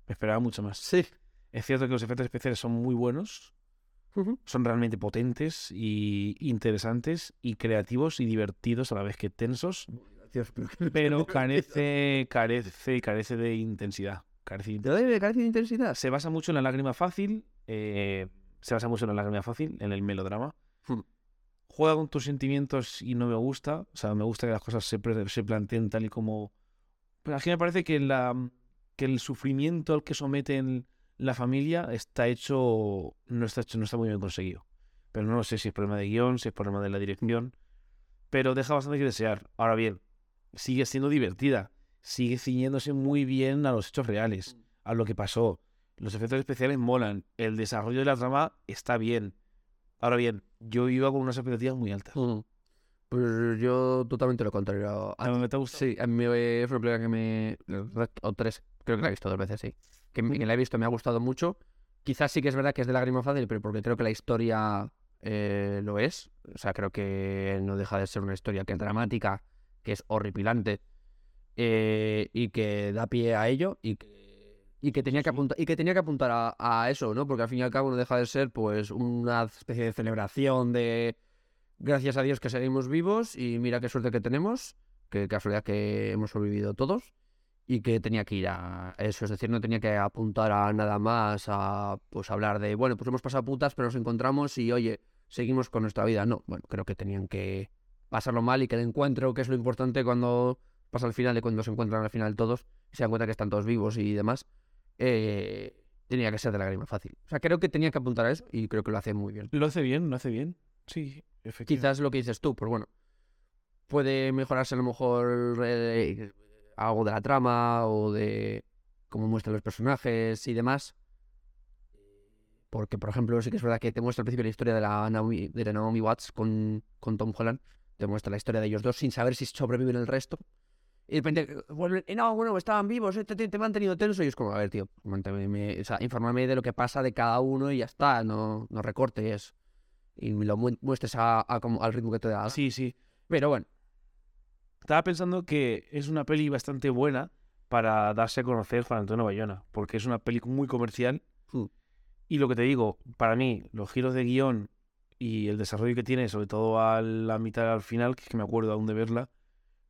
Speaker 3: esperaba mucho más.
Speaker 4: Sí.
Speaker 3: Es cierto que los efectos especiales son muy buenos,
Speaker 4: Ujú.
Speaker 3: son realmente potentes y interesantes y creativos y divertidos a la vez que tensos,
Speaker 4: Dios, pero qué-
Speaker 3: pero carece, carece, carece de intensidad. Carece de
Speaker 4: ¿Te
Speaker 3: intensidad.
Speaker 4: doy de carencia de intensidad?
Speaker 3: Se basa mucho en la lágrima fácil, eh, se basa mucho en la lágrima fácil, en el melodrama.
Speaker 4: Hmm.
Speaker 3: Juega con tus sentimientos y no me gusta. O sea, me gusta que las cosas se, pre- se planteen tal y como... Pero aquí pues me parece que, la, mm, que el sufrimiento al que someten la familia está hecho... No está, hecho, no está muy bien conseguido. Pero no lo sé si es problema de guión, si es problema de la dirección. Pero deja bastante que desear. Ahora bien, sigue siendo divertida. Sigue ciñéndose muy bien a los hechos reales, a lo que pasó. Los efectos especiales molan. El desarrollo de la trama está bien. Ahora bien, yo iba con unas expectativas muy altas.
Speaker 4: Mm. Pues yo totalmente lo contrario.
Speaker 3: ¿A
Speaker 4: A-
Speaker 3: mí me te gusta?
Speaker 4: Sí, a mí me- es una película que me. O tres, creo que la he visto dos veces, sí. Que, me- que la he visto, me ha gustado mucho. Quizás sí que es verdad que es de lágrima fácil, pero porque creo que la historia eh, lo es. O sea, creo que no deja de ser una historia que es dramática, que es horripilante eh, y que da pie a ello y que, y que tenía que apuntar, y que, tenía que apuntar a, a eso, ¿no? Porque al fin y al cabo no deja de ser pues una especie de celebración de gracias a Dios que seguimos vivos y mira qué suerte que tenemos, que casualidad que hemos sobrevivido todos y que tenía que ir a eso, es decir, no tenía que apuntar a nada más, a pues hablar de, bueno, pues hemos pasado putas, pero nos encontramos y oye, seguimos con nuestra vida. No, bueno, creo que tenían que pasarlo mal y que el encuentro, que es lo importante cuando pasa al final y cuando se encuentran al final todos y se dan cuenta que están todos vivos y demás, eh, tenía que ser de lágrima fácil. O sea, creo que tenía que apuntar a eso y creo que lo hace muy bien.
Speaker 3: Lo hace bien, lo hace bien. Sí, efectivamente.
Speaker 4: Quizás lo que dices tú, pues bueno, puede mejorarse a lo mejor eh, algo de la trama o de cómo muestran los personajes y demás. Porque, por ejemplo, sí que es verdad que te muestra al principio la historia de la Naomi, de la Naomi Watts con, con Tom Holland. Te muestra la historia de ellos dos sin saber si sobreviven el resto. Y de repente eh, vuelven, "Eh, no, bueno, estaban vivos, eh, te, te- te mantenido tenso. Y es como, a ver, tío, mántame- me- o sea, infórmame de lo que pasa de cada uno y ya está, no, no recortes. Y me lo mu- muestres a, a como- al ritmo que te da.
Speaker 3: Sí, sí.
Speaker 4: Pero bueno,
Speaker 3: Estaba pensando que es una peli bastante buena para darse a conocer Juan Antonio Bayona, porque es una peli muy comercial.
Speaker 4: Hmm.
Speaker 3: Y lo que te digo, para mí, los giros de guión y el desarrollo que tiene, sobre todo a la mitad al final, que es que me acuerdo aún de verla,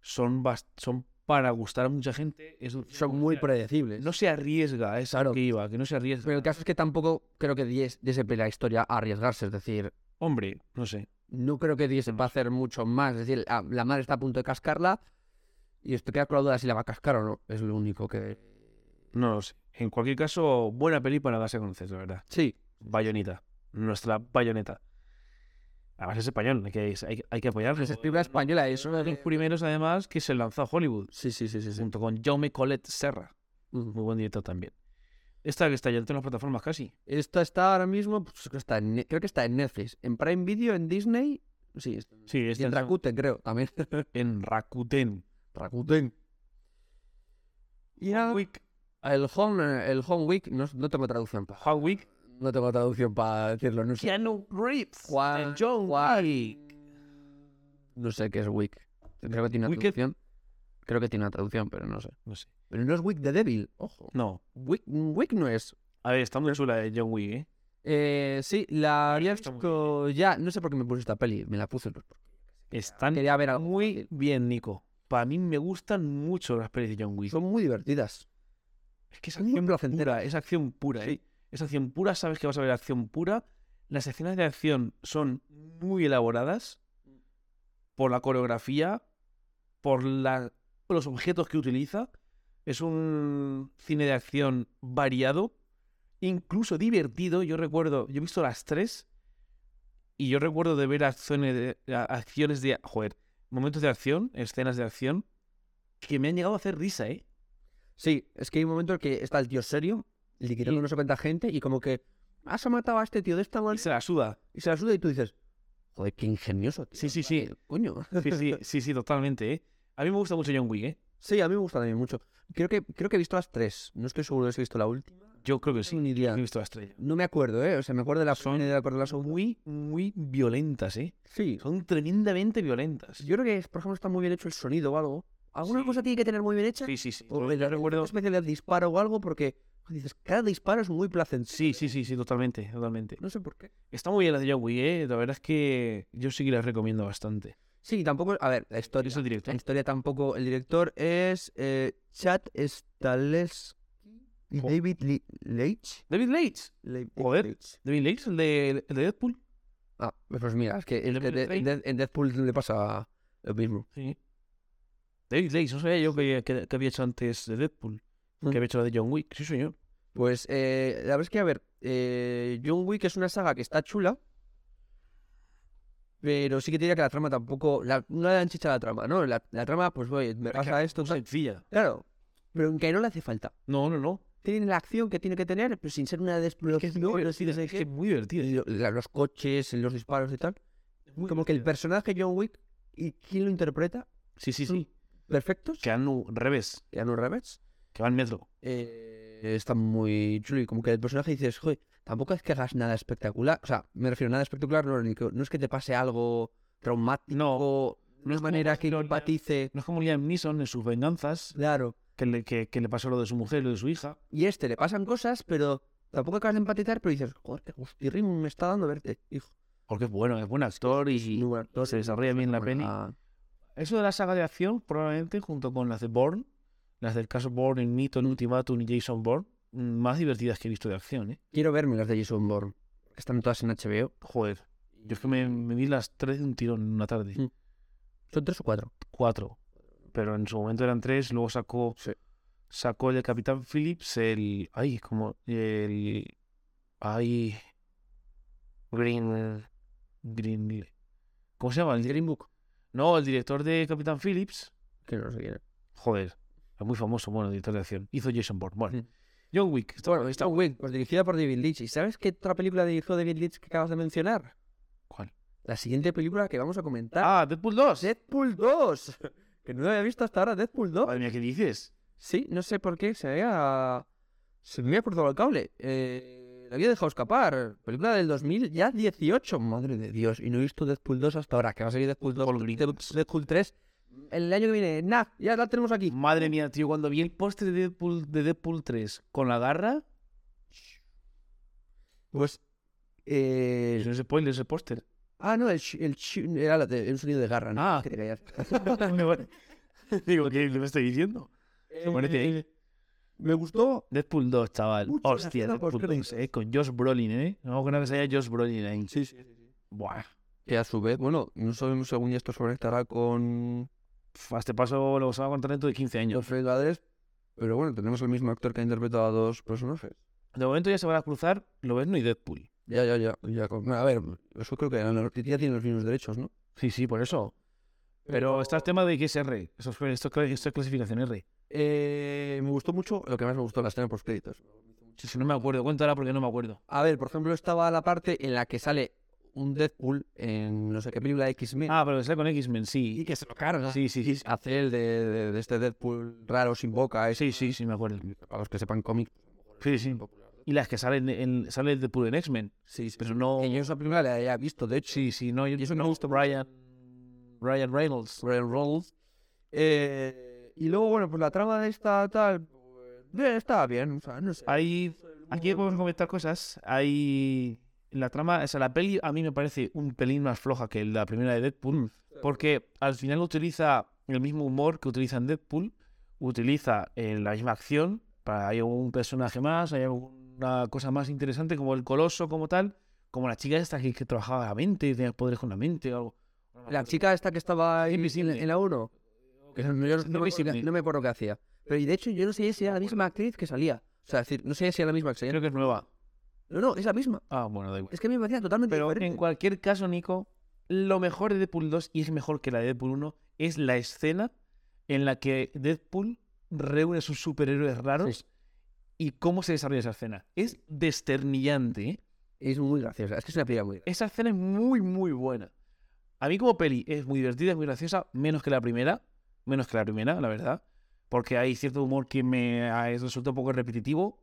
Speaker 3: son, bast- son para gustar a mucha gente. Es un-
Speaker 4: son muy predecibles.
Speaker 3: No se arriesga, es a lo
Speaker 4: Claro.
Speaker 3: que iba, que no se arriesga.
Speaker 4: Pero el caso es que tampoco creo que diese diese pie la historia a arriesgarse. Es decir,
Speaker 3: Hombre, no sé.
Speaker 4: no creo que diese va a hacer mucho más. Es decir, ah, la, la madre está a punto de cascarla y estoy queda con la duda de si la va a cascar o no. Es lo único que.
Speaker 3: No lo sé. En cualquier caso, buena peli para darse a conocer, la verdad.
Speaker 4: Sí,
Speaker 3: Bayoneta. Nuestra bayoneta. Además es español, hay que, hay, hay que apoyarlo.
Speaker 4: es película española, eso
Speaker 3: Uno de los primeros, además, que se lanzó a Hollywood.
Speaker 4: Sí, sí, sí, sí. sí.
Speaker 3: Junto con Jaume Colette Serra.
Speaker 4: Ujú.
Speaker 3: Muy buen director también. Esta que está ya en todas las plataformas casi.
Speaker 4: Esta está ahora mismo, pues, creo, que está en, Ne- creo que está en Netflix, en Prime Video, en Disney. Sí, está-
Speaker 3: Sí,
Speaker 4: y en Rakuten, creo, también.
Speaker 3: En Rakuten.
Speaker 4: Rakuten. Y nada,
Speaker 3: Home Week.
Speaker 4: el Home, el home Week, no, no tengo traducción. pa.
Speaker 3: Home Week.
Speaker 4: No tengo traducción para decirlo. No sé,
Speaker 3: Keanu Reeves.
Speaker 4: Juan-
Speaker 3: de John
Speaker 4: Juan-
Speaker 3: Wick.
Speaker 4: no sé qué es Wick. Creo que tiene una
Speaker 3: Wicked.
Speaker 4: traducción. Creo que tiene una traducción, pero no sé.
Speaker 3: No sé.
Speaker 4: Pero no es Wick de Devil, ojo.
Speaker 3: No.
Speaker 4: Wick, Wick no es.
Speaker 3: A ver, estamos en su la de John Wick, ¿eh?
Speaker 4: Eh, sí, la había
Speaker 3: Está muy
Speaker 4: visto ya. No sé por qué me puse esta peli. Me la puse. pues, porque
Speaker 3: Están
Speaker 4: Quería ver algo.
Speaker 3: muy
Speaker 4: fácil.
Speaker 3: bien, Nico. Para mí me gustan mucho las pelis de John Wick.
Speaker 4: Son muy divertidas.
Speaker 3: Es que es
Speaker 4: Son muy
Speaker 3: acción
Speaker 4: placenteras.
Speaker 3: pura, es acción pura, ¿eh? Es acción pura, sabes que vas a ver acción pura. Las escenas de acción son muy elaboradas por la coreografía, por, la- por los objetos que utiliza. Es un cine de acción variado, incluso divertido. Yo recuerdo, yo he visto las tres y yo recuerdo de ver acciones de, a- acciones de, joder, momentos de acción, escenas de acción, que me han llegado a hacer risa, ¿eh?
Speaker 4: Sí, es que hay un momento en que está el tío serio, liquidando no sé cuánta gente, y como que has matado a este tío de esta
Speaker 3: Y
Speaker 4: manera.
Speaker 3: se la suda.
Speaker 4: Y se la suda y tú dices, joder, qué ingenioso. tío,
Speaker 3: Sí, sí,
Speaker 4: en
Speaker 3: sí.
Speaker 4: plan, Coño.
Speaker 3: Sí, sí, sí, sí, totalmente, ¿eh? A mí me gusta mucho John Wick, ¿eh?
Speaker 4: Sí, a mí me gusta también mucho. Creo que, creo que he visto las tres. No estoy seguro de si he visto la última.
Speaker 3: Yo creo que
Speaker 4: No
Speaker 3: sí.
Speaker 4: tengo ni idea.
Speaker 3: He visto la estrella.
Speaker 4: No me acuerdo, ¿eh? O sea, me acuerdo de la
Speaker 3: Son
Speaker 4: primera y me acuerdo de la
Speaker 3: Son
Speaker 4: segunda.
Speaker 3: muy, muy violentas, ¿eh?
Speaker 4: Sí.
Speaker 3: Son tremendamente violentas.
Speaker 4: Yo creo que, por ejemplo, está muy bien hecho el sonido o algo. Alguna
Speaker 3: Sí.
Speaker 4: cosa tiene que tener muy bien hecha.
Speaker 3: Sí, sí, sí.
Speaker 4: O
Speaker 3: Yo-
Speaker 4: el-
Speaker 3: yo
Speaker 4: el-
Speaker 3: recuerdo-
Speaker 4: Una especie de disparo o algo, porque dices, cada disparo es muy placentero.
Speaker 3: Sí, sí, sí, sí, totalmente, totalmente.
Speaker 4: No sé por qué.
Speaker 3: Está muy bien la de John Wick, ¿eh? La verdad es que yo sí que la recomiendo bastante.
Speaker 4: Sí, tampoco. A ver, la historia.
Speaker 3: Es el director.
Speaker 4: La historia tampoco. El director es eh, Chad Stales y
Speaker 3: Jo.
Speaker 4: David Li- Leitch.
Speaker 3: David Leitch.
Speaker 4: Le-
Speaker 3: Joder.
Speaker 4: Leitch.
Speaker 3: David Leitch, el de, el de Deadpool.
Speaker 4: Ah, pues mira, es que
Speaker 3: ¿El
Speaker 4: en,
Speaker 3: Devil
Speaker 4: en- en- en Deadpool le pasa lo mismo.
Speaker 3: Sí. David Leitch, no sabía yo que, que- que había hecho antes de Deadpool.
Speaker 4: Mm.
Speaker 3: Que había hecho la de John Wick. Sí, señor.
Speaker 4: Pues eh, la verdad es que, a ver, eh, John Wick es una saga que está chula, pero sí que te diría que la trama tampoco, la- no le dan chicha a la trama, ¿no? La, la trama, pues oye, me pasa esto, tal.
Speaker 3: Sencilla.
Speaker 4: claro, pero aunque no le hace falta.
Speaker 3: No, no, no.
Speaker 4: Tiene la acción que tiene que tener, pero sin ser una de
Speaker 3: Que es,
Speaker 4: exploración,
Speaker 3: muy
Speaker 4: sin
Speaker 3: divertida,
Speaker 4: ser
Speaker 3: es que
Speaker 4: que-
Speaker 3: es muy divertida.
Speaker 4: lo- la- los coches, los disparos y tal. Como que el personaje John Wick y quién lo interpreta,
Speaker 3: Sí, sí,
Speaker 4: son
Speaker 3: sí.
Speaker 4: perfectos,
Speaker 3: Que van al revés,
Speaker 4: Keanu Reeves.
Speaker 3: que van metro.
Speaker 4: eh, está muy chulo y como que el personaje dices, joder, tampoco es que hagas nada espectacular, o sea, me refiero a nada espectacular, no, ni que- no es que te pase algo traumático, no,
Speaker 3: no es
Speaker 4: es manera
Speaker 3: como
Speaker 4: que
Speaker 3: Gloria-
Speaker 4: empatice,
Speaker 3: No es como Liam Neeson en sus venganzas,
Speaker 4: claro.
Speaker 3: que le, que, que le pasó lo de su mujer y lo de su hija.
Speaker 4: Y este le pasan cosas, pero tampoco acabas de empatizar, pero dices, joder, qué gustirrín me está dando verte, hijo.
Speaker 3: Porque es bueno, es buen actor y
Speaker 4: Muy buen actor, ah,
Speaker 3: se desarrolla bien la
Speaker 4: buena-
Speaker 3: peli. Eso de la saga de acción, probablemente junto con las de Bourne, las del caso Bourne, el Mito, el Ultimatum y Jason Bourne, mm, más divertidas que he visto de acción, ¿eh?
Speaker 4: Quiero verme las de Jason Bourne, que están todas en HBO,
Speaker 3: Joder. Yo es que me, me vi las tres de un tirón en una tarde.
Speaker 4: Mm. son tres o cuatro.
Speaker 3: Cuatro. Pero en su momento eran tres, luego sacó.
Speaker 4: Sí.
Speaker 3: Sacó el de Capitán Phillips, el. Ay, como. El. Ay. Green. Green. ¿Cómo se llama? El Green Book. No, el director de Capitán Phillips.
Speaker 4: Que no sé quién es.
Speaker 3: Joder. Es muy famoso, bueno, director de acción. Hizo Jason Bourne. Bueno.
Speaker 4: Mm.
Speaker 3: John Wick. está-
Speaker 4: Bueno,
Speaker 3: está-
Speaker 4: está Wick, pues dirigida por David Leitch. ¿Y sabes qué otra película dirigió David Leitch que acabas de mencionar?
Speaker 3: ¿Cuál?
Speaker 4: La siguiente película que vamos a comentar.
Speaker 3: Ah, Deadpool 2.
Speaker 4: Deadpool 2. Que no lo había visto hasta ahora, Deadpool 2.
Speaker 3: Madre mía, ¿qué dices?
Speaker 4: Sí, no sé por qué, se había... Se me había cruzado el cable. Eh, la había dejado escapar. Película del 2000, ya 18. Madre de Dios. Y no he visto Deadpool 2 hasta ahora, que va a salir Deadpool 2,
Speaker 3: Paul Green.
Speaker 4: Deadpool- Deadpool 3. El año que viene, nah, ya la tenemos aquí.
Speaker 3: Madre mía, tío, cuando vi el póster de Deadpool, de Deadpool 3 con la garra.
Speaker 4: Pues...
Speaker 3: Es
Speaker 4: eh,
Speaker 3: un spoiler ese póster.
Speaker 4: ah, no, el, sh- el sh- era la de- un sonido de garra, ¿no?
Speaker 3: Ah.
Speaker 4: Que te callas.
Speaker 3: Me pare- Digo, ¿qué me estoy diciendo?
Speaker 4: Eh,
Speaker 3: Ponete ahí.
Speaker 4: me gustó.
Speaker 3: Deadpool 2, chaval.
Speaker 4: Mucho
Speaker 3: Hostia,
Speaker 4: gracias,
Speaker 3: Deadpool
Speaker 4: Oscar.
Speaker 3: 2, eh, con Josh Brolin, ¿eh? No creo que sea Josh Brolin ahí.
Speaker 4: Sí, sí.
Speaker 3: Buah.
Speaker 4: Que a su vez, bueno, no sabemos según esto se conectará con
Speaker 3: Pf, A este paso lo usaba con talento de 15 años.
Speaker 4: los Vengadores, pero bueno, tenemos el mismo actor que ha interpretado a dos personajes.
Speaker 3: De momento ya se van a cruzar Lobezno y Deadpool.
Speaker 4: Ya, ya, ya. ya con- a ver, eso creo que en la noticia tiene los mismos derechos, ¿no?
Speaker 3: Sí, sí, por eso. Pero
Speaker 4: Pero-
Speaker 3: está el tema de que es R. Esto es, esto es cla- esto es clasificación R.
Speaker 4: Eh, me gustó mucho, lo que más me gustó, la escena post créditos.
Speaker 3: Si si no me acuerdo, cuéntala porque no me acuerdo.
Speaker 4: A ver, por ejemplo, estaba la parte en la que sale un Deadpool en no sé qué película de X-Men
Speaker 3: Ah, pero que sale con X-Men, sí.
Speaker 4: y que se lo carga.
Speaker 3: Sí, sí, sí.
Speaker 4: Hace el de, de- de este Deadpool raro sin boca. ese.
Speaker 3: Sí, sí, sí, me acuerdo.
Speaker 4: Para los que sepan cómics,
Speaker 3: Sí, sí. y las que salen en, sale de puro en X-Men.
Speaker 4: Sí, sí.
Speaker 3: Pero no.
Speaker 4: Que yo esa primera la haya visto, de hecho.
Speaker 3: Sí, sí, no. Yo,
Speaker 4: Y eso que
Speaker 3: no
Speaker 4: me
Speaker 3: gusta Brian. Brian Reynolds.
Speaker 4: Ryan Reynolds. Eh, y luego, bueno, pues la trama de esta tal. Bien, estaba bien, o sea, no sé.
Speaker 3: Hay. Aquí podemos comentar cosas. Hay. La trama, o sea, la peli a mí me parece un pelín más floja que la primera de Deadpool. Porque al final utiliza el mismo humor que utiliza en Deadpool. Utiliza eh, la misma acción. Para hay algún personaje más, hay alguna cosa más interesante, como el coloso, como tal. Como la chica esta que, que trabajaba la mente y tenía poderes con la mente o algo.
Speaker 4: La chica esta que estaba ahí en,
Speaker 3: Invisible.
Speaker 4: en la 1. que no, yo no- no me acuerdo,
Speaker 3: Invisible.
Speaker 4: no me acuerdo qué hacía. Pero y de hecho, yo no sé si era la misma actriz que salía. O sea, es decir, no sé si era la misma que salía.
Speaker 3: Creo que es nueva.
Speaker 4: No, no, es la misma.
Speaker 3: Ah, bueno, da igual.
Speaker 4: Es que a mí me parecía totalmente
Speaker 3: Pero en
Speaker 4: diferente.
Speaker 3: cualquier caso, Nico, lo mejor de Deadpool 2, y es mejor que la de Deadpool 1, es la escena en la que Deadpool reúne a sus superhéroes raros
Speaker 4: Sí.
Speaker 3: y cómo se desarrolla esa escena. Es desternillante. ¿eh?
Speaker 4: Es muy graciosa. Es que es una película muy graciosa.
Speaker 3: Esa escena es muy, muy buena. A mí como peli es muy divertida, es muy graciosa, menos que la primera, menos que la primera, la verdad, porque hay cierto humor que me ah, es- resulta un poco repetitivo,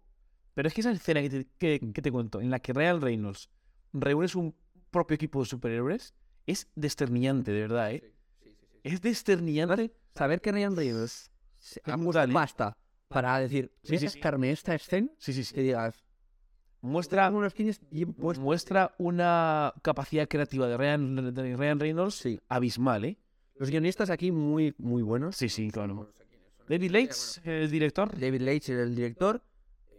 Speaker 3: pero es que esa escena que te, que- que te cuento, en la que Real Reynolds reúne su propio equipo de superhéroes, es desternillante, de verdad, ¿eh? Es desternillante.
Speaker 4: Saber que Ryan Reynolds se
Speaker 3: Es
Speaker 4: ha
Speaker 3: brutal, ¿eh?
Speaker 4: basta para decir,
Speaker 3: Sí,
Speaker 4: voy a
Speaker 3: sí, sí.
Speaker 4: cascarme esta escena
Speaker 3: Sí, sí,
Speaker 4: que
Speaker 3: sí.
Speaker 4: digas,
Speaker 3: Muestra,
Speaker 4: unos guiños bien puestos.
Speaker 3: eh, muestra una capacidad creativa de Ryan, de Ryan Reynolds
Speaker 4: Sí.
Speaker 3: abismal, ¿eh?
Speaker 4: Los guionistas aquí muy, muy buenos.
Speaker 3: Sí, sí, claro. David Lakes, el director,
Speaker 4: David Leitch era el director.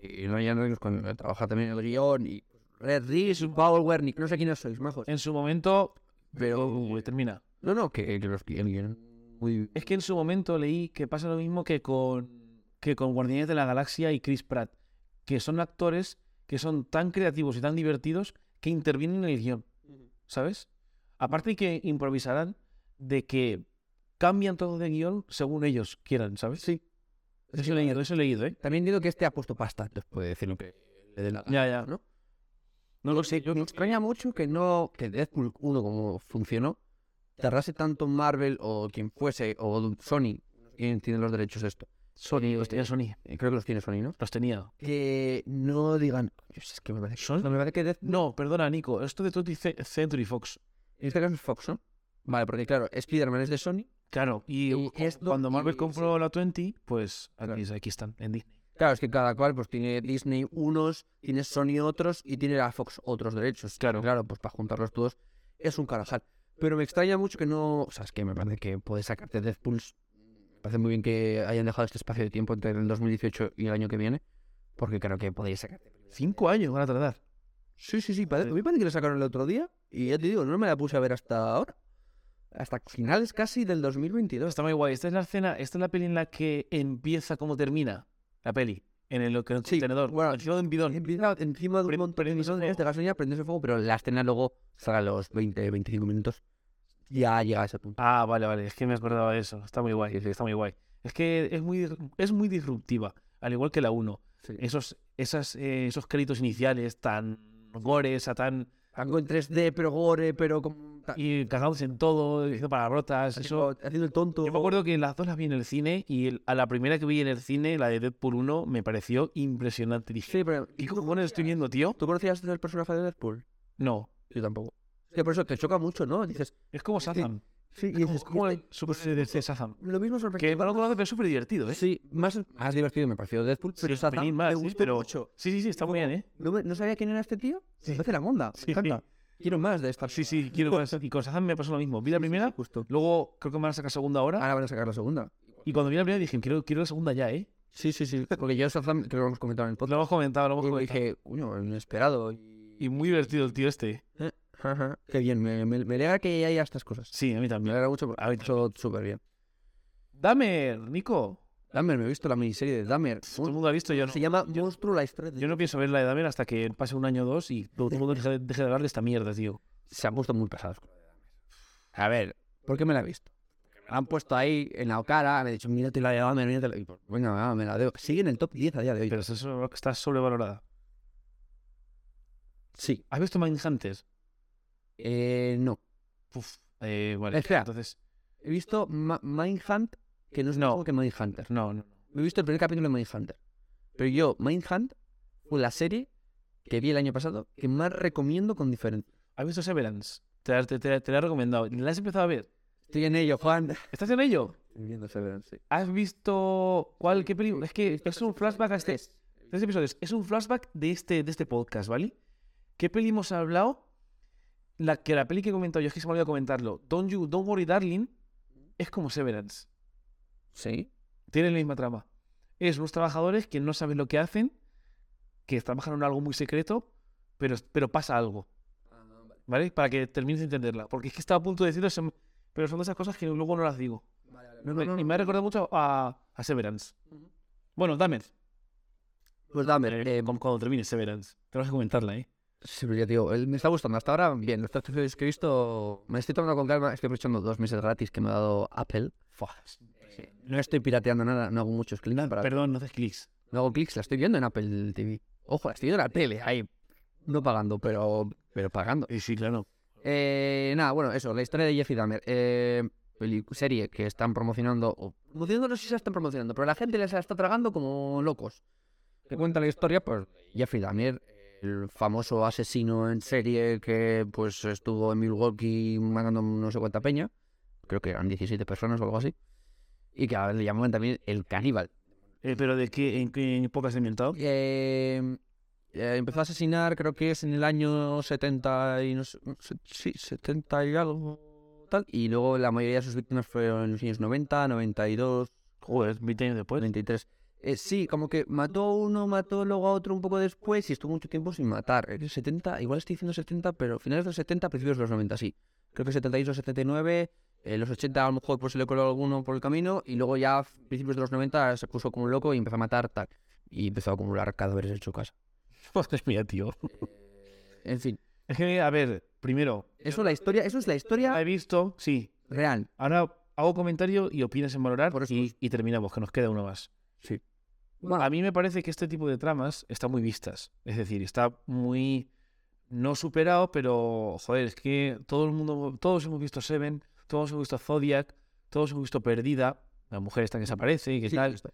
Speaker 4: Y Ryan Reynolds cuando trabaja también en el guión. Y Red Reeves, Paul Wernick, no sé quiénes sois, majos.
Speaker 3: en su momento
Speaker 4: Pero...
Speaker 3: Uy, termina.
Speaker 4: No, no, que, que los que el guión muy...
Speaker 3: Eh, Es que en su momento leí que pasa lo mismo que con, que con Guardianes de la Galaxia y Chris Pratt, que son actores que son tan creativos y tan divertidos que intervienen en el guión, ¿sabes? Aparte que improvisarán de que cambian todo de guión según ellos quieran, ¿sabes? Sí. Eso he leído, eso he leído, ¿eh?
Speaker 4: También digo que este ha puesto pasta, entonces puede decir lo que le dé la gana.
Speaker 3: Ya, ya.
Speaker 4: ¿no?
Speaker 3: No lo sé, yo
Speaker 4: Yo me extraña mucho que no que Deadpool 1 como funcionó tardase tanto Marvel o quien fuese o Sony quien tiene los derechos de esto
Speaker 3: Sony, los tenía Sony,
Speaker 4: Eh, creo que los tiene Sony no
Speaker 3: los tenía.
Speaker 4: que no digan "Dios, es que me parece que
Speaker 3: ¿Sony?
Speaker 4: no, me parece que Death-
Speaker 3: No, perdona, Nico, esto de 20th Century Fox.
Speaker 4: en este caso es Fox no vale porque claro Spider-Man es de Sony
Speaker 3: Claro, y,
Speaker 4: Y esto-
Speaker 3: cuando Marvel
Speaker 4: y-
Speaker 3: compró la 20, pues aquí,
Speaker 4: Claro.
Speaker 3: aquí están, en Disney.
Speaker 4: claro es que cada cual pues tiene Disney unos tiene Sony otros y tiene la Fox otros derechos
Speaker 3: Claro.
Speaker 4: claro pues para juntarlos todos es un carajal pero me extraña mucho que no o sea es que me parece que puedes sacarte Deadpool Me parece muy bien que hayan dejado este espacio de tiempo entre el 2018 y el año que viene, porque creo que podéis sacar.
Speaker 3: Cinco años van a tardar.
Speaker 4: Sí, sí, sí. pare- A mí parece que lo sacaron el otro día y ya te digo, no me la puse a ver hasta ahora. Hasta finales casi del 2022.
Speaker 3: Está muy guay. Esta es la escena, esta es la peli en la que empieza como termina la peli. En el, en el
Speaker 4: Sí,
Speaker 3: contenedor.
Speaker 4: bueno,
Speaker 3: encima de un bidón.
Speaker 4: Empieza encima de este
Speaker 3: Pre-
Speaker 4: un montón de
Speaker 3: prendiendo
Speaker 4: millones de gasolina, prendes el fuego, pero la escena luego, salga a los 20, 25 minutos, ya llega a ese punto.
Speaker 3: Ah, vale, vale. Es que me acordaba de eso. Está muy guay. Está muy guay. Es que es muy, es muy disruptiva. Al igual que la 1. Esos, esas, eh, esos créditos iniciales tan gores, a tan.
Speaker 4: Algo en 3D, pero gore, pero como... ta-
Speaker 3: Y cagados en todo, diciendo palabrotas. Eso.
Speaker 4: haciendo, haciendo el tonto.
Speaker 3: Yo me acuerdo que las dos las vi en el cine y el- a la primera que vi en el cine, la de Deadpool 1, me pareció impresionante. Dije,
Speaker 4: Sí, pero...
Speaker 3: ¿y cómo cojones estoy viendo, tío?
Speaker 4: ¿Tú conocías el personaje de Deadpool?
Speaker 3: No.
Speaker 4: Yo tampoco. Es que por eso te choca mucho, ¿no? Dices,
Speaker 3: Es como Shazam.
Speaker 4: sí, Este, y
Speaker 3: Es como,
Speaker 4: dices,
Speaker 3: como
Speaker 4: "Este-
Speaker 3: el Super eh, de Shazam.
Speaker 4: lo mismo
Speaker 3: Que
Speaker 4: sorprende.
Speaker 3: para lo pero es súper divertido, ¿eh?
Speaker 4: Sí, más, más divertido me pareció Deadpool, pero
Speaker 3: un pelín
Speaker 4: Shazam
Speaker 3: más,
Speaker 4: me
Speaker 3: sí,
Speaker 4: gustó
Speaker 3: pero-
Speaker 4: mucho.
Speaker 3: Sí, sí, sí, está muy bien, ¿eh?
Speaker 4: No, me- no sabía quién era este tío.
Speaker 3: Sí.
Speaker 4: Me parece la monda.
Speaker 3: Sí. Ah,
Speaker 4: Me encanta. Quiero más de esta.
Speaker 3: Sí, sí, quiero más. Y con Shazam me pasó lo mismo. Vi la primera,
Speaker 4: Justo.
Speaker 3: luego creo que me van a sacar segunda ahora.
Speaker 4: Ahora van a sacar la segunda.
Speaker 3: Y cuando vi la primera dije, quiero, quiero la segunda ya, ¿eh?
Speaker 4: Sí, sí, sí. Porque yo Shazam, creo que lo hemos comentado en el
Speaker 3: Lo
Speaker 4: podcast.
Speaker 3: hemos comentado, lo hemos
Speaker 4: y
Speaker 3: comentado.
Speaker 4: dije, coño, inesperado. Y,
Speaker 3: Y muy divertido el tío este.
Speaker 4: Eh, ajá, Qué bien, me, me, me alegra que haya estas cosas.
Speaker 3: Sí, a mí
Speaker 4: Me
Speaker 3: también.
Speaker 4: alegra mucho porque ha hecho súper bien.
Speaker 3: Dame, Nico.
Speaker 4: Dahmer, me he visto la miniserie de Dahmer.
Speaker 3: Todo el mundo ha visto, yo no.
Speaker 4: Se llama Monstruo la historia de...
Speaker 3: Yo no pienso ver la de Damer hasta que pase un año o dos y todo el mundo deje, de- deje de hablar de esta mierda, tío.
Speaker 4: se han puesto muy pesados con lo de Dahmer. A ver, ¿por qué me la he visto? Porque me la han puesto ahí en la cara, me han dicho, mírate la de Dahmer, mírate la... y pues, venga, va, me la debo. Sigue en el top 10 a día de hoy.
Speaker 3: Pero eso es una- está sobrevalorada.
Speaker 4: Sí.
Speaker 3: ¿Has visto Mindhunters?
Speaker 4: Eh, no.
Speaker 3: Uf. Eh, vale.
Speaker 4: Espera.
Speaker 3: Entonces,
Speaker 4: He visto Ma- Mindhunt, que no es
Speaker 3: No.
Speaker 4: lo mismo que Mindhunter.
Speaker 3: no, no.
Speaker 4: He visto el primer capítulo de Mindhunter. Pero yo, Mindhunt fue la serie que vi el año pasado que más recomiendo con diferencia.
Speaker 3: ¿Has visto Severance? Te, la- te- te- te la he recomendado. ¿La has empezado a ver?
Speaker 4: Estoy en ello, Juan.
Speaker 3: ¿Estás en ello?
Speaker 4: Viendo Severance, sí.
Speaker 3: ¿Has visto cuál? ¿Qué película? Es que es un flashback a este.
Speaker 4: Tres.
Speaker 3: Tres episodios. Es un flashback de este, de este podcast, ¿vale? ¿Qué peli hemos hablado? La, que la peli que he comentado yo, es que se me olvidó comentarlo. Don't You, Don't Worry Darling, es como Severance.
Speaker 4: Sí.
Speaker 3: Tiene la misma trama. Es unos trabajadores que no saben lo que hacen, que trabajan en algo muy secreto, pero, pero pasa algo. Ah, ¿Vale? Para que termines de entenderla. Porque es que estaba a punto de decirlo, se me- pero son de esas cosas que luego no las digo.
Speaker 4: No,
Speaker 3: Me-
Speaker 4: no,
Speaker 3: y
Speaker 4: no.
Speaker 3: me ha recordado mucho a, a Severance. Bueno, dame.
Speaker 4: Pues dame.
Speaker 3: Eh, cu- cuando termine Severance. Tenemos que comentarla, ¿eh?
Speaker 4: Sí, pero ya te digo, él me está gustando hasta ahora. Bien, los tres episodios que he visto me estoy tomando con calma. Estoy aprovechando dos meses gratis que me ha dado Apple. Sí. No estoy pirateando nada, no hago muchos clics. para-
Speaker 3: Perdón, no haces clics.
Speaker 4: No hago clics, la estoy viendo en Apple TV. Ojo, la estoy viendo en la tele, ahí. No pagando, pero, pero pagando.
Speaker 3: Sí, sí, claro.
Speaker 4: Eh, nada, bueno, eso, la historia de Jeffrey Dahmer. Eh, peli- serie que están promocionando, o promocionando, no sé si la están promocionando, pero la gente les la está tragando como locos. Que cuenta la historia, pues, Jeffrey Dahmer, el famoso asesino en serie que, pues, estuvo en Milwaukee matando no sé cuánta peña. Creo que eran 17 personas o algo así. Y que ahora le llamaban también el caníbal.
Speaker 3: Eh, ¿Pero de qué, en qué época se ha inventado?
Speaker 4: Eh, eh, empezó a asesinar, creo que es en el año 70 y no sé, mm, se- sí, 70 y algo. Tal. Y luego la mayoría de sus víctimas fueron en los años 90, 92,
Speaker 3: Joder, 20 años después.
Speaker 4: 93. Eh, sí, como que mató a uno, mató luego a otro un poco después y estuvo mucho tiempo sin matar. Eh, 70, igual estoy diciendo 70, pero finales de los 70, principios de los 90, sí. Creo que 78, 79, eh, los 80 a lo mejor pues se le coló alguno por el camino y luego ya a principios de los 90 se puso como un loco y empezó a matar tal. Y empezó a acumular cadáveres en su casa.
Speaker 3: Joder, mira, tío.
Speaker 4: En fin,
Speaker 3: Es que, a ver, primero,
Speaker 4: eso, la historia, eso es la
Speaker 3: la he
Speaker 4: historia
Speaker 3: visto, sí.
Speaker 4: real.
Speaker 3: Ahora hago comentario y opinas en valorar
Speaker 4: Por eso.
Speaker 3: y, y terminamos, que nos queda uno más.
Speaker 4: Sí.
Speaker 3: A mí me parece que este tipo de tramas están muy vistas. Es decir, está muy. No superado, pero. Joder, es que todo el mundo. Todos hemos visto Seven, todos hemos visto Zodiac, todos hemos visto Perdida, la mujer esta que desaparece y que
Speaker 4: Sí,
Speaker 3: tal.
Speaker 4: está.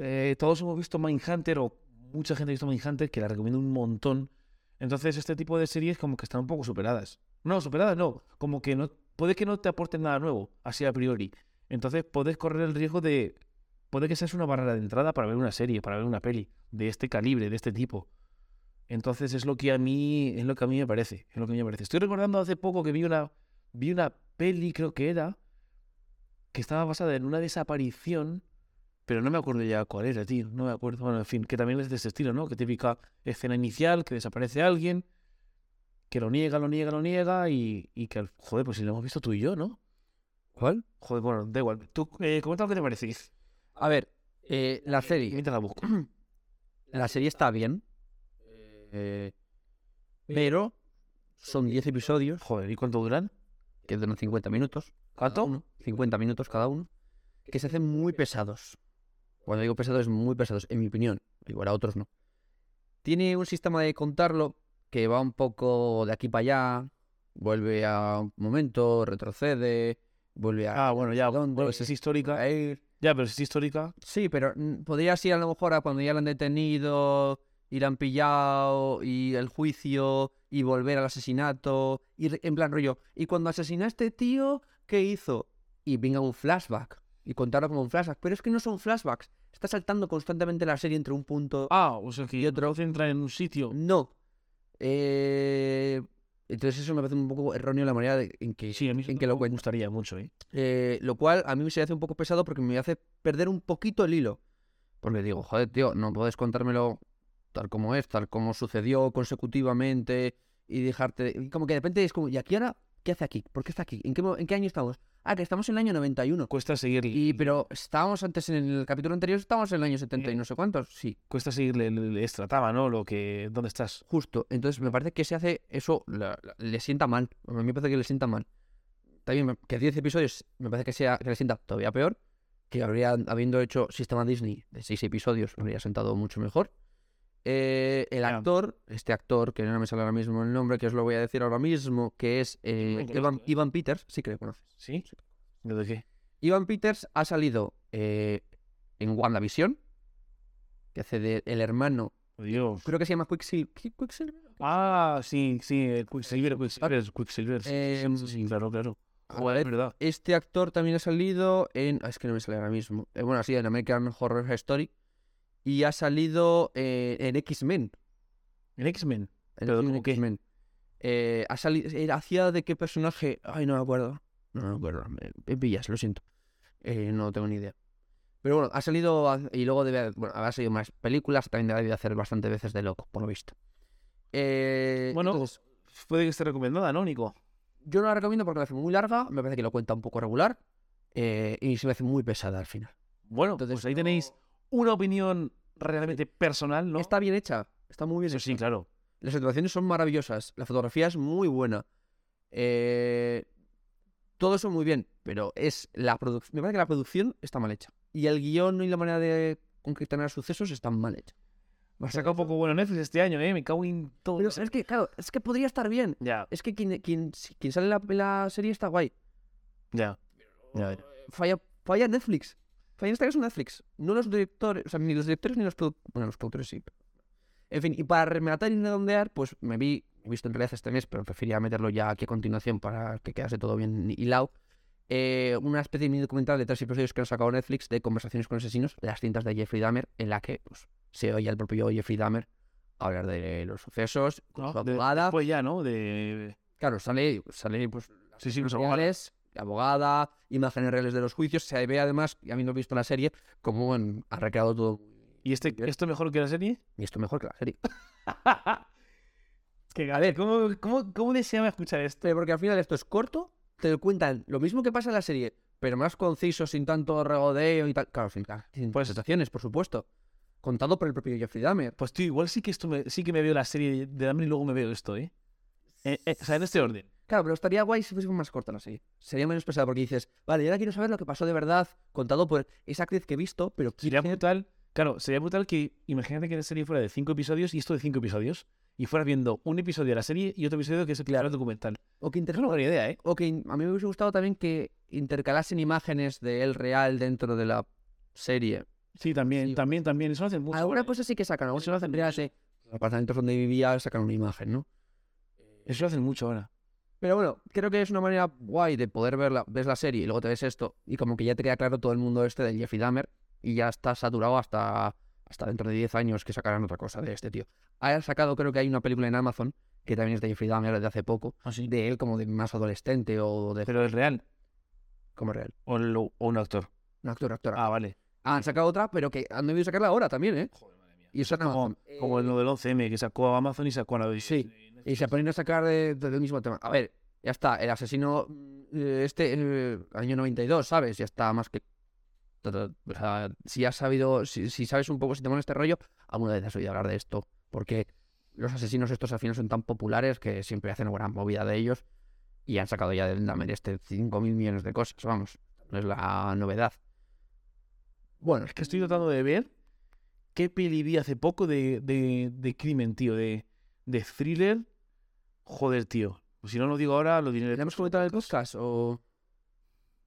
Speaker 3: Eh, todos hemos visto Mindhunter, o mucha gente ha visto Mindhunter, que la recomiendo un montón. Entonces, este tipo de series como que están un poco superadas. No, superadas no. Como que no. Puede que no te aporten nada nuevo, así a priori. Entonces, puedes correr el riesgo de. Puede que seas una barrera de entrada para ver una serie, para ver una peli de este calibre, de este tipo. Entonces es lo que a mí es lo que a mí me parece, es lo que a mí me parece. Estoy recordando hace poco que vi una vi una peli creo que era que estaba basada en una desaparición, pero no me acuerdo ya cuál era, tío, no me acuerdo. Bueno, en fin, que también es de ese estilo, ¿no? Que típica escena inicial que desaparece alguien, que lo niega, lo niega, lo niega y, y que al- joder, pues si lo hemos visto tú y yo, ¿no?
Speaker 4: ¿Cuál?
Speaker 3: Joder, bueno, da igual. Tú eh, comenta lo que te parece
Speaker 4: A ver, eh, la serie.
Speaker 3: mientras la busco.
Speaker 4: La serie está bien. eh, pero eh, son 10 episodios
Speaker 3: Joder, ¿y cuánto duran?
Speaker 4: que duran 50 minutos.
Speaker 3: ¿Cuánto?
Speaker 4: cada uno, 50 minutos cada uno. Que se hacen muy pesados. Cuando digo pesados, muy pesados, en mi opinión. Igual a otros no. Tiene un sistema de contarlo que va un poco de aquí para allá. Vuelve a un momento, retrocede, vuelve a...
Speaker 3: Ah, bueno, ya,
Speaker 4: ¿Dónde?
Speaker 3: bueno, si es histórica. eh.
Speaker 4: a ir.
Speaker 3: Ya, pero si es histórica,
Speaker 4: Sí, pero mm, podrías ir a lo mejor a cuando ya lo han detenido y la han pillado y el juicio y volver al asesinato y re- en plan rollo. Y cuando asesina a este tío, ¿qué hizo? Y venga un flashback y contarlo como un flashback. Pero es que no son flashbacks. Está saltando constantemente la serie entre un punto.
Speaker 3: Ah, o sea que otro se entra en un sitio.
Speaker 4: No. Eh, Entonces eso me parece un poco erróneo la manera de- en que,
Speaker 3: Sí, a mí eso
Speaker 4: en que lo
Speaker 3: tampoco me
Speaker 4: cuenta.
Speaker 3: gustaría mucho, ¿eh?
Speaker 4: Eh, lo cual a mí se hace un poco pesado porque me hace perder un poquito el hilo. Porque digo, joder, tío, no puedes contármelo tal como es, tal como sucedió consecutivamente y dejarte... y Como que de repente es como, ¿y aquí ahora qué hace aquí? ¿Por qué está aquí? ¿En qué, mo- en qué año estamos? Ah, que estamos en el año 91.
Speaker 3: Cuesta seguirle,
Speaker 4: Y, pero estábamos antes en el capítulo anterior, estábamos en el año 70 y
Speaker 3: Eh.
Speaker 4: no sé cuántos. Sí,
Speaker 3: cuesta seguirle el, el estratama, ¿no? Lo que, ¿Dónde estás?
Speaker 4: Justo, entonces me parece que se hace eso, la- la- le sienta mal. A mí me parece que le sienta mal. También me- que 10 episodios me parece que, sea, que le sienta todavía peor. Que habría, habiendo hecho Sistema Disney de 6 episodios, me habría sentado mucho mejor. Eh, el
Speaker 3: Ya.
Speaker 4: actor, este actor, que no me sale ahora mismo el nombre, que os lo voy a decir ahora mismo, que es eh,
Speaker 3: me conozco,
Speaker 4: Evan,
Speaker 3: ¿eh?
Speaker 4: Evan Peters, sí que le conoces.
Speaker 3: ¿Sí? ¿De qué?
Speaker 4: Ivan Peters ha salido eh, en WandaVision, que hace de el hermano
Speaker 3: Dios.
Speaker 4: Creo que se llama Quicksil- Qui- Quicksilver.
Speaker 3: Ah, sí, sí, el Quicksilver, Quicksilver, es Quicksilver. sí, sí,
Speaker 4: Em,
Speaker 3: sí, sí, claro, claro.
Speaker 4: Joder,
Speaker 3: es verdad.
Speaker 4: Este actor también ha salido en. ah, Es que no me sale ahora mismo. Eh, bueno, sí, en American Horror Story. Y ha salido eh, en X-Men.
Speaker 3: El X-Men.
Speaker 4: En
Speaker 3: Pero,
Speaker 4: X-Men,
Speaker 3: ¿cómo qué?
Speaker 4: X-Men. Eh, ha salido. era- ¿Hacía de qué personaje? Ay, no me acuerdo. No me acuerdo. Me, me pillas, lo siento. Eh, no tengo ni idea. Pero bueno, ha salido. a- Y luego debe. haber- Bueno, habrá salido más películas. También debe hacer bastantes veces de loco, por lo visto. Eh,
Speaker 3: Bueno,
Speaker 4: entonces,
Speaker 3: Puede que esté recomendada, ¿no, Nico?
Speaker 4: Yo no la recomiendo porque me hace muy larga, me parece que lo cuenta un poco regular eh, y se me hace muy pesada al final.
Speaker 3: Bueno,
Speaker 4: Entonces,
Speaker 3: pues ahí
Speaker 4: no-
Speaker 3: tenéis una opinión realmente personal, ¿no?
Speaker 4: Está bien hecha, está muy bien
Speaker 3: Eso
Speaker 4: hecha.
Speaker 3: sí, claro.
Speaker 4: Las actuaciones son maravillosas, la fotografía es muy buena. eh, todo eso muy bien, pero es la producción. Me parece que la producción está mal hecha. Y el guión y la manera de concretar sucesos están mal hechos.
Speaker 3: Me ha sacado poco bueno Netflix este año, ¿eh? Me cago en todo.
Speaker 4: Pero es que, claro, es que podría estar bien.
Speaker 3: Ya,
Speaker 4: Es que quien, quien, quien sale en la, en la serie está guay.
Speaker 3: ya. ya, ya.
Speaker 4: Eh, falla, falla Netflix. Falla en este caso Netflix. No los directores, o sea, ni los directores ni los productores. Bueno, los productores sí. pero- En fin, y para rematar y redondear, pues me vi, he visto en realidad este mes, pero prefería meterlo ya aquí a continuación para que quedase todo bien hilado. eh, una especie de mini documental de tres episodios que han sacado Netflix de conversaciones con asesinos, de las cintas de Jeffrey Dahmer, en la que pues, se oye al propio Jeffrey Dahmer hablar de los sucesos, con
Speaker 3: No,
Speaker 4: su
Speaker 3: de-
Speaker 4: abogada.
Speaker 3: Pues ya, ¿no? De...
Speaker 4: Claro, sale, sale pues
Speaker 3: Sí, sí, los abogados.
Speaker 4: reales, la abogada, imágenes reales de los juicios. Se ve además, y habiendo visto la serie, cómo bueno, ha recreado todo.
Speaker 3: ¿Y este, esto mejor que la serie?
Speaker 4: Y esto mejor que la serie.
Speaker 3: que, a ver, ¿cómo, cómo, cómo deseaba escuchar esto?
Speaker 4: Pero porque al final esto es corto, te lo cuentan lo mismo que pasa en la serie, pero más conciso, sin tanto regodeo y tal. Claro, sin, sin
Speaker 3: Pues-
Speaker 4: presentaciones, por supuesto. Contado por el propio Jeffrey Dahmer.
Speaker 3: Pues tío, igual sí que esto me, sí que me veo la serie de Dahmer y luego me veo esto, ¿eh? Eh, eh, O sea, en este orden.
Speaker 4: Claro, pero estaría guay si fuese más corta la serie. Sería menos pesada porque dices, vale, yo ahora quiero saber lo que pasó de verdad, contado por esa actriz que he visto, pero
Speaker 3: Sería
Speaker 4: quiero saber
Speaker 3: brutal. Claro, sería brutal que imagínate que la serie fuera de cinco episodios y esto de cinco episodios. Y fueras viendo un episodio de la serie y otro episodio que es el claro. documental.
Speaker 4: o que
Speaker 3: Es una buena idea, ¿eh?
Speaker 4: O que in- a mí me hubiese gustado también que intercalasen imágenes de él real dentro de la serie.
Speaker 3: Sí, también,
Speaker 4: Sí. pues.
Speaker 3: también, también. Eso lo hacen mucho.
Speaker 4: Alguna
Speaker 3: ¿eh?
Speaker 4: cosa sí que sacan, algunas
Speaker 3: Eso lo hacen
Speaker 4: reales eh. de los apartamentos donde vivía sacan una imagen, ¿no?
Speaker 3: Eso lo hacen mucho ahora.
Speaker 4: Pero bueno, creo que es una manera guay de poder verla, ves la serie y luego te ves esto y como que ya te queda claro todo el mundo este del Jeffrey Dahmer y ya está saturado hasta, hasta dentro de 10 años que sacarán otra cosa de este tío. Ha sacado, creo que hay una película en Amazon que también es de Jeffrey Dahmer de hace poco,
Speaker 3: Así.
Speaker 4: de él como de más adolescente o de...
Speaker 3: Pero el real
Speaker 4: como real.
Speaker 3: o, lo- o un actor.
Speaker 4: Un actor, actora.
Speaker 3: Ah, vale.
Speaker 4: Han sacado otra, pero que han debido sacarla ahora también, ¿eh? Y eso en
Speaker 3: Como,
Speaker 4: Amazon. Eh.
Speaker 3: como lo del 11M que sacó a Amazon y sacó a la
Speaker 4: Sí. Y se ponen a sacar de- de- del mismo tema. A ver, ya está, el asesino mm, eh, este eh, año 92, ¿sabes? Ya está más que... todo- O sea, si has sabido, si, si sabes un poco, si te mola este rollo, alguna vez has oído hablar de esto. Porque los asesinos estos al final son tan populares que siempre hacen buena movida de ellos y han sacado ya del Dahmer este 5.000 millones de cosas, vamos. No es la novedad. Bueno,
Speaker 3: Es que estoy tratando de ver qué peli vi hace poco de, de, de crimen, tío, de, de thriller. Joder, tío. Si no lo digo ahora, lo diré.
Speaker 4: ¿le Eh, hemos comentado en el podcast o...?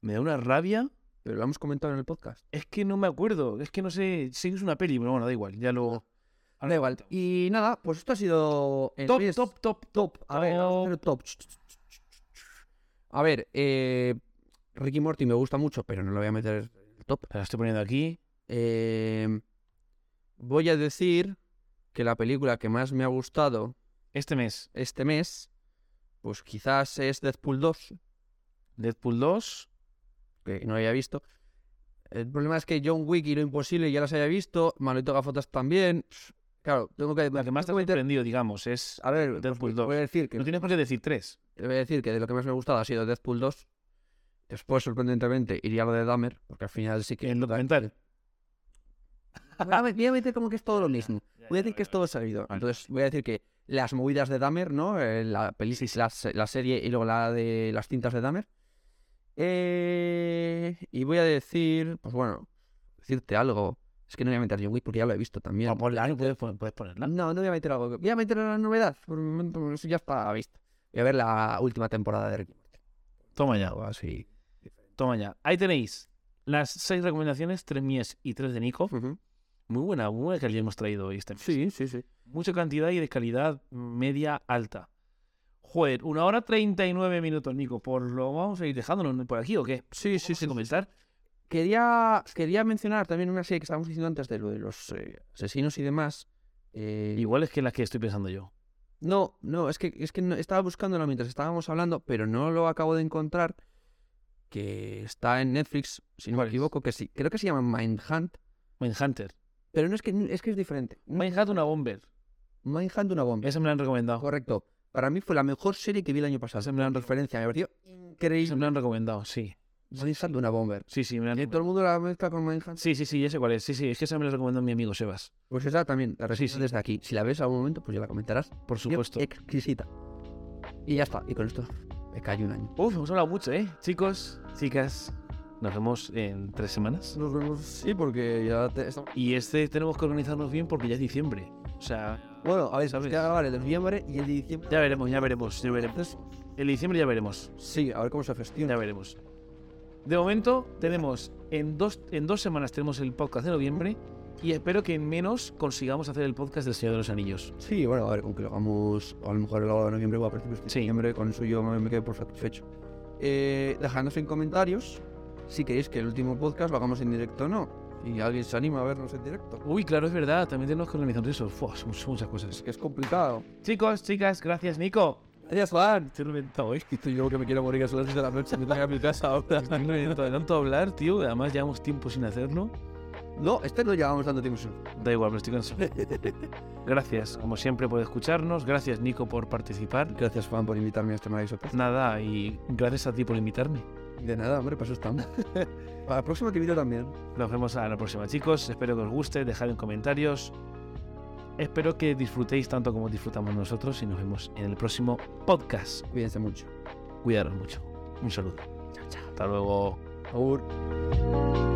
Speaker 3: Me da una rabia.
Speaker 4: Pero lo hemos comentado en el podcast.
Speaker 3: Es que no me acuerdo. Es que no sé. Sé que es una peli, pero bueno, da igual. Ya lo. ahora
Speaker 4: Da igual. Y nada, pues esto ha sido. el
Speaker 3: Top,
Speaker 4: mes-
Speaker 3: top, top, top.
Speaker 4: A ver, vamos a hacer top. A ver, eh, Ricky Morty me gusta mucho, pero no lo voy a meter en el top.
Speaker 3: La estoy poniendo aquí.
Speaker 4: Eh, voy a decir que la película que más me ha gustado
Speaker 3: Este mes,
Speaker 4: este mes, pues quizás es Deadpool 2,
Speaker 3: Deadpool 2.
Speaker 4: que no había visto. El problema es que John Wick y Lo Imposible ya las había visto, Manolito Gafotas también. Claro, tengo que...
Speaker 3: La que más te ha sorprendido, digamos, es.
Speaker 4: A ver,
Speaker 3: Deadpool 2.
Speaker 4: Ah, pues voy a decir que
Speaker 3: No tienes por qué decir 3.
Speaker 4: Te voy a decir que de lo que más me ha gustado ha sido Deadpool 2. Después, sorprendentemente, iría lo de Dahmer, porque al final sí que.
Speaker 3: El documental.
Speaker 4: A ver, voy a meter como que es todo lo mismo. Voy a decir que es todo sabido.
Speaker 3: Vale,
Speaker 4: Entonces, voy a decir que las movidas de Dahmer, ¿no? Eh, La, peli, la, se- la serie y luego la de las cintas de Dahmer. Eh, y voy a decir, pues bueno, decirte algo. Es que no voy a meter John Wick porque ya lo he visto también.
Speaker 3: Ah, ponla, ¿no? puedes, pon- puedes ponerla.
Speaker 4: pues, No, no voy a meter algo. Voy a meter la novedad. Por el momento, eso ya está visto. Voy a ver la última temporada de Ricky.
Speaker 3: Toma ya, así. Toma ya. Ahí tenéis las seis recomendaciones, tres mías y tres de Nico. Muy buena, muy buena calidad hemos traído hoy este mes.
Speaker 4: Sí, sí, sí.
Speaker 3: Mucha cantidad y de calidad media alta. Joder, una hora 39 minutos, Nico. Por lo vamos a ir dejándonos por aquí o qué?
Speaker 4: Sí, sí,
Speaker 3: Sin comentar.
Speaker 4: Quería, quería mencionar también una serie que estábamos diciendo antes de lo de los eh, asesinos y demás. Eh,
Speaker 3: Igual es que las que estoy pensando yo.
Speaker 4: No, no, es que, es que no- estaba buscándola mientras estábamos hablando, pero no lo acabo de encontrar. Que está en Netflix, si no me
Speaker 3: ¿Cuál es?
Speaker 4: equivoco, que sí. Creo que se llama Mindhunt,
Speaker 3: Mindhunter.
Speaker 4: pero no es que es, que es diferente. No,
Speaker 3: Mindhunter una bomber.
Speaker 4: Mindhunt una bomba.
Speaker 3: Esa me la han recomendado.
Speaker 4: Correcto. Para mí fue la mejor serie que vi el año pasado. Se me dan referencia, me pareció
Speaker 3: Esa me
Speaker 4: increíble.
Speaker 3: la han recomendado, sí.
Speaker 4: Mindhunt una bomber.
Speaker 3: Sí, sí, me la han
Speaker 4: Y todo el mundo la mezcla con Mindhunt.
Speaker 3: Sí, sí, sí, ya sé cuál es. Sí, sí, es que esa me la recomendó mi amigo Sebas.
Speaker 4: Pues esa también, la
Speaker 3: Sí,
Speaker 4: reseño
Speaker 3: sí.
Speaker 4: desde aquí. Si la ves algún momento, pues ya la comentarás.
Speaker 3: Por
Speaker 4: Tío,
Speaker 3: supuesto.
Speaker 4: Exquisita. Y ya está. Y con esto me callo un año.
Speaker 3: Uf, hemos hablado mucho, ¿eh? Chicos, chicas, nos vemos en tres semanas.
Speaker 4: Nos vemos. Sí, porque ya te- estamos.
Speaker 3: Y este tenemos que organizarnos bien porque ya es diciembre. O sea,
Speaker 4: Bueno, a ver,
Speaker 3: ¿Sabes?
Speaker 4: ¿sabes? Queda grabar el de noviembre y el de diciembre.
Speaker 3: ya veremos, ya veremos, ya veremos.
Speaker 4: Entonces,
Speaker 3: En diciembre ya veremos,
Speaker 4: sí, a ver cómo se gestiona.
Speaker 3: ya veremos. De momento tenemos, en dos, en dos semanas tenemos el podcast de noviembre y espero que en menos consigamos hacer el podcast del Señor de los Anillos.
Speaker 4: Sí, bueno, a ver, aunque lo hagamos a lo mejor a lo largo de noviembre o a principios de
Speaker 3: Sí.
Speaker 4: diciembre, con eso yo me me quedo por satisfecho. Eh, dejadnos en comentarios si queréis que el último podcast lo hagamos en directo o no. Y alguien se anima a vernos en directo.
Speaker 3: Uy, claro, es verdad, también tenemos que organizarnos eso. Fua, son muchas
Speaker 4: Es
Speaker 3: cosas.
Speaker 4: que es complicado.
Speaker 3: Chicos, chicas, gracias, Nico.
Speaker 4: Adiós, Juan.
Speaker 3: Te lo he inventado, ¿eh?
Speaker 4: Estoy yo que me quiero morir a las 10 de la noche. Me tengo a mi casa ahora.
Speaker 3: Estoy reventado de tanto hablar, tío. Además, llevamos tiempo sin hacerlo.
Speaker 4: No, este no llevamos tanto tiempo. sin-
Speaker 3: Da igual, pero estoy cansado. Gracias, como siempre, por escucharnos. Gracias, Nico, por participar.
Speaker 4: Gracias, Juan, por invitarme a este maravilloso podcast.
Speaker 3: Nada, y gracias a ti por invitarme.
Speaker 4: De nada, hombre, paso estamos. Para la próxima te invito también.
Speaker 3: Nos vemos a la próxima, chicos. Espero que os guste. Dejad en comentarios. Espero que disfrutéis tanto como disfrutamos nosotros y nos vemos en el próximo podcast.
Speaker 4: Cuídense mucho.
Speaker 3: Cuidaros mucho. Un saludo. Hasta luego.
Speaker 4: Agur.